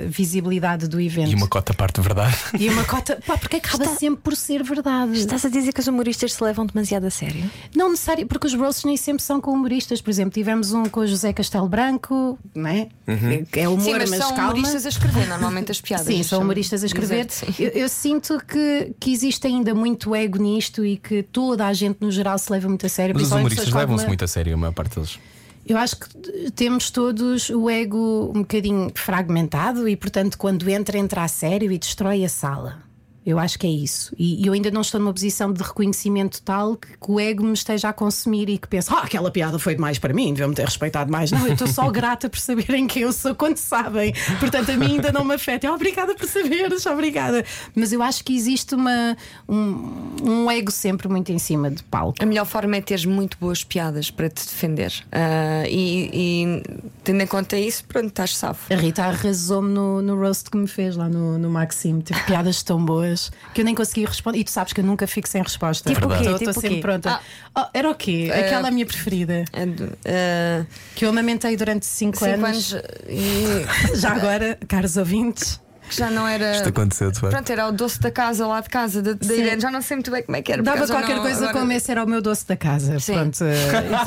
S5: visibilidade do evento.
S2: E uma cota parte de verdade.
S5: E uma cota. Pá, porque é acaba sempre por ser verdade.
S9: Estás a dizer que os humoristas se levam demasiado a sério?
S5: Não necessário, porque os roasts nem sempre são com humoristas. Por exemplo, tivemos um com o José Castelo Branco, não é?
S2: Uhum.
S5: Que é humor,
S6: Sim, mas, são
S5: calma.
S6: humoristas a escrever,
S5: [laughs]
S6: normalmente as piadas.
S5: Sim, são humoristas a escrever.
S6: Exato, sim.
S5: Eu, eu sinto que, que existe ainda muito ego nisto e que toda a gente, no geral, se leva muito a sério.
S2: Mas os
S5: principalmente
S2: humoristas
S5: pessoas com
S2: levam-se
S5: alguma-
S2: muito a sério, a maior parte deles.
S5: Eu acho que temos todos o ego um bocadinho fragmentado e, portanto, quando entra, entra a sério e destrói a sala. Eu acho que é isso. E, e eu ainda não estou numa posição de reconhecimento tal que, que o ego me esteja a consumir e que pense, ah, aquela piada foi demais para mim, deviam-me ter respeitado mais. Não, eu estou só grata por saberem quem eu sou quando sabem. Portanto, a mim ainda não me afeta. Oh, obrigada por saberes, obrigada. Mas eu acho que existe uma, um, um ego sempre muito em cima de palco.
S6: A melhor forma é teres muito boas piadas para te defender. Ah, e, e tendo em conta isso, pronto, estás salvo.
S5: A Rita arrasou-me no, no roast que me fez lá no, no Maxime. Teve piadas tão boas que eu nem consegui responder. E tu sabes que eu nunca fico sem resposta.
S9: Tipo o quê?
S5: Estou
S9: Tipo o
S5: estou sempre
S9: quê?
S5: pronta. Oh, era o quê? Aquela minha preferida.
S6: Ah, do- ah,
S5: Que eu amamentei durante 5
S6: cinco
S5: anos.
S6: anos e
S5: [laughs] Já agora, caros ouvintes.
S6: que já não era.
S2: Isto é aconteceu, de facto.
S6: É. Pronto, era o doce da casa lá de casa, da, da Irene. Já não sei muito bem como é que era. por
S5: Dava
S6: acaso,
S5: qualquer
S6: não-
S5: coisa
S6: agora-
S5: como esse era o meu doce da casa.
S6: Sim.
S5: Pronto. eh, e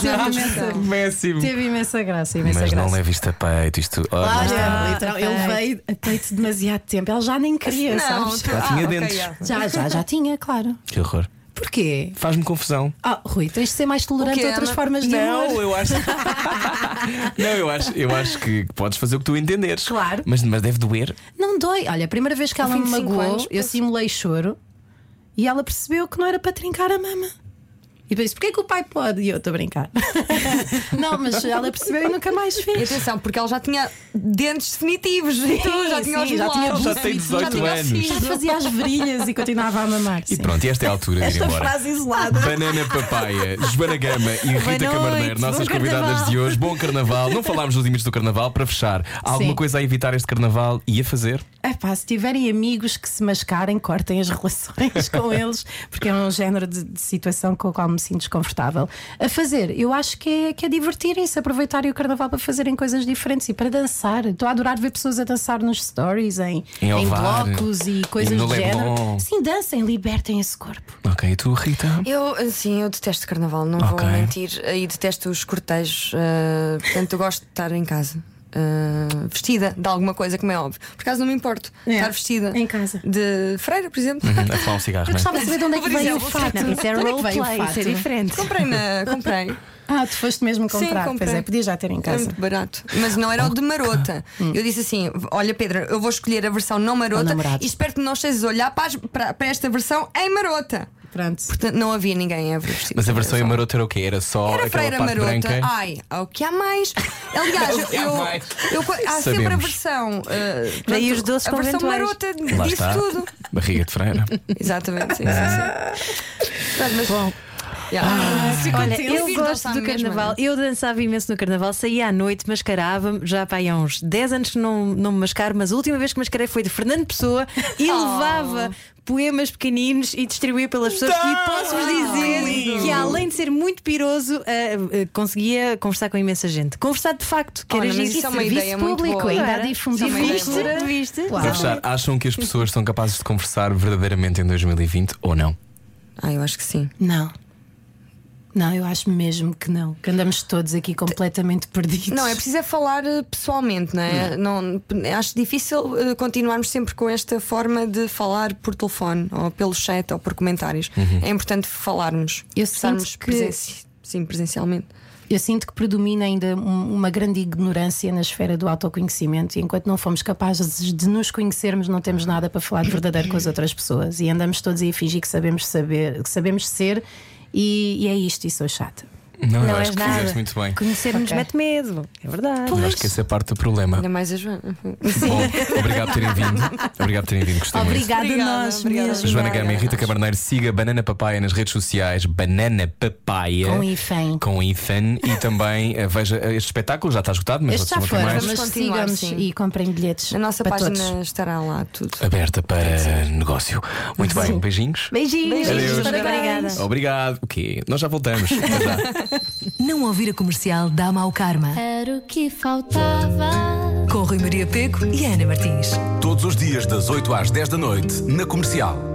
S5: teve, teve
S6: então.
S5: imensa,
S2: [laughs] Péssimo.
S5: teve imensa graça, imensa
S2: Mas
S5: graça.
S2: não leve isto a peito, isto. Olha, tá, lá está.
S5: Olha, não, eu levei a peito demasiado tempo. Ela já nem queria,
S6: Não,
S5: sabes?
S6: [laughs] tu-
S2: Já tinha
S6: ok,
S2: dentes.
S6: já.
S5: Já, já, já tinha, claro.
S2: Que horror.
S5: Porquê?
S2: Faz-me confusão.
S5: Ah, Rui, tens de ser mais tolerante
S6: O quê,
S5: a outras
S6: Ana?
S5: formas de
S2: [laughs]
S5: amor.
S2: eu acho. [laughs] não, eu acho, eu acho que podes fazer o que tu entenderes.
S5: Claro.
S2: Mas, mas deve doer.
S5: Não dói. Olha, a primeira vez que ela me
S6: 25
S5: magoou,
S6: anos,
S5: eu
S6: pois.
S5: simulei choro e ela percebeu que não era para trincar a mama. E disse: porquê que o pai pode? E eu estou a brincar. [laughs] não, mas ela percebeu e nunca mais
S6: E
S5: fez.
S6: atenção, porque ela já tinha dentes definitivos. e tu [laughs] já tinha
S5: sim,
S6: os
S5: já tinha
S6: molares,
S2: Já tem 18
S6: tinha
S2: anos.
S6: os
S5: Já
S6: fios.
S5: fazia as varilhas e continuava a mamar.
S2: E
S5: sim.
S2: pronto, e esta é a altura de ir
S5: Esta
S2: embora.
S5: frase isolada.
S2: Banana Papaya, Joana Gama e Rita
S9: noite,
S2: Camarneiro,
S9: bom
S2: nossas
S9: carnaval.
S2: convidadas de hoje. Bom carnaval. Não falámos dos limites do carnaval para fechar. Há alguma
S5: Sim.
S2: coisa a evitar este carnaval e a fazer?
S5: Epá, se tiverem amigos que se mascarem, cortem as [laughs] relações com eles, porque é um género de, de situação com o qual me sinto desconfortável. A fazer, eu acho que é, que é divertirem-se, aproveitarem o carnaval para fazerem coisas diferentes e para dançar. Estou a adorar ver pessoas a dançar nos stories, em,
S2: Em Ovar,
S5: blocos e coisas
S2: e no
S5: do género.
S2: Leblon.
S5: Sim, dancem, libertem esse corpo.
S2: Ok, e tu, Rita?
S6: Eu, assim, eu detesto carnaval, não
S2: Ok.
S6: vou mentir. eh, E detesto os cortejos. ah, portanto, eu gosto de estar em casa. ah, vestida de alguma coisa, como é óbvio. Por acaso não me importo
S5: É,
S6: estar vestida
S5: em casa.
S6: de freira, por exemplo.
S2: A fumar um cigarro,
S5: Eu
S2: não é?
S5: gostava de saber de onde é que
S6: Por
S5: veio o
S6: exemplo,
S5: fato.
S9: Não, isso é
S5: De onde é que
S9: roleplay,
S5: veio o
S9: isso é
S5: fato?
S9: diferente.
S5: [laughs]
S6: Comprei na. Comprei.
S5: Ah, tu foste mesmo comprar.
S6: Sim,
S5: pois
S6: comprei.
S5: é, podia já ter em
S6: É
S5: casa.
S6: muito barato. Mas não era o de marota.
S2: Hum.
S6: Eu disse assim: olha, Pedro, eu vou escolher a versão não
S5: Ao
S6: marota
S5: namorado.
S6: e espero que não estejas a olhar para, as- para- para esta versão em marota.
S5: Pronto.
S6: Portanto, não havia ninguém em Évora vestido
S2: Mas a
S6: de
S2: versão em
S6: marota.
S2: maroto era o quê? Era Ah, só
S6: Era
S2: aquela
S6: freira
S2: parte
S6: marota.
S2: branca?
S6: Ai, é o que há mais.
S2: [laughs]
S6: Aliás,
S2: É o que há
S6: eu,
S2: mais.
S6: eu- há sempre a
S2: Sabemos.
S6: versão. eh,
S9: Daí
S6: pronto,
S9: os doces
S6: A versão
S9: conventuais.
S6: marota
S2: Lá
S6: disso
S2: está. Ah.
S6: tudo.
S2: Barriga de freira.
S6: Exatamente, sim, sim, sim. Pronto, mas- Yeah.
S2: Ah.
S9: Olha,
S6: Contente.
S9: eu
S6: Vivo
S9: gosto
S6: dançar
S9: do
S6: mesmo,
S9: carnaval.
S6: Ana.
S9: Eu dançava imenso no carnaval, saía à noite, mascarava já pá, aí há uns 10 anos que não, não me mascaro, mas a última vez que mascarei foi de Fernando
S6: [laughs]
S9: Pessoa e
S6: Oh.
S9: levava poemas pequeninos e distribuía pelas pessoas.
S6: Tá!
S9: E posso-vos dizer que, além de ser muito piroso, ah, ah, conseguia conversar com imensa gente. Conversar de facto, que
S6: Olha,
S9: era
S6: mas
S9: giro.
S6: isso é uma
S5: Serviço
S6: ideia muito
S5: público,
S6: boa.
S5: ainda
S9: Era.
S5: a difundir
S6: Isso é uma ideia
S9: Viste?
S5: cultura.
S9: Viste?
S5: Uau.
S2: Para fechar, acham que as pessoas são capazes de conversar verdadeiramente em 2020 ou não?
S6: Ah, eu acho que sim.
S5: Não. Não, eu acho mesmo que não. Que andamos todos aqui completamente perdidos.
S6: Não, é preciso é falar eh, pessoalmente, não é? Não, acho difícil eh, continuarmos sempre com esta forma de falar por telefone, ou pelo chat, ou por comentários.
S2: Uhum.
S6: É importante falarmos,
S5: Eu
S6: estarmos
S5: sinto que-
S6: presenci- sim, presencialmente.
S5: Eu sinto que predomina ainda um- uma grande ignorância na esfera do autoconhecimento e enquanto não formos capazes de nos conhecermos, não temos nada para falar de verdadeiro com as outras pessoas e andamos todos aí a fingir que sabemos saber, que sabemos ser e, e é isto e sou chata.
S2: Não, eu
S5: é
S9: Não és
S2: acho que
S9: nada.
S2: fizeste muito bem.
S9: Conhecer-nos
S5: Ok.
S9: mete medo. É verdade.
S2: Eu acho que essa é parte do problema.
S6: Ainda mais a Joana.
S2: Bom, obrigado por terem vindo. Obrigado por terem vindo, gostei muito.
S5: Obrigada a
S6: Obrigada,
S5: nós
S6: obrigada.
S5: mesmo.
S2: Joana Gama e Rita Caberneiro, siga Banana Papaya nas redes sociais, Banana Papaya.
S5: Com hífen.
S2: Com hífen. E também eh, veja eh, este espetáculo, já está esgotado, mas
S5: Este já
S2: vocês
S5: foi,
S2: vão ter mais.
S5: mas
S6: Vamos continuar,
S5: sigam-nos
S6: sim.
S5: e comprem bilhetes.
S6: A nossa
S5: para
S6: página
S5: Todos.
S6: estará lá tudo.
S2: Aberta para negócio. Muito bem, beijinhos.
S9: Beijinhos.
S2: Adeus.
S9: Obrigada.
S2: Obrigado. O quê? Nós já voltamos.
S7: Não ouvir a comercial dá mau karma.
S1: Era o que faltava.
S7: Com Rui Maria Peco e Ana Martins.
S4: Todos os dias, das 8 às 10 da noite, na comercial.